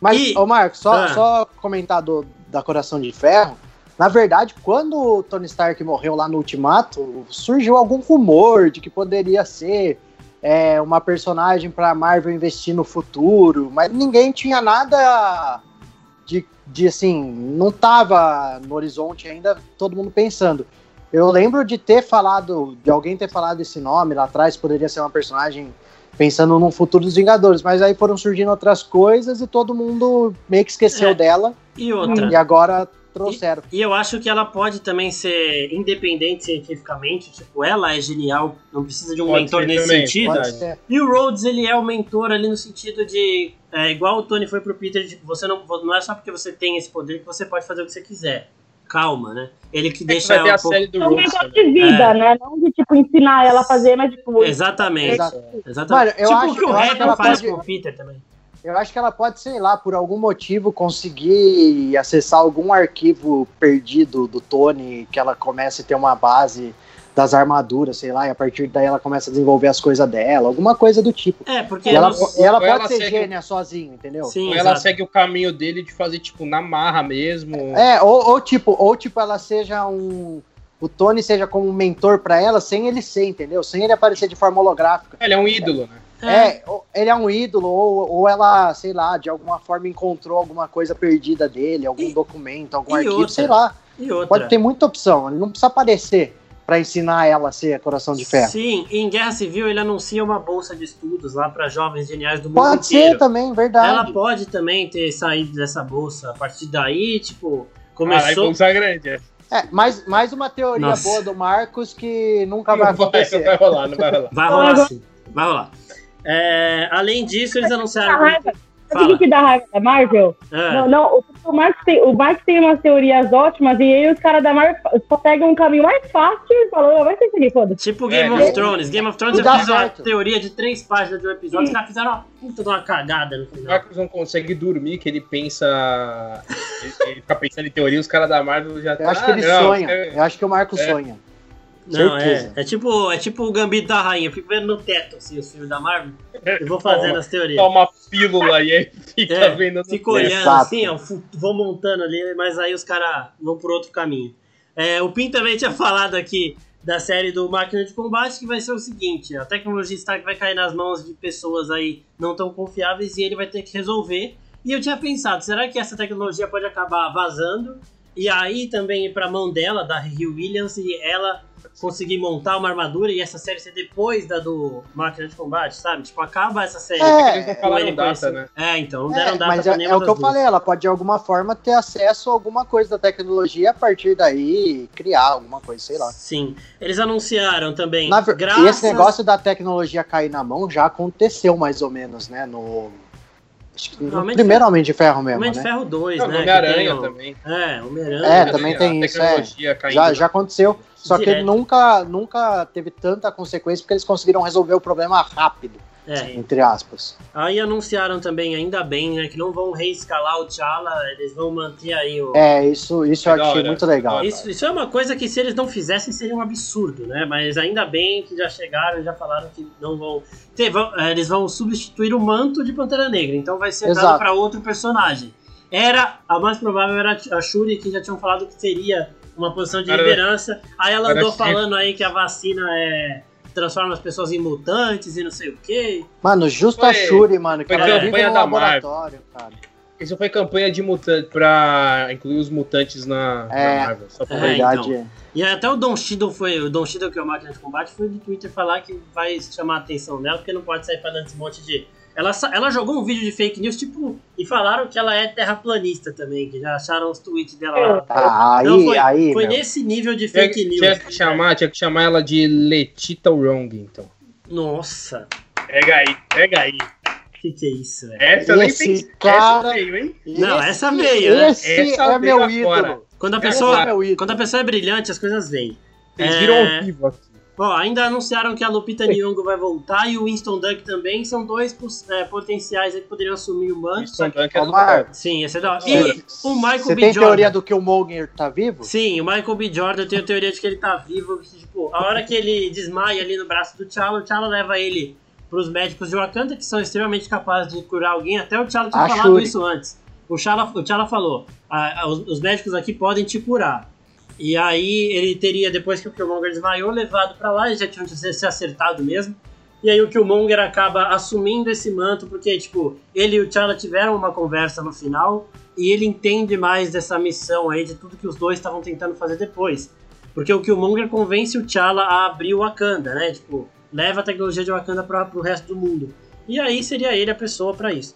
[SPEAKER 4] Mas,
[SPEAKER 1] E-
[SPEAKER 4] ô Marco, só,
[SPEAKER 1] Ah.
[SPEAKER 4] só comentar do, da Coração de Ferro. Na verdade, quando o Tony Stark morreu lá no Ultimato, surgiu algum rumor de que poderia ser é, uma personagem pra Marvel investir no futuro, mas ninguém tinha nada de, de assim, não tava no horizonte ainda todo mundo pensando. Eu lembro de ter falado, de alguém ter falado esse nome lá atrás, poderia ser uma personagem pensando num futuro dos Vingadores, mas aí foram surgindo outras coisas e todo mundo meio que esqueceu
[SPEAKER 1] É.
[SPEAKER 4] dela
[SPEAKER 1] E outra.
[SPEAKER 4] e agora trouxeram.
[SPEAKER 1] E eu acho que ela pode também ser independente cientificamente, tipo, ela é genial, não precisa de um
[SPEAKER 3] Pode
[SPEAKER 1] mentor
[SPEAKER 3] ser
[SPEAKER 1] nesse
[SPEAKER 3] também,
[SPEAKER 1] sentido.
[SPEAKER 4] Pode
[SPEAKER 3] verdade.
[SPEAKER 4] ser.
[SPEAKER 1] E o Rhodes, ele é o mentor ali no sentido de, é, igual o Tony foi pro Peter, de, você não, não é só porque você tem esse poder que você pode fazer o que você quiser. Calma, né? Ele que deixa
[SPEAKER 3] Deixa É vai ter
[SPEAKER 1] ela
[SPEAKER 3] a
[SPEAKER 1] um pouco...
[SPEAKER 3] série do
[SPEAKER 2] É um
[SPEAKER 3] Rhodes
[SPEAKER 2] negócio
[SPEAKER 3] também.
[SPEAKER 2] de vida,
[SPEAKER 1] É.
[SPEAKER 2] né? Não de, tipo, ensinar ela a fazer, mas, tipo...
[SPEAKER 1] Exatamente,
[SPEAKER 4] Exato. Mano,
[SPEAKER 1] exatamente.
[SPEAKER 4] eu
[SPEAKER 1] tipo
[SPEAKER 4] acho-
[SPEAKER 1] o que o
[SPEAKER 4] eu acho que
[SPEAKER 1] Regan
[SPEAKER 4] ela
[SPEAKER 1] faz
[SPEAKER 4] pode-
[SPEAKER 1] com o Peter também.
[SPEAKER 4] Eu acho que ela pode, sei lá, por algum motivo conseguir acessar algum arquivo perdido do Tony, que ela comece a ter uma base das armaduras, sei lá, e a partir daí ela começa a desenvolver as coisas dela, alguma coisa do tipo.
[SPEAKER 1] É, porque...
[SPEAKER 4] E ela,
[SPEAKER 1] nos-
[SPEAKER 4] e ela
[SPEAKER 3] ou
[SPEAKER 4] pode
[SPEAKER 3] ela
[SPEAKER 4] ser
[SPEAKER 3] segue-
[SPEAKER 4] gênia sozinha, entendeu?
[SPEAKER 1] Sim,
[SPEAKER 3] Ou ela
[SPEAKER 1] exato.
[SPEAKER 3] segue o caminho dele de fazer, tipo, na marra mesmo.
[SPEAKER 4] É, ou, ou tipo, ou tipo, ela seja um. O Tony seja como um mentor pra ela sem ele ser, entendeu? Sem ele aparecer de forma holográfica.
[SPEAKER 3] Ele é um ídolo, né?
[SPEAKER 1] É,
[SPEAKER 4] É, ou- ele é um ídolo, ou, ou ela, sei lá, de alguma forma encontrou alguma coisa perdida dele, algum
[SPEAKER 1] E-
[SPEAKER 4] documento, algum
[SPEAKER 1] e
[SPEAKER 4] arquivo,
[SPEAKER 1] outra.
[SPEAKER 4] sei lá.
[SPEAKER 1] e outra.
[SPEAKER 4] Pode ter muita opção, ele não precisa aparecer pra ensinar ela a ser coração um de ferro.
[SPEAKER 1] Sim, em Guerra Civil ele anuncia uma bolsa de estudos lá para jovens geniais do mundo
[SPEAKER 4] Pode
[SPEAKER 1] inteiro.
[SPEAKER 4] ser também,
[SPEAKER 1] Ela
[SPEAKER 4] verdade.
[SPEAKER 1] pode também ter saído dessa bolsa. A partir daí, tipo,
[SPEAKER 3] Caralho,
[SPEAKER 1] começou.
[SPEAKER 3] bolsa grande. é.
[SPEAKER 4] É, mais, mais uma teoria
[SPEAKER 1] Nossa.
[SPEAKER 4] boa do Marcos que nunca
[SPEAKER 3] Não
[SPEAKER 4] vai
[SPEAKER 1] [LAUGHS]
[SPEAKER 3] vai,
[SPEAKER 4] acontecer.
[SPEAKER 3] não vai rolar, não vai rolar.
[SPEAKER 1] Vai rolar sim. Vai rolar. É, além disso, eles
[SPEAKER 2] Dá
[SPEAKER 1] anunciaram.
[SPEAKER 2] raiva. Sabe o
[SPEAKER 1] Fala.
[SPEAKER 2] que que dá raiva da Marvel?
[SPEAKER 1] Ah,
[SPEAKER 2] Não, não, o pessoal o Marcos tem, o Marcos tem umas teorias ótimas e aí os caras da Marvel só pegam um caminho mais fácil e falam, "Ah, vai ser feliz, foda-se.
[SPEAKER 1] Tipo
[SPEAKER 3] É,
[SPEAKER 1] Game
[SPEAKER 3] né?
[SPEAKER 1] of Thrones. Game of Thrones
[SPEAKER 4] E
[SPEAKER 1] eu
[SPEAKER 4] dá
[SPEAKER 1] fiz uma
[SPEAKER 4] certo.
[SPEAKER 1] teoria de três páginas de um episódio, os caras fizeram uma puta de uma cagada no final.
[SPEAKER 3] Marcos não consegue dormir, que ele pensa. Ele, ele fica pensando em teoria, os caras da Marvel já
[SPEAKER 4] Eu acho que
[SPEAKER 3] "Ah,
[SPEAKER 4] ele
[SPEAKER 3] não,
[SPEAKER 4] sonha.
[SPEAKER 3] é-
[SPEAKER 4] Eu acho que o Marco
[SPEAKER 3] É.
[SPEAKER 4] sonha.
[SPEAKER 1] Não, é,
[SPEAKER 4] certeza.
[SPEAKER 1] é tipo, é tipo o gambito da rainha. Eu fico vendo no teto, assim, os filmes da Marvel. Eu vou fazendo as teorias.
[SPEAKER 3] É, Toma pílula e aí fica
[SPEAKER 1] É,
[SPEAKER 3] vendo.
[SPEAKER 1] Fico olhando
[SPEAKER 4] Exato.
[SPEAKER 1] assim, ó, fu- vou montando ali, mas aí os caras vão por outro caminho. É, o Pim também tinha falado aqui da série do Máquina de Combate, que vai ser o seguinte, a tecnologia Stark vai cair nas mãos de pessoas aí não tão confiáveis e ele vai ter que resolver. E eu tinha pensado, será que essa tecnologia pode acabar vazando? E aí também ir pra mão dela, da Hill Williams, e ela conseguir montar uma armadura e essa série ser depois da do Máquina de Combate, sabe? Tipo, acaba essa série.
[SPEAKER 4] É,
[SPEAKER 3] Eles falaram
[SPEAKER 1] Ele
[SPEAKER 3] data,
[SPEAKER 1] conhece-
[SPEAKER 3] né?
[SPEAKER 1] É, então, não deram
[SPEAKER 4] É,
[SPEAKER 1] data
[SPEAKER 4] mas
[SPEAKER 1] pra
[SPEAKER 4] é,
[SPEAKER 1] nenhuma
[SPEAKER 4] é o que
[SPEAKER 1] das
[SPEAKER 4] eu
[SPEAKER 1] duas.
[SPEAKER 4] falei, ela pode de alguma forma ter acesso a alguma coisa da tecnologia a partir daí e criar alguma coisa, sei lá.
[SPEAKER 1] Sim. Eles anunciaram também.
[SPEAKER 4] Na ver- e
[SPEAKER 1] graças...
[SPEAKER 4] esse negócio é da tecnologia cair na mão já aconteceu mais ou menos, né? No, acho que no
[SPEAKER 1] No Homem de
[SPEAKER 4] primeiro Homem de Ferro mesmo,
[SPEAKER 1] Homem de
[SPEAKER 4] né?
[SPEAKER 1] Ferro 2,
[SPEAKER 3] Não,
[SPEAKER 1] né? que tem
[SPEAKER 3] Homem-Aranha
[SPEAKER 1] o-
[SPEAKER 3] também.
[SPEAKER 1] É, Homem-Aranha.
[SPEAKER 4] É, também tem
[SPEAKER 3] a
[SPEAKER 4] isso, é.
[SPEAKER 3] tecnologia caindo. né?
[SPEAKER 4] Já, já aconteceu, só que
[SPEAKER 1] Direto.
[SPEAKER 4] nunca, nunca teve tanta consequência porque eles conseguiram resolver o problema rápido,
[SPEAKER 1] É.
[SPEAKER 4] entre aspas.
[SPEAKER 1] Aí anunciaram também, ainda bem, né? Que não vão reescalar o T'Challa, eles vão manter aí o.
[SPEAKER 4] É, isso, isso eu
[SPEAKER 3] Da
[SPEAKER 4] achei
[SPEAKER 3] hora,
[SPEAKER 4] muito legal.
[SPEAKER 3] da hora.
[SPEAKER 1] Isso, isso é uma coisa que se eles não fizessem seria um absurdo, né? Mas ainda bem que já chegaram, já falaram que não vão. Te- vão- é, eles vão substituir o manto de Pantera Negra, então vai ser dado
[SPEAKER 4] Exato.
[SPEAKER 1] para outro personagem. Era a mais provável era a Shuri que já tinham falado que seria uma posição de
[SPEAKER 3] Era-
[SPEAKER 1] liderança. Aí ela
[SPEAKER 3] era
[SPEAKER 1] andou
[SPEAKER 3] Shiva.
[SPEAKER 1] falando aí que a vacina é transforma as pessoas em mutantes e não sei o quê.
[SPEAKER 4] Mano, justo a
[SPEAKER 3] Foi-
[SPEAKER 4] Shuri, mano, que
[SPEAKER 3] foi
[SPEAKER 4] ela vive
[SPEAKER 3] campanha
[SPEAKER 4] no
[SPEAKER 3] da Marvel.
[SPEAKER 4] laboratório, cara.
[SPEAKER 3] Isso foi campanha de mutante pra incluir os mutantes na,
[SPEAKER 4] É.
[SPEAKER 3] na Marvel. Só pra
[SPEAKER 1] É,
[SPEAKER 4] Na
[SPEAKER 3] ver.
[SPEAKER 4] verdade,
[SPEAKER 1] então.
[SPEAKER 4] é.
[SPEAKER 1] E até o Don Shido foi, o Don Shido que é o máquina de combate, foi no Twitter falar que vai chamar a atenção dela, porque não pode sair falando esse monte de. Ela, sa- ela jogou um vídeo de fake news, tipo, e falaram que ela é terraplanista também, que já acharam os tweets dela lá.
[SPEAKER 4] Ah, aí,
[SPEAKER 1] Então foi,
[SPEAKER 4] aí,
[SPEAKER 1] foi
[SPEAKER 4] meu.
[SPEAKER 1] nesse nível de
[SPEAKER 3] Tinha,
[SPEAKER 1] fake news.
[SPEAKER 3] tinha, que chamar, tinha que chamar ela de Letita Wrong, então.
[SPEAKER 1] Nossa,
[SPEAKER 3] Pega aí, pega aí.
[SPEAKER 1] que que é isso, velho?
[SPEAKER 3] Essa
[SPEAKER 4] eu nem Esse pensei- essa cara-
[SPEAKER 3] veio, hein?
[SPEAKER 1] Não,
[SPEAKER 4] Esse-
[SPEAKER 1] essa veio, né?
[SPEAKER 4] Esse
[SPEAKER 3] Essa
[SPEAKER 4] é meu
[SPEAKER 3] veio agora.
[SPEAKER 4] ídolo.
[SPEAKER 1] Quando a
[SPEAKER 4] Esse
[SPEAKER 1] pessoa,
[SPEAKER 4] é meu ídolo.
[SPEAKER 1] quando a pessoa é brilhante, as coisas vêm.
[SPEAKER 3] Vocês
[SPEAKER 1] É.
[SPEAKER 3] viram ao vivo aqui.
[SPEAKER 1] Bom, ainda anunciaram que a Lupita Nyong'o vai voltar e o Winston Duck também, são dois pos- é, potenciais aí que poderiam assumir o manto.
[SPEAKER 3] Isso também que é do-
[SPEAKER 4] Omar,
[SPEAKER 1] Sim, esse é da hora.
[SPEAKER 3] Sim.
[SPEAKER 1] E o Michael
[SPEAKER 4] Você
[SPEAKER 1] B.
[SPEAKER 4] tem
[SPEAKER 1] Jordan.
[SPEAKER 4] teoria do que o Mulger tá vivo?
[SPEAKER 1] Sim, o Michael B. Jordan, eu tenho a teoria de que ele tá vivo. que, tipo, a hora que ele desmaia ali no braço do T'Challa, o T'Challa leva ele pros médicos de Wakanda, que são extremamente capazes de curar alguém. Até o T'Challa tinha
[SPEAKER 4] A
[SPEAKER 1] falado
[SPEAKER 4] Shuri.
[SPEAKER 1] isso antes. O T'Challa, o T'Challa falou, "Ah, ah, os, os médicos aqui podem te curar. E aí ele teria, depois que o Killmonger desmaiou, levado pra lá, eles já tinham se se acertado mesmo. E aí o Killmonger acaba assumindo esse manto, porque, tipo, ele e o T'Challa tiveram uma conversa no final, e ele entende mais dessa missão aí, de tudo que os dois estavam tentando fazer depois. Porque o Killmonger convence o T'Challa a abrir o Wakanda, né? Tipo, leva a tecnologia de Wakanda para o resto do mundo. E aí seria ele a pessoa para isso.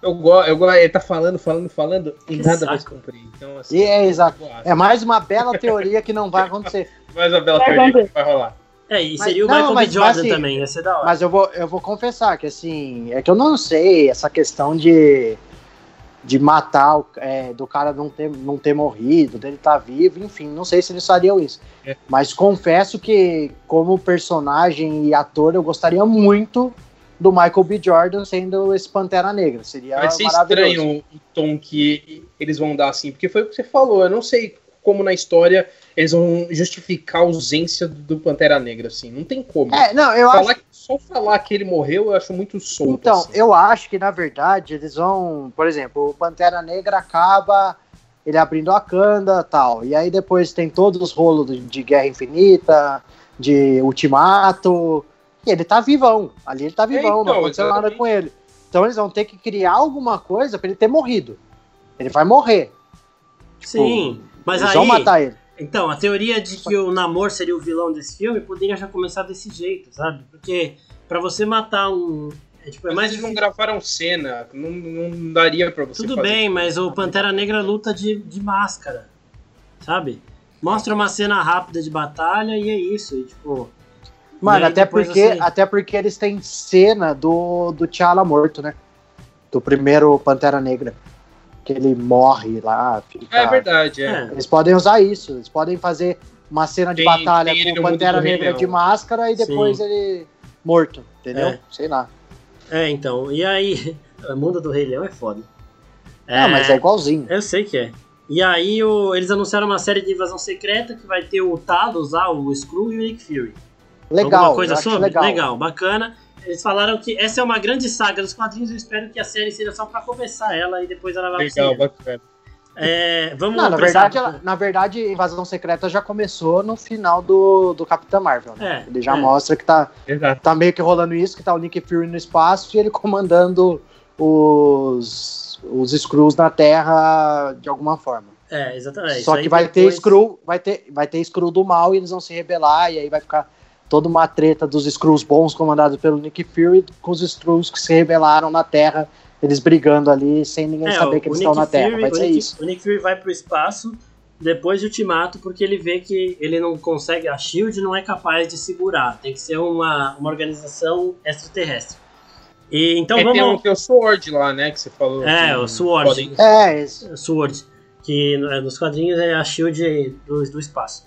[SPEAKER 3] Eu gosto, eu go- ele tá falando, falando, falando, e
[SPEAKER 1] Que
[SPEAKER 3] nada
[SPEAKER 1] saco.
[SPEAKER 3] vai se cumprir. Então, assim,
[SPEAKER 4] E é exato.
[SPEAKER 3] eu gosto.
[SPEAKER 4] É mais uma bela teoria que não vai acontecer.
[SPEAKER 3] Mas a Bela
[SPEAKER 2] Vai
[SPEAKER 3] Perdi
[SPEAKER 2] acontecer.
[SPEAKER 3] vai rolar.
[SPEAKER 1] É, e
[SPEAKER 4] Mas-
[SPEAKER 1] seria o
[SPEAKER 4] não,
[SPEAKER 1] Michael
[SPEAKER 4] mas-
[SPEAKER 1] B. Jordan
[SPEAKER 4] mas assim-
[SPEAKER 1] também, ia ser da hora.
[SPEAKER 4] Mas eu vou, eu vou confessar que, assim, é que eu não sei essa questão de, de matar, o- é, do cara não ter, não ter morrido, dele estar vivo, enfim, não sei se eles fariam isso.
[SPEAKER 3] É.
[SPEAKER 4] Mas confesso que, como personagem e ator, eu gostaria muito do Michael B. Jordan sendo esse Pantera Negra. Seria
[SPEAKER 3] Vai ser
[SPEAKER 4] É maravilhoso.
[SPEAKER 3] estranho o tom que eles vão dar, assim, porque foi o que você falou. Eu não sei como na história eles vão justificar a ausência do do Pantera Negra, assim. Não tem como.
[SPEAKER 4] É, não, eu acho
[SPEAKER 3] falar, que- Só falar que ele morreu, eu acho muito solto.
[SPEAKER 4] Então,
[SPEAKER 3] assim.
[SPEAKER 4] eu acho que na verdade eles vão, por exemplo, o Pantera Negra acaba ele abrindo a canda tal. E aí depois tem todos os rolos de- de Guerra Infinita, de Ultimato. E ele tá vivão. Ali ele tá vivão,
[SPEAKER 3] então,
[SPEAKER 4] não aconteceu nada
[SPEAKER 3] exatamente.
[SPEAKER 4] com ele. Então eles vão ter que criar alguma coisa pra ele ter morrido. Ele vai morrer.
[SPEAKER 1] Sim, mas
[SPEAKER 4] eles
[SPEAKER 1] aí...
[SPEAKER 4] vão tipo, matar ele.
[SPEAKER 1] Então, a teoria de que o Namor seria o vilão desse filme poderia já começar desse jeito, sabe? Porque para você matar um... É, tipo, é
[SPEAKER 3] Mas
[SPEAKER 1] mais
[SPEAKER 3] eles
[SPEAKER 1] difícil.
[SPEAKER 3] não gravaram cena, não, não daria pra você
[SPEAKER 1] Tudo
[SPEAKER 3] fazer.
[SPEAKER 1] bem, mas o Pantera Negra luta de, de máscara, sabe? Mostra uma cena rápida de batalha e é isso. E, tipo, e
[SPEAKER 4] Mano,
[SPEAKER 1] aí
[SPEAKER 4] até
[SPEAKER 1] depois
[SPEAKER 4] porque,
[SPEAKER 1] assim-
[SPEAKER 4] até porque eles têm cena do, do T'Challa morto, né? Do primeiro Pantera Negra. que ele morre lá. fica-
[SPEAKER 3] É verdade, é.
[SPEAKER 1] É.
[SPEAKER 4] Eles podem usar isso, eles podem fazer uma cena
[SPEAKER 3] Tem-
[SPEAKER 4] de batalha
[SPEAKER 3] tem ele
[SPEAKER 4] com
[SPEAKER 3] no
[SPEAKER 4] o
[SPEAKER 3] mundo
[SPEAKER 4] Pantera
[SPEAKER 3] do Rei
[SPEAKER 4] Negra
[SPEAKER 3] Leão.
[SPEAKER 4] de máscara e depois
[SPEAKER 1] Sim.
[SPEAKER 4] ele morto, entendeu?
[SPEAKER 1] É.
[SPEAKER 4] Sei lá.
[SPEAKER 1] É, então. E aí, [LAUGHS] o mundo do Rei Leão é foda.
[SPEAKER 4] Ah, mas é igualzinho.
[SPEAKER 1] Eu sei que é. E aí o- eles anunciaram uma série de invasão secreta que vai ter o Talos lá, o Screw e o Nick Fury.
[SPEAKER 4] Legal,
[SPEAKER 1] Alguma coisa
[SPEAKER 4] eu acho
[SPEAKER 1] sobre?
[SPEAKER 4] legal.
[SPEAKER 1] bacana. Eles falaram que essa é uma grande saga dos quadrinhos, eu espero que a série seja só pra começar ela e depois ela vai pro
[SPEAKER 5] Legal,
[SPEAKER 1] cinema.
[SPEAKER 5] bacana.
[SPEAKER 1] É, vamos
[SPEAKER 4] Não, na
[SPEAKER 1] prestar-
[SPEAKER 4] verdade, ela- na verdade, Invasão Secreta já começou no final do, do Capitão Marvel, né?
[SPEAKER 1] É,
[SPEAKER 4] Ele já
[SPEAKER 1] é.
[SPEAKER 4] mostra que tá,
[SPEAKER 5] Exato.
[SPEAKER 4] tá meio que rolando isso, que tá o Nick Fury no espaço e ele [LAUGHS] comandando os, os Skrulls na Terra de alguma forma.
[SPEAKER 1] É, exatamente. Isso
[SPEAKER 4] Só
[SPEAKER 1] aí
[SPEAKER 4] que vai ter
[SPEAKER 1] depois-
[SPEAKER 4] Skrull, vai ter, vai ter Skrull do mal e eles vão se rebelar, e aí vai ficar toda uma treta dos Skrulls bons comandados pelo Nick Fury com os Skrulls que se rebelaram na Terra, eles brigando ali sem ninguém
[SPEAKER 1] É,
[SPEAKER 4] saber que
[SPEAKER 1] o
[SPEAKER 4] eles
[SPEAKER 1] Nick
[SPEAKER 4] estão na Terra.
[SPEAKER 1] Fury-
[SPEAKER 4] Vai
[SPEAKER 1] o
[SPEAKER 4] ser
[SPEAKER 1] Nick-
[SPEAKER 4] isso.
[SPEAKER 1] O Nick Fury vai pro espaço depois de Ultimato, porque ele vê que ele não consegue, a SHIELD não é capaz de segurar, tem que ser uma, uma organização extraterrestre. E então
[SPEAKER 3] É, tem, o,
[SPEAKER 1] vamos...
[SPEAKER 3] tem o Sword lá, né, que você falou.
[SPEAKER 1] É,
[SPEAKER 3] que
[SPEAKER 1] o Sword.
[SPEAKER 3] podem-
[SPEAKER 4] É, isso.
[SPEAKER 1] SWORD, que é, nos quadrinhos é a SHIELD do, do espaço.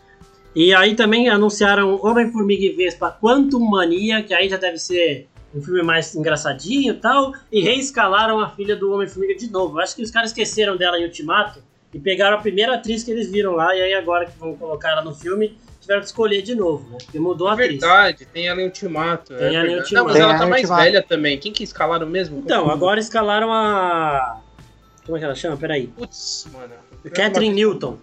[SPEAKER 1] E aí também anunciaram Homem-Formiga e Vespa Quantum Mania, que aí já deve ser um filme mais engraçadinho e tal, e reescalaram a filha do Homem-Formiga de novo. Eu Acho que os caras esqueceram dela em Ultimato e pegaram a primeira atriz que eles viram lá, e aí agora que vão colocar ela no filme, tiveram que escolher de novo, né? Porque mudou a
[SPEAKER 3] É
[SPEAKER 1] atriz.
[SPEAKER 3] verdade, tem ela em Ultimato.
[SPEAKER 1] Tem
[SPEAKER 3] é
[SPEAKER 1] ela em
[SPEAKER 3] verdade.
[SPEAKER 1] Ultimato.
[SPEAKER 3] Não, mas
[SPEAKER 4] Tem
[SPEAKER 3] ela
[SPEAKER 4] ela
[SPEAKER 3] tá
[SPEAKER 4] em
[SPEAKER 3] mais
[SPEAKER 4] Ultimato.
[SPEAKER 3] velha também. Quem que escalaram mesmo?
[SPEAKER 1] Então, agora escalaram a. Como é que ela chama? Peraí.
[SPEAKER 3] Putz, mano.
[SPEAKER 1] Catherine Newton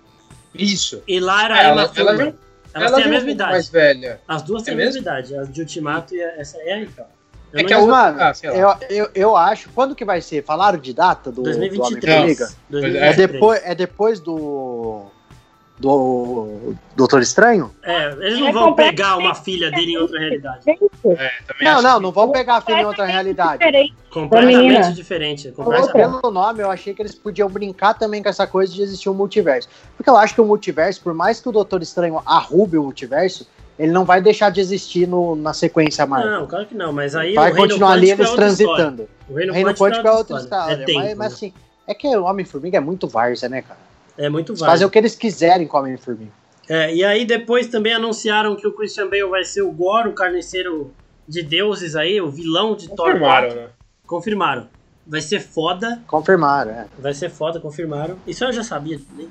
[SPEAKER 3] Isso.
[SPEAKER 1] e Lyra
[SPEAKER 3] é Ah, ela-
[SPEAKER 1] Emma Fuller.
[SPEAKER 3] ela já-
[SPEAKER 1] Elas têm
[SPEAKER 3] ela já
[SPEAKER 1] a
[SPEAKER 3] é
[SPEAKER 1] mesma
[SPEAKER 3] um pouco
[SPEAKER 1] idade.
[SPEAKER 3] mais velha.
[SPEAKER 1] As duas
[SPEAKER 3] É
[SPEAKER 1] têm a mesma
[SPEAKER 3] mesmo?
[SPEAKER 1] idade, as de Ultimato e a- essa é então. Eu
[SPEAKER 3] É
[SPEAKER 1] não
[SPEAKER 3] que a
[SPEAKER 4] Mas,
[SPEAKER 1] lembro-
[SPEAKER 3] outra.
[SPEAKER 4] mano,
[SPEAKER 3] Ah, sei lá.
[SPEAKER 4] Eu, eu, eu acho. Quando que vai ser? Falaram de data do, do Homem-Formiga?
[SPEAKER 1] 2023.
[SPEAKER 4] É
[SPEAKER 1] 2023.
[SPEAKER 4] depois, é depois do. Do Doutor Estranho?
[SPEAKER 1] É, eles
[SPEAKER 2] É
[SPEAKER 1] não vão
[SPEAKER 2] completamente
[SPEAKER 1] pegar uma filha dele em outra realidade.
[SPEAKER 3] É, Também
[SPEAKER 4] Não,
[SPEAKER 3] acho
[SPEAKER 4] não,
[SPEAKER 3] que-
[SPEAKER 4] não vão pegar a filha em outra realidade.
[SPEAKER 2] Diferente.
[SPEAKER 1] Completamente
[SPEAKER 2] menina.
[SPEAKER 1] diferente.
[SPEAKER 4] Mas
[SPEAKER 1] completamente.
[SPEAKER 4] pelo nome, eu achei que eles podiam brincar também com essa coisa de existir um multiverso. Porque eu acho que o multiverso, por mais que o Doutor Estranho arrube o multiverso, ele não vai deixar de existir no, na sequência Marvel.
[SPEAKER 1] Não, claro que não, mas aí
[SPEAKER 4] vai
[SPEAKER 1] o Reino
[SPEAKER 4] continuar ali
[SPEAKER 1] Quântico é
[SPEAKER 4] eles
[SPEAKER 1] outra história.
[SPEAKER 4] transitando.
[SPEAKER 1] O Reino,
[SPEAKER 4] O Reino
[SPEAKER 1] Quântico
[SPEAKER 4] Quântico é outra história.
[SPEAKER 1] É, tempo,
[SPEAKER 4] mas, mas
[SPEAKER 1] né?
[SPEAKER 4] assim, é que o Homem-Formiga é muito Varsa, né, cara?
[SPEAKER 1] É muito
[SPEAKER 4] Eles fazem
[SPEAKER 1] válido.
[SPEAKER 4] o que eles quiserem com o Homem-Formiga.
[SPEAKER 1] É, e aí depois também anunciaram que o Christian Bale vai ser o Gore, o carniceiro de deuses aí, o vilão de Thor 4.
[SPEAKER 3] Confirmaram, né?
[SPEAKER 1] Confirmaram. Vai ser foda,
[SPEAKER 4] Confirmaram, é.
[SPEAKER 1] Vai ser foda, confirmaram. Isso eu já sabia também.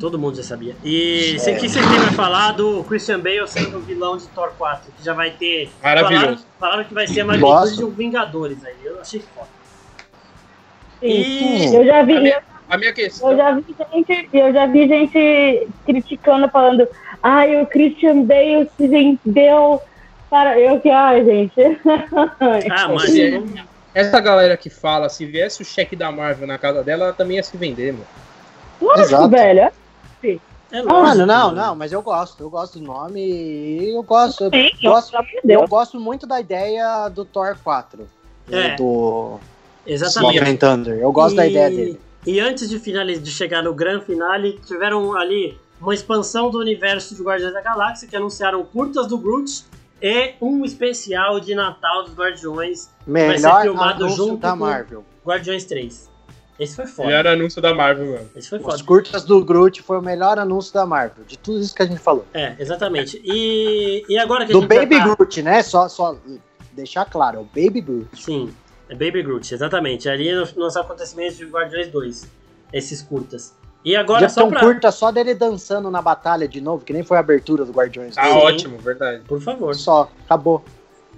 [SPEAKER 1] Todo mundo já sabia. E o que vocês têm pra falar do Christian Bale sendo o vilão de Thor 4? Que já vai ter. Falaram,
[SPEAKER 3] Maravilhoso.
[SPEAKER 1] falaram que vai ser a
[SPEAKER 4] Nossa.
[SPEAKER 1] magnitude de um Vingadores aí. Eu achei foda. E-
[SPEAKER 2] Eu já vi,
[SPEAKER 3] A minha questão.
[SPEAKER 2] Eu já vi gente, eu já vi gente criticando, falando, ai, o Christian Bale se vendeu para. Eu que, ai, gente. [LAUGHS]
[SPEAKER 1] Ah, mas.
[SPEAKER 3] Sim. Essa galera que fala, se viesse o cheque da Marvel na casa dela, ela também ia se vender, mano.
[SPEAKER 2] Lógico,
[SPEAKER 4] Exato.
[SPEAKER 2] velho.
[SPEAKER 1] É
[SPEAKER 4] Mano, não,
[SPEAKER 1] né?
[SPEAKER 4] não, mas eu gosto, eu gosto do nome e eu gosto. Eu,
[SPEAKER 2] Sim,
[SPEAKER 4] gosto,
[SPEAKER 2] pelo amor de
[SPEAKER 4] eu
[SPEAKER 2] Deus.
[SPEAKER 4] gosto muito da ideia do Thor 4.
[SPEAKER 1] É.
[SPEAKER 4] Do
[SPEAKER 1] Exatamente.
[SPEAKER 4] Love and Thunder. Eu gosto da
[SPEAKER 1] E-
[SPEAKER 4] ideia dele.
[SPEAKER 1] E antes de, finali- de chegar no grande finale, tiveram ali uma expansão do universo de Guardiões da Galáxia, que anunciaram curtas do Groot e um especial de Natal dos Guardiões,
[SPEAKER 4] Melhor
[SPEAKER 1] filmado
[SPEAKER 4] anúncio
[SPEAKER 1] junto
[SPEAKER 4] da
[SPEAKER 1] com-
[SPEAKER 4] Marvel.
[SPEAKER 1] Guardiões 3. Esse foi foda.
[SPEAKER 3] Melhor anúncio da Marvel, mano.
[SPEAKER 1] Esse foi
[SPEAKER 4] Os
[SPEAKER 1] foda.
[SPEAKER 4] curtas do Groot foi o melhor anúncio da Marvel, de tudo isso que a gente falou.
[SPEAKER 1] É, exatamente. E, e agora que a
[SPEAKER 4] Do
[SPEAKER 1] gente já
[SPEAKER 4] Baby
[SPEAKER 1] tá-
[SPEAKER 4] Groot, né? Só, só deixar claro, é o Baby Groot.
[SPEAKER 1] Sim, é Baby Groot, exatamente. Ali é nos, nos acontecimentos de Guardiões 2, esses curtas. E agora
[SPEAKER 4] Já
[SPEAKER 1] só
[SPEAKER 4] tem um
[SPEAKER 1] pra...
[SPEAKER 4] curta só dele dançando na batalha de novo, que nem foi a abertura do Guardiões.
[SPEAKER 3] Tá
[SPEAKER 1] Sim.
[SPEAKER 3] ótimo, verdade.
[SPEAKER 1] Por favor.
[SPEAKER 4] Só, acabou.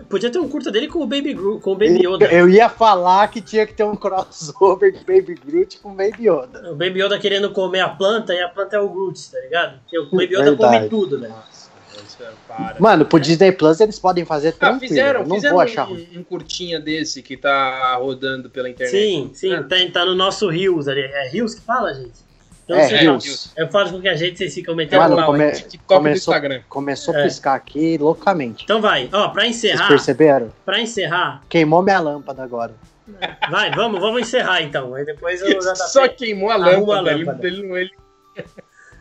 [SPEAKER 1] Podia ter um curta dele com o Baby Groot, com o Baby Yoda.
[SPEAKER 4] Eu ia falar que tinha que ter um crossover de Baby Groot com Baby Yoda.
[SPEAKER 1] O Baby Yoda querendo comer a planta e a planta é o Groot, tá ligado? Porque o Baby Yoda
[SPEAKER 4] Verdade.
[SPEAKER 1] come tudo, velho.
[SPEAKER 3] Nossa, Deus, para.
[SPEAKER 4] Mano, pro Disney Plus eles podem fazer
[SPEAKER 3] Ah,
[SPEAKER 4] tranquilo.
[SPEAKER 3] fizeram,
[SPEAKER 4] eu não
[SPEAKER 3] fizeram
[SPEAKER 4] vou achar ruim.
[SPEAKER 3] um, um curtinha desse que tá rodando pela internet.
[SPEAKER 1] Sim, sim,
[SPEAKER 3] É.
[SPEAKER 1] tá, tá no nosso Rios ali. É Rios que fala, gente? Eu não
[SPEAKER 4] É,
[SPEAKER 1] sei
[SPEAKER 3] Rios.
[SPEAKER 1] falar. Eu falo com que a gente, vocês ficam metendo
[SPEAKER 4] Mano,
[SPEAKER 1] lá.
[SPEAKER 4] come-
[SPEAKER 3] um TikTok do
[SPEAKER 4] começou,
[SPEAKER 3] Instagram.
[SPEAKER 4] começou
[SPEAKER 1] É.
[SPEAKER 4] a piscar aqui loucamente.
[SPEAKER 3] Tá
[SPEAKER 1] Então vai, ó, pra
[SPEAKER 4] Vocês
[SPEAKER 1] encerrar,
[SPEAKER 4] perceberam?
[SPEAKER 1] pra encerrar,
[SPEAKER 4] Queimou minha lâmpada agora.
[SPEAKER 1] vai, vamos, vamos encerrar então. Aí depois eu já
[SPEAKER 3] Só
[SPEAKER 4] Ah,
[SPEAKER 3] queimou a
[SPEAKER 1] Arruma a
[SPEAKER 4] tá
[SPEAKER 3] lâmpada. ele-
[SPEAKER 1] lâmpada.
[SPEAKER 3] ele não- ele-
[SPEAKER 1] a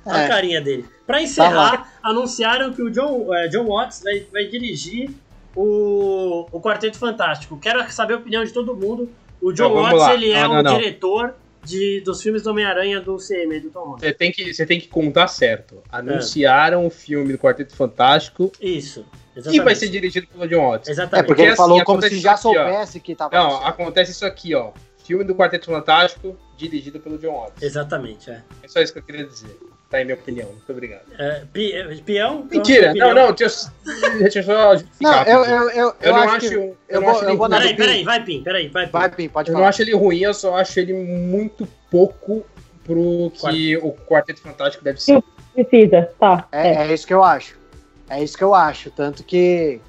[SPEAKER 3] Ah,
[SPEAKER 4] É.
[SPEAKER 1] carinha dele.
[SPEAKER 3] Tá
[SPEAKER 1] Pra encerrar, anunciaram que o John, eh, John Watts vai, vai dirigir o, o Quarteto Fantástico. Quero saber a opinião de todo mundo. O John
[SPEAKER 3] Não, Então, vamos
[SPEAKER 1] Watts,
[SPEAKER 3] lá.
[SPEAKER 1] ele é
[SPEAKER 5] Não,
[SPEAKER 1] um
[SPEAKER 5] não, não.
[SPEAKER 1] diretor de, dos filmes do Homem-Aranha do CM, do Tom Holland.
[SPEAKER 3] Você tem que, você tem que contar certo.
[SPEAKER 1] É.
[SPEAKER 3] Anunciaram o filme do Quarteto Fantástico
[SPEAKER 1] Isso.
[SPEAKER 3] e vai ser dirigido pelo John Watts.
[SPEAKER 4] É
[SPEAKER 1] Exatamente.
[SPEAKER 4] porque ele
[SPEAKER 3] assim,
[SPEAKER 4] falou como
[SPEAKER 3] acontece
[SPEAKER 4] se já
[SPEAKER 3] isso aqui, ó.
[SPEAKER 4] soubesse que tava. assim.
[SPEAKER 3] Não,
[SPEAKER 4] acontecendo.
[SPEAKER 3] acontece isso aqui, ó. Filme do Quarteto Fantástico, dirigido pelo John Watts.
[SPEAKER 1] Exatamente, é.
[SPEAKER 3] É só isso que eu queria dizer. Tá em minha opinião. Muito obrigado.
[SPEAKER 1] é pi- é, peão?
[SPEAKER 3] Mentira!
[SPEAKER 1] Então,
[SPEAKER 3] Não, não, deixa eu deixa eu só
[SPEAKER 4] Não,
[SPEAKER 3] justificar.
[SPEAKER 4] eu,
[SPEAKER 3] porque
[SPEAKER 4] eu, eu,
[SPEAKER 3] eu
[SPEAKER 4] eu
[SPEAKER 3] não
[SPEAKER 4] acho.
[SPEAKER 3] acho. um-
[SPEAKER 4] que...
[SPEAKER 3] Eu não
[SPEAKER 4] eu vou-
[SPEAKER 3] acho ele
[SPEAKER 4] eu vou
[SPEAKER 3] ruim.
[SPEAKER 4] na-
[SPEAKER 1] Peraí, peraí, vai, Pim, peraí, vai, Pim.
[SPEAKER 4] Vai, Pim, pode
[SPEAKER 3] Eu
[SPEAKER 4] falar.
[SPEAKER 3] não acho ele ruim, eu só acho ele muito pouco pro que o Quarteto Fantástico deve ser.
[SPEAKER 2] Precisa, tá.
[SPEAKER 4] É, é isso que eu acho. É isso que eu acho. Tanto que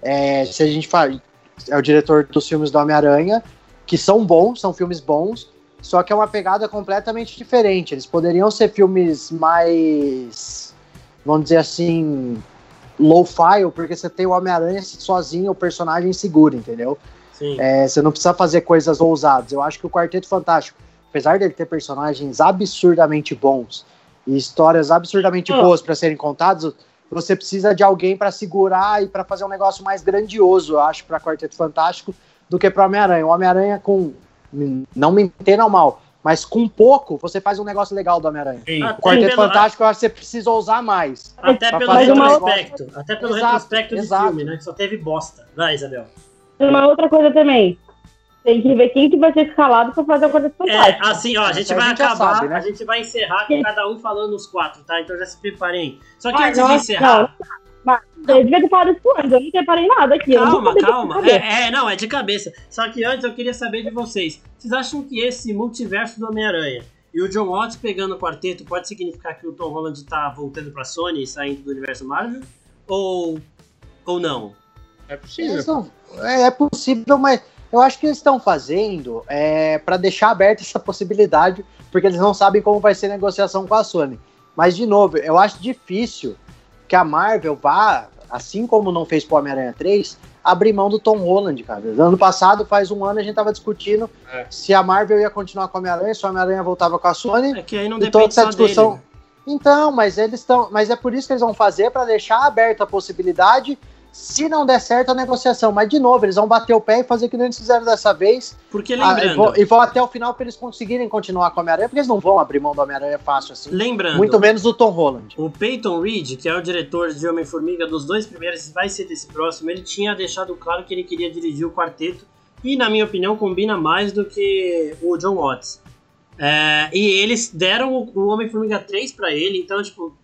[SPEAKER 4] é, se a gente fala. É o diretor dos filmes do Homem-Aranha, que são bons, são filmes bons, só que é uma pegada completamente diferente. Eles poderiam ser filmes mais. Vamos dizer assim. Low file, porque você tem o Homem-Aranha sozinho, o personagem seguro, entendeu?
[SPEAKER 1] Sim.
[SPEAKER 4] É, você não precisa fazer coisas ousadas. Eu acho que o Quarteto Fantástico, apesar dele ter personagens absurdamente bons e histórias absurdamente
[SPEAKER 1] Ah.
[SPEAKER 4] boas para serem contadas, você precisa de alguém para segurar e para fazer um negócio mais grandioso, eu acho, para Quarteto Fantástico do que para Homem-Aranha. O Homem-Aranha com não me entendam mal, mas com pouco você faz um negócio legal do Homem-Aranha.
[SPEAKER 1] Até
[SPEAKER 4] O Quarteto
[SPEAKER 1] pelo-
[SPEAKER 4] Fantástico eu acho que você precisa ousar mais.
[SPEAKER 1] Até
[SPEAKER 4] Pra
[SPEAKER 1] pelo
[SPEAKER 4] fazer
[SPEAKER 2] um
[SPEAKER 1] retrospecto. Até pelo
[SPEAKER 4] Exato,
[SPEAKER 1] retrospecto de
[SPEAKER 4] exato.
[SPEAKER 1] filme, né? Que só teve bosta. Vai, Isabel.
[SPEAKER 2] Uma outra coisa também. Tem que ver quem que vai ser escalado pra fazer o Quarteto
[SPEAKER 1] É,
[SPEAKER 2] Fantástico.
[SPEAKER 1] assim, ó, a gente
[SPEAKER 4] A
[SPEAKER 1] vai
[SPEAKER 4] gente já
[SPEAKER 1] acabar,
[SPEAKER 4] sabe, né?
[SPEAKER 1] a gente vai encerrar com cada um falando os quatro, tá? Então já se preparem. Só que
[SPEAKER 2] Ah,
[SPEAKER 1] antes de
[SPEAKER 2] nossa,
[SPEAKER 1] encerrar,
[SPEAKER 2] Mas eu devia ter falado isso antes, eu não preparei nada aqui. eu não vou
[SPEAKER 1] calma,
[SPEAKER 2] poder
[SPEAKER 1] calma.
[SPEAKER 2] saber.
[SPEAKER 1] É, é, não, é de cabeça. Só que antes eu queria saber de vocês. Vocês acham que esse multiverso do Homem-Aranha e o John Watts pegando o quarteto pode significar que o Tom Holland tá voltando pra Sony e saindo do universo Marvel? Ou. ou não?
[SPEAKER 3] É
[SPEAKER 4] Eles
[SPEAKER 3] possível.
[SPEAKER 4] não- é, é possível, mas eu acho que eles estão fazendo é, para deixar aberta essa possibilidade, porque eles não sabem como vai ser a negociação com a Sony. Mas, de novo, eu acho difícil que a Marvel vá, assim como não fez pro Homem-Aranha 3, abrir mão do Tom Holland, cara. Ano passado, faz um ano, a gente tava discutindo
[SPEAKER 3] É.
[SPEAKER 4] se a Marvel ia continuar com o Homem-Aranha, se o Homem-Aranha voltava com a Sony.
[SPEAKER 1] É que aí não
[SPEAKER 4] E toda
[SPEAKER 1] depende
[SPEAKER 4] essa
[SPEAKER 1] só dele. né?
[SPEAKER 4] discussão. Então, mas eles estão. Mas é por isso que eles vão fazer para deixar aberta a possibilidade. Se não der certo a negociação, mas de novo, eles vão bater o pé e fazer o que eles fizeram dessa vez.
[SPEAKER 1] Porque
[SPEAKER 4] Ah, e,
[SPEAKER 1] lembrando.
[SPEAKER 4] vão, e vão até o final para eles conseguirem continuar com o Homem-Aranha, porque eles não vão abrir mão do Homem-Aranha fácil assim.
[SPEAKER 1] Lembrando.
[SPEAKER 4] Muito menos do Tom Holland.
[SPEAKER 1] O Peyton Reed, que é o diretor de Homem-Formiga dos dois primeiros, vai ser desse próximo, ele tinha deixado claro que ele queria dirigir o quarteto e, na minha opinião, combina mais do que o John Watts. É, e eles deram o, o Homem-Formiga 3 pra ele, então, tipo,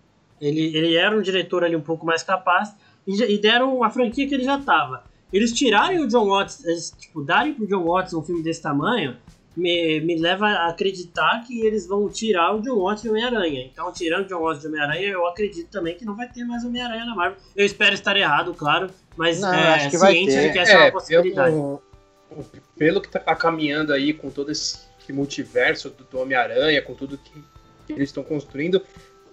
[SPEAKER 1] ele, ele era um diretor ali um pouco mais capaz e, já- e deram a franquia que ele já tava. Eles tirarem o John Watts, eles, tipo, darem pro John Watts um filme desse tamanho, me, me leva a acreditar que eles vão tirar o John Watts de Homem-Aranha. Então, tirando o John Watts de Homem-Aranha, eu acredito também que não vai ter mais Homem-Aranha na Marvel. Eu espero estar errado, claro, mas
[SPEAKER 4] Não,
[SPEAKER 1] é,
[SPEAKER 4] acho que vai
[SPEAKER 1] ciente
[SPEAKER 4] ter.
[SPEAKER 1] de que essa é, uma
[SPEAKER 3] É,
[SPEAKER 1] possibilidade.
[SPEAKER 3] pelo, pelo que tá caminhando aí com todo esse multiverso do, do Homem-Aranha, com tudo que eles estão construindo,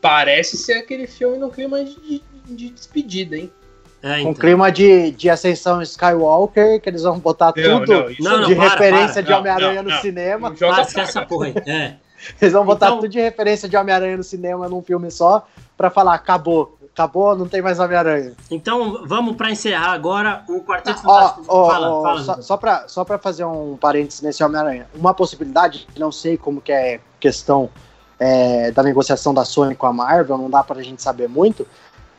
[SPEAKER 3] parece ser aquele filme num clima de, de despedida, hein?
[SPEAKER 1] É,
[SPEAKER 4] Com
[SPEAKER 1] então.
[SPEAKER 4] Um clima de, de ascensão Skywalker, que eles vão botar
[SPEAKER 3] Tá
[SPEAKER 4] tudo
[SPEAKER 3] isso
[SPEAKER 1] Não, não,
[SPEAKER 4] de
[SPEAKER 1] para,
[SPEAKER 4] referência
[SPEAKER 1] para.
[SPEAKER 4] de
[SPEAKER 3] Não,
[SPEAKER 4] Homem-Aranha
[SPEAKER 3] não,
[SPEAKER 4] no
[SPEAKER 3] não.
[SPEAKER 4] cinema.
[SPEAKER 3] Não joga
[SPEAKER 1] Ah,
[SPEAKER 3] praga.
[SPEAKER 1] esquece essa porra aí.
[SPEAKER 4] [LAUGHS]
[SPEAKER 1] É.
[SPEAKER 4] Eles vão botar
[SPEAKER 1] Então-
[SPEAKER 4] tudo de referência de Homem-Aranha no cinema num filme só pra falar: acabou, acabou, não tem mais Homem-Aranha.
[SPEAKER 1] Então, vamos pra encerrar agora o Quarteto
[SPEAKER 4] Ah, Ó,
[SPEAKER 1] Fantástico.
[SPEAKER 4] ó,
[SPEAKER 1] fala,
[SPEAKER 4] ó,
[SPEAKER 1] fala.
[SPEAKER 4] só,
[SPEAKER 1] Dudu.
[SPEAKER 4] só pra, só pra fazer um parênteses nesse Homem-Aranha, uma possibilidade, não sei como que é questão é, da negociação da Sony com a Marvel, não dá pra gente saber muito,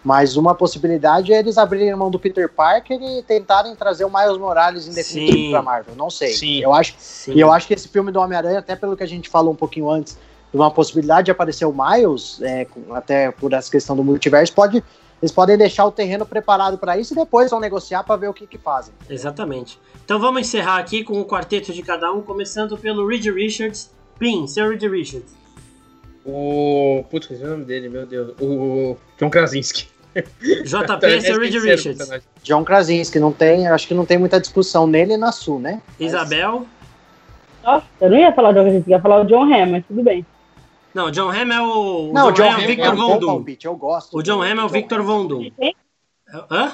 [SPEAKER 4] mas uma possibilidade é eles abrirem mão do Peter Parker e tentarem trazer o Miles Morales em definitivo
[SPEAKER 1] Sim.
[SPEAKER 4] pra Marvel, não sei.
[SPEAKER 3] Sim.
[SPEAKER 4] Eu acho,
[SPEAKER 1] Sim.
[SPEAKER 4] e eu acho que esse filme do Homem-Aranha, até pelo que a gente falou um pouquinho antes, de uma possibilidade de aparecer o Miles, é, com- até por essa questão do multiverso, pode, eles podem deixar o terreno preparado pra isso e depois vão negociar pra ver o que que fazem.
[SPEAKER 1] Exatamente. Então vamos encerrar aqui com o quarteto de cada um, começando pelo Reed Richards. Pim, seu Reed Richards.
[SPEAKER 3] O. Putz, esqueci o nome dele, meu Deus. O John Krasinski. Então, É,
[SPEAKER 1] JP,
[SPEAKER 3] [LAUGHS]
[SPEAKER 1] seu Reed
[SPEAKER 3] Esqueceram o
[SPEAKER 1] Richards.
[SPEAKER 3] personagem.
[SPEAKER 4] John Krasinski, não tem, eu acho que não tem muita discussão nele e na Su, né?
[SPEAKER 1] Isabel.
[SPEAKER 2] Nossa, eu não ia falar de alguém, ia falar o John Hamm, mas tudo bem.
[SPEAKER 1] Não, John Hamm é o. o
[SPEAKER 4] Não, o John
[SPEAKER 1] Hamm é
[SPEAKER 4] Hamm
[SPEAKER 1] o
[SPEAKER 4] é
[SPEAKER 1] Victor
[SPEAKER 4] um
[SPEAKER 1] Von
[SPEAKER 4] bom
[SPEAKER 1] Doom.
[SPEAKER 4] palpite, eu gosto.
[SPEAKER 1] O John Hamm é o
[SPEAKER 4] John
[SPEAKER 1] Victor Von Doom. Hã?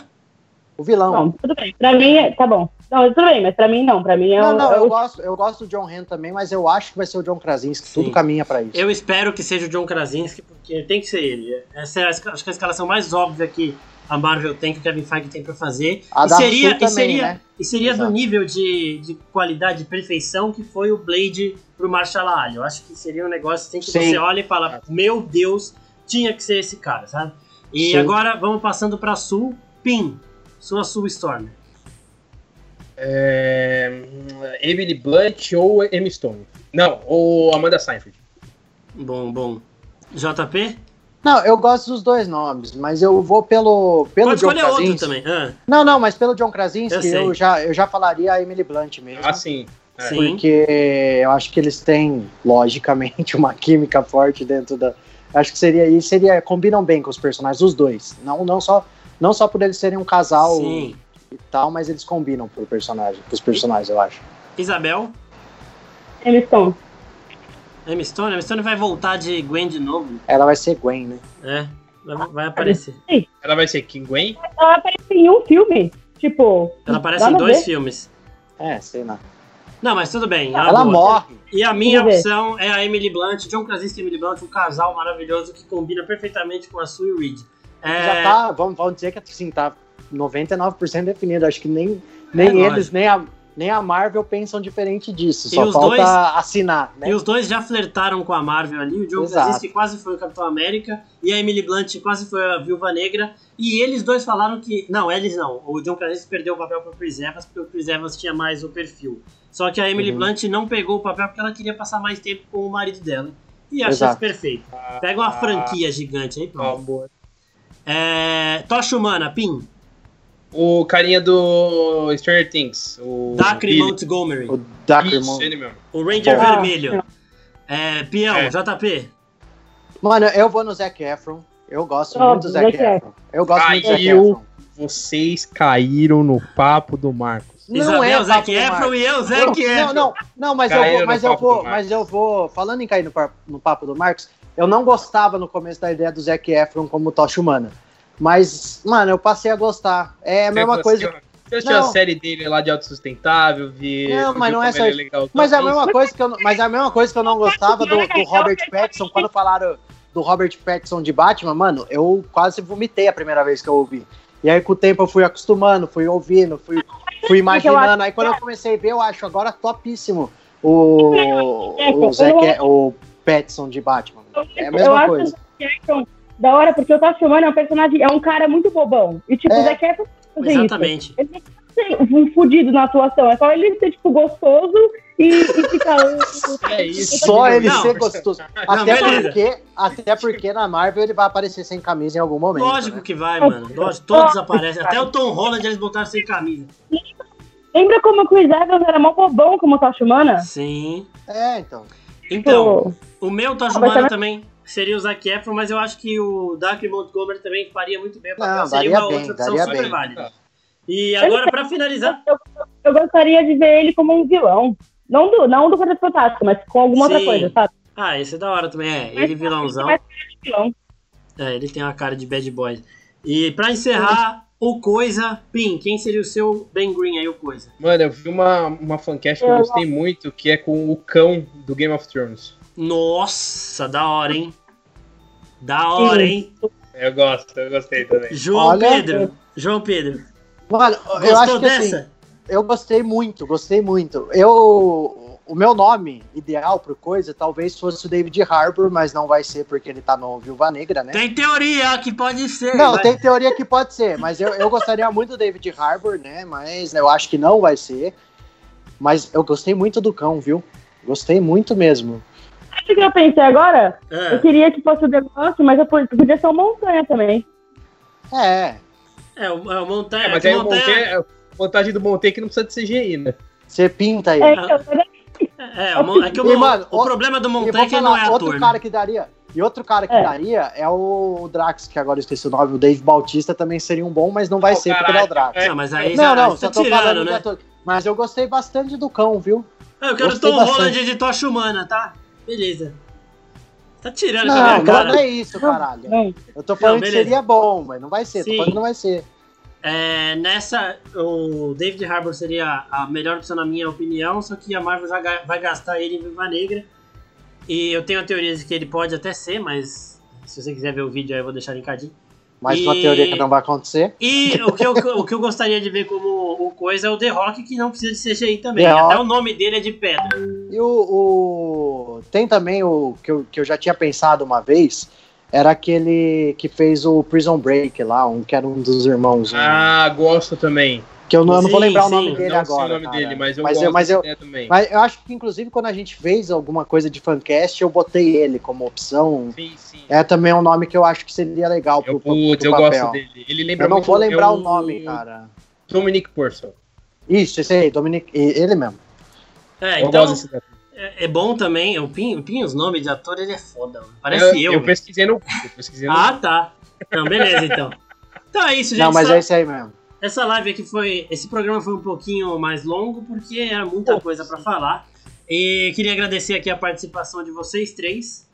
[SPEAKER 4] O vilão.
[SPEAKER 2] Não, tudo bem. Pra mim, é- tá bom. Não, tudo bem, mas pra mim não. Pra mim é
[SPEAKER 4] Não,
[SPEAKER 2] o-
[SPEAKER 4] não,
[SPEAKER 2] é
[SPEAKER 4] eu
[SPEAKER 2] o
[SPEAKER 4] gosto, eu gosto do John Hamm também, mas eu acho que vai ser o John Krasinski,
[SPEAKER 1] Sim.
[SPEAKER 4] tudo caminha pra isso.
[SPEAKER 1] Eu espero que seja o John Krasinski, porque tem que ser ele. Essa é a esca- acho que a escalação mais óbvia que a Marvel tem, que o Kevin Feige tem pra fazer.
[SPEAKER 4] A
[SPEAKER 1] e,
[SPEAKER 4] da
[SPEAKER 1] seria,
[SPEAKER 4] Sul
[SPEAKER 1] e
[SPEAKER 4] também,
[SPEAKER 1] seria,
[SPEAKER 4] né?
[SPEAKER 1] e seria do
[SPEAKER 4] Exato.
[SPEAKER 1] nível de, de qualidade e perfeição que foi o Blade pro Marshall Ali. Eu acho que seria um negócio assim que
[SPEAKER 4] Sim.
[SPEAKER 1] você olha e fala, meu Deus, tinha que ser esse cara, sabe? E
[SPEAKER 4] Sim.
[SPEAKER 1] agora vamos passando pra Sul, Pin, sua Sul Storm.
[SPEAKER 3] É, Emily Blunt ou Emma Stone. Não, ou Amanda Seinfeld.
[SPEAKER 1] Bom, bom. JP?
[SPEAKER 4] Não, eu gosto dos dois nomes, mas eu vou pelo. pelo
[SPEAKER 1] Pode
[SPEAKER 4] John
[SPEAKER 1] escolher outro
[SPEAKER 4] Krasinski.
[SPEAKER 1] também. Ah,
[SPEAKER 4] Não, não, mas pelo John
[SPEAKER 1] Eu
[SPEAKER 4] Krasinski,
[SPEAKER 1] sei. Ah,
[SPEAKER 4] eu, já, eu já falaria a Emily Blunt mesmo.
[SPEAKER 3] Assim, É.
[SPEAKER 1] Uhum. sim.
[SPEAKER 4] porque eu acho que eles têm, logicamente, [LAUGHS] uma química forte dentro da. Acho que seria isso, seria. Combinam bem com os personagens, os dois. Não, não, só, não só por eles serem um casal
[SPEAKER 1] Sim.
[SPEAKER 4] e tal, mas eles combinam pro personagem, pros personagens, eu acho.
[SPEAKER 1] Isabel?
[SPEAKER 2] Emerson.
[SPEAKER 1] Emma Stone? Emma Stone vai voltar de Gwen de novo.
[SPEAKER 4] Ela vai ser Gwen, né?
[SPEAKER 1] É, vai, vai aparecer.
[SPEAKER 3] ela vai ser King Gwen?
[SPEAKER 2] Ela aparece em um filme. Tipo.
[SPEAKER 1] Ela aparece em
[SPEAKER 2] nada a
[SPEAKER 1] dois
[SPEAKER 2] ver.
[SPEAKER 1] filmes.
[SPEAKER 4] É, sei lá.
[SPEAKER 1] Não, mas tudo bem.
[SPEAKER 4] Ela
[SPEAKER 1] Ah, boa.
[SPEAKER 4] morre.
[SPEAKER 1] E a minha
[SPEAKER 2] Vamos ver.
[SPEAKER 1] opção é a Emily Blunt, John Krasinski e Emily Blunt, um casal maravilhoso que combina perfeitamente com a Sue Reed. É,
[SPEAKER 4] Já tá, vamos, vamos dizer que assim, tá 99% definido. Acho que nem, nem
[SPEAKER 1] É,
[SPEAKER 4] eles,
[SPEAKER 1] lógico.
[SPEAKER 4] nem a, nem a Marvel pensam diferente disso. Só
[SPEAKER 1] os
[SPEAKER 4] falta
[SPEAKER 1] dois-
[SPEAKER 4] assinar, né?
[SPEAKER 1] E os dois já flertaram com a Marvel ali. O John
[SPEAKER 4] Exato.
[SPEAKER 1] Krasinski quase foi o Capitão América e a Emily Blunt quase foi a Viúva Negra. E eles dois falaram que. Não, eles não. O John Krasinski perdeu o papel pro Chris Evans porque o Chris Evans tinha mais o perfil. Só que a Emily
[SPEAKER 4] Uhum.
[SPEAKER 1] Blunt não pegou o papel porque ela queria passar mais tempo com o marido dela. E acho
[SPEAKER 4] Exato.
[SPEAKER 1] isso perfeito. Pega uma franquia gigante aí,
[SPEAKER 3] Ah,
[SPEAKER 1] pronto.
[SPEAKER 3] boa.
[SPEAKER 1] É, Tocha Humana, Pim.
[SPEAKER 3] O carinha do Stranger Things. O
[SPEAKER 1] Dacry
[SPEAKER 3] Billy.
[SPEAKER 1] Montgomery.
[SPEAKER 4] O Dacre,
[SPEAKER 3] Isso, ele mesmo.
[SPEAKER 1] O Ranger
[SPEAKER 4] Bom.
[SPEAKER 1] Vermelho. É, Peão,
[SPEAKER 3] É.
[SPEAKER 1] JP.
[SPEAKER 4] Mano, eu vou no Zac Efron. Eu gosto
[SPEAKER 2] Ó,
[SPEAKER 4] muito do Zac,
[SPEAKER 2] Zac
[SPEAKER 4] Efron. Eu gosto
[SPEAKER 3] Ah,
[SPEAKER 4] muito do Zac
[SPEAKER 3] e eu-
[SPEAKER 4] Efron.
[SPEAKER 5] Vocês caíram no papo do Marcos.
[SPEAKER 1] Isabel, Zac
[SPEAKER 4] é papo do Marvel.
[SPEAKER 1] Efron e eu, Zac
[SPEAKER 4] Não,
[SPEAKER 1] Efron.
[SPEAKER 4] Não, não, não, mas eu
[SPEAKER 3] Caíram
[SPEAKER 4] vou,
[SPEAKER 3] no
[SPEAKER 4] mas eu
[SPEAKER 3] papo
[SPEAKER 4] vou,
[SPEAKER 3] do Marcos.
[SPEAKER 4] mas eu vou, falando em cair no, par- no papo do Marcos, eu não gostava no começo da ideia do Zac Efron como tocha humana. Mas, mano, eu passei a gostar. É a mesma
[SPEAKER 3] Eu
[SPEAKER 4] coisa.
[SPEAKER 3] assisti- Eu assisti a
[SPEAKER 4] Não.
[SPEAKER 3] série dele lá de autossustentável, vi.
[SPEAKER 4] Não,
[SPEAKER 3] vi
[SPEAKER 4] mas não
[SPEAKER 3] como
[SPEAKER 4] é
[SPEAKER 3] ele
[SPEAKER 4] só isso.
[SPEAKER 3] legal
[SPEAKER 4] Mas é a
[SPEAKER 3] também.
[SPEAKER 4] mesma coisa que eu, não- mas é a mesma coisa que eu não gostava do, do Robert Pattinson quando falaram do Robert Pattinson de Batman, mano, eu quase vomitei a primeira vez que eu ouvi. E aí com o tempo eu fui acostumando, fui ouvindo, fui, fui imaginando. Aí quando é eu é. comecei a ver, eu acho agora topíssimo É, o o, Zac- o Pattinson de Batman. É a
[SPEAKER 2] eu
[SPEAKER 4] mesma
[SPEAKER 2] acho
[SPEAKER 4] coisa.
[SPEAKER 2] o Zac Efron da hora, porque eu tava filmando, é um personagem, é um cara muito bobão. E tipo,
[SPEAKER 4] É.
[SPEAKER 2] o Zac Efron fazer isso.
[SPEAKER 1] Exatamente.
[SPEAKER 2] Ele não precisa ser um fudido na atuação, é só ele ser, tipo, gostoso e, e ficar... um-
[SPEAKER 1] [LAUGHS]
[SPEAKER 3] É isso.
[SPEAKER 4] Só ele
[SPEAKER 1] Não. é
[SPEAKER 4] ser gostoso.
[SPEAKER 1] Não,
[SPEAKER 4] Até,
[SPEAKER 1] beleza.
[SPEAKER 4] porque, até porque na Marvel ele vai aparecer sem camisa em algum momento.
[SPEAKER 1] Lógico
[SPEAKER 4] né?
[SPEAKER 1] que vai, mano. Lógico, todos aparecem. Até o Tom Holland eles botaram sem camisa.
[SPEAKER 2] Lembra como o Chris Evans era mó bobão como Tocha Humana?
[SPEAKER 1] Sim.
[SPEAKER 4] É, então.
[SPEAKER 1] Então,
[SPEAKER 2] Tipo,
[SPEAKER 1] o meu Tocha
[SPEAKER 2] Ah, mas
[SPEAKER 1] Humana
[SPEAKER 2] também-
[SPEAKER 1] também seria o Zac Efron, mas eu acho que o Dacry Montgomery também faria muito bem. o papel.
[SPEAKER 4] Não,
[SPEAKER 1] seria
[SPEAKER 4] daria
[SPEAKER 1] uma
[SPEAKER 4] bem,
[SPEAKER 1] outra opção
[SPEAKER 4] daria
[SPEAKER 1] super
[SPEAKER 4] bem.
[SPEAKER 1] válida. E agora, pra finalizar,
[SPEAKER 2] eu, eu gostaria de ver ele como um vilão. Não do, não do Quarteto Fantástico, mas com alguma
[SPEAKER 1] Sim.
[SPEAKER 2] outra coisa, sabe?
[SPEAKER 1] Ah, esse é da hora também. É,
[SPEAKER 2] Mas
[SPEAKER 1] ele vilãozão.
[SPEAKER 2] mas vilão.
[SPEAKER 1] É, ele tem uma cara de bad boy. E pra encerrar, o Coisa, Pim, quem seria o seu Ben Green aí, o Coisa?
[SPEAKER 3] Mano, eu vi uma, uma fancast que eu gostei muito, que é com o cão do Game of Thrones.
[SPEAKER 1] Nossa, da hora, hein? Da hora, hein?
[SPEAKER 3] Eu gosto, eu gostei também.
[SPEAKER 1] João
[SPEAKER 4] Olha-
[SPEAKER 1] Pedro. João Pedro.
[SPEAKER 4] Mano, eu acho
[SPEAKER 1] Gostou
[SPEAKER 4] que assim,
[SPEAKER 1] dessa?
[SPEAKER 4] eu gostei muito, gostei muito. Eu, o meu nome ideal pro coisa talvez fosse o David Harbour, mas não vai ser porque ele tá no Viúva Negra, né?
[SPEAKER 1] Tem teoria que pode ser.
[SPEAKER 4] não,
[SPEAKER 1] mas-
[SPEAKER 4] tem teoria que pode ser, mas eu, eu gostaria muito do David Harbour, né? Mas eu acho que não vai ser. Mas eu gostei muito do cão, viu? Gostei muito mesmo.
[SPEAKER 2] Sabe o que eu pensei agora? Eu
[SPEAKER 1] Ah,
[SPEAKER 2] queria que fosse o negócio, mas eu pod- podia ser o Montanha também.
[SPEAKER 4] É,
[SPEAKER 1] É, o, é o Montanha.
[SPEAKER 3] É, mas
[SPEAKER 1] que
[SPEAKER 3] aí o
[SPEAKER 1] Montanha-
[SPEAKER 3] Monte, a vantagem do Monte é que não precisa de CGI, né?
[SPEAKER 4] você pinta aí.
[SPEAKER 2] É, então, né?
[SPEAKER 1] É, o Mon- é que o,
[SPEAKER 4] E,
[SPEAKER 1] Mon-
[SPEAKER 4] mano,
[SPEAKER 1] o
[SPEAKER 4] outro-
[SPEAKER 1] problema do
[SPEAKER 4] E
[SPEAKER 1] Montanha é
[SPEAKER 4] vou
[SPEAKER 1] que ele não é
[SPEAKER 4] falar,
[SPEAKER 1] ator.
[SPEAKER 4] outro
[SPEAKER 1] né?
[SPEAKER 4] cara que daria. E outro cara que
[SPEAKER 2] É.
[SPEAKER 4] daria é o Drax, que agora eu esqueci o nome, o Dave Bautista também seria um bom, mas não vai
[SPEAKER 3] Oh,
[SPEAKER 4] ser, porque ele é o Drax.
[SPEAKER 3] caralho. é-
[SPEAKER 1] Não, mas aí
[SPEAKER 4] não,
[SPEAKER 1] já
[SPEAKER 4] não,
[SPEAKER 1] tá
[SPEAKER 4] só tô
[SPEAKER 1] tirando,
[SPEAKER 4] falando de
[SPEAKER 1] né?
[SPEAKER 4] ator. Mas eu gostei bastante do cão, viu?
[SPEAKER 1] Ah, eu quero
[SPEAKER 4] Gostei
[SPEAKER 1] Tom
[SPEAKER 4] bastante.
[SPEAKER 1] Holland de tocha humana, tá? Beleza. Tá tirando com a
[SPEAKER 4] Não,
[SPEAKER 1] minha
[SPEAKER 4] não,
[SPEAKER 1] cara.
[SPEAKER 4] é isso, caralho.
[SPEAKER 2] Não.
[SPEAKER 4] Eu tô falando
[SPEAKER 1] Não,
[SPEAKER 4] que
[SPEAKER 1] beleza.
[SPEAKER 4] seria bom, mas não vai ser.
[SPEAKER 1] Sim.
[SPEAKER 4] Tô falando que não vai ser.
[SPEAKER 1] É, nessa, o David Harbour seria a melhor opção na minha opinião, só que a Marvel já ga- vai gastar ele em Viva Negra. E eu tenho a teoria de que ele pode até ser, mas se você quiser ver o vídeo aí eu vou deixar linkadinho.
[SPEAKER 4] Mais uma
[SPEAKER 1] E-
[SPEAKER 4] teoria que não vai acontecer.
[SPEAKER 1] E o que, eu, [LAUGHS] o que eu gostaria de ver como o coisa é o The Rock, que não precisa de CGI também.
[SPEAKER 4] The
[SPEAKER 1] Até o
[SPEAKER 4] Rock.
[SPEAKER 1] nome dele é de pedra.
[SPEAKER 4] E o, o- Tem também o que eu, que eu já tinha pensado uma vez. Era aquele que fez o Prison Break lá, um que era um dos irmãos. um-
[SPEAKER 3] Ah, gosto também.
[SPEAKER 4] que eu não, eu não vou
[SPEAKER 1] sim,
[SPEAKER 4] lembrar o
[SPEAKER 1] sim.
[SPEAKER 4] nome dele
[SPEAKER 3] não
[SPEAKER 4] agora.
[SPEAKER 3] sei o nome
[SPEAKER 4] cara.
[SPEAKER 3] dele, mas eu
[SPEAKER 4] Mas eu-
[SPEAKER 3] gosto
[SPEAKER 4] mas eu-
[SPEAKER 3] da ideia também.
[SPEAKER 4] Mas eu acho que, inclusive, quando a gente fez alguma coisa de fancast, eu botei ele como opção.
[SPEAKER 3] Sim, sim.
[SPEAKER 4] É também um nome que eu acho que seria legal pro,
[SPEAKER 3] Eu,
[SPEAKER 4] pro,
[SPEAKER 3] putz,
[SPEAKER 4] pro
[SPEAKER 3] eu
[SPEAKER 4] papel.
[SPEAKER 3] gosto dele. Ele lembra
[SPEAKER 4] Eu não
[SPEAKER 3] muito-
[SPEAKER 4] vou lembrar
[SPEAKER 3] é
[SPEAKER 4] o
[SPEAKER 3] um
[SPEAKER 4] nome, cara.
[SPEAKER 3] Dominic Purcell.
[SPEAKER 4] Isso, esse aí, Dominic, e- ele mesmo.
[SPEAKER 1] É,
[SPEAKER 5] Eu
[SPEAKER 1] então
[SPEAKER 5] gosto desse cara.
[SPEAKER 1] é, é bom também. O Pinho, o Pinho, os nomes de ator, ele é foda. mano. Parece eu.
[SPEAKER 3] eu,
[SPEAKER 1] velho.
[SPEAKER 3] pesquisei no Google, eu pesquisei no
[SPEAKER 1] Ah, tá. Então, beleza, então. Então é isso, gente.
[SPEAKER 4] Não, mas
[SPEAKER 1] Essa-
[SPEAKER 4] é esse aí mesmo.
[SPEAKER 1] Essa live aqui foi. Esse programa foi um pouquinho mais longo, porque era muita coisa pra falar. E queria agradecer aqui a participação de vocês três.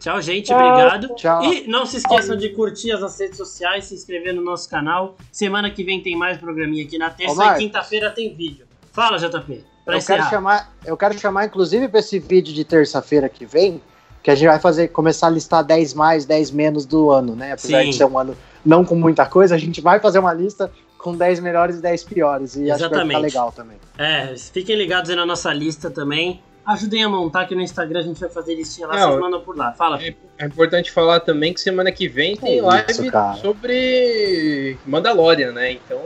[SPEAKER 1] Tchau, gente.
[SPEAKER 2] Tchau.
[SPEAKER 1] Obrigado.
[SPEAKER 4] Tchau.
[SPEAKER 1] E não se esqueçam de curtir as nossas redes sociais, se inscrever no nosso canal. Semana que vem tem mais programinha aqui na
[SPEAKER 4] Ô,
[SPEAKER 1] terça e
[SPEAKER 4] Marcos.
[SPEAKER 1] quinta-feira tem vídeo. Fala, JP. Pra
[SPEAKER 4] Eu quero,
[SPEAKER 1] encerrar.
[SPEAKER 4] chamar, eu quero chamar, inclusive, pra esse vídeo de terça-feira que vem, que a gente vai fazer, começar a listar 10 mais, 10 menos do ano, né? Apesar
[SPEAKER 1] Sim.
[SPEAKER 4] de ser um ano não com muita coisa, a gente vai fazer uma lista com 10 melhores e 10 piores. E acho que vai
[SPEAKER 1] Exatamente.
[SPEAKER 4] ficar legal também.
[SPEAKER 1] É, fiquem ligados aí na nossa lista também. Ajudem a montar que no Instagram a gente vai fazer listinha lá,
[SPEAKER 3] Não,
[SPEAKER 1] vocês mandam por lá. Fala.
[SPEAKER 3] É importante falar também que semana que vem tem
[SPEAKER 4] isso,
[SPEAKER 3] live
[SPEAKER 4] cara.
[SPEAKER 3] sobre Mandalorian, né? Então,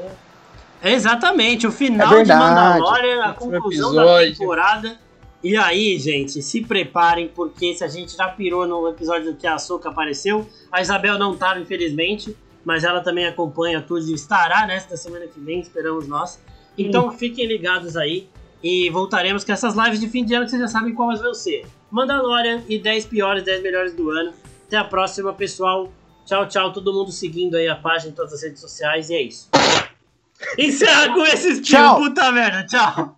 [SPEAKER 1] Exatamente, o final
[SPEAKER 4] É
[SPEAKER 1] de
[SPEAKER 4] verdade.
[SPEAKER 1] Mandalorian, a
[SPEAKER 3] Último
[SPEAKER 1] conclusão da
[SPEAKER 3] episódio.
[SPEAKER 1] temporada. E aí, gente, se preparem, porque se a gente já pirou no episódio que a Soca apareceu, a Isabel não estava, infelizmente, mas ela também acompanha tudo e estará nesta semana que vem, esperamos nós. Então fiquem ligados aí e voltaremos com essas lives de fim de ano que vocês já sabem quais vão ser. Mandalorian e 10 piores, 10 melhores do ano. Até a próxima, pessoal. Tchau, tchau. Todo mundo seguindo aí a página em todas as redes sociais e é isso. Encerra com esses tchau.
[SPEAKER 4] Tchau.
[SPEAKER 1] Puta merda, tchau.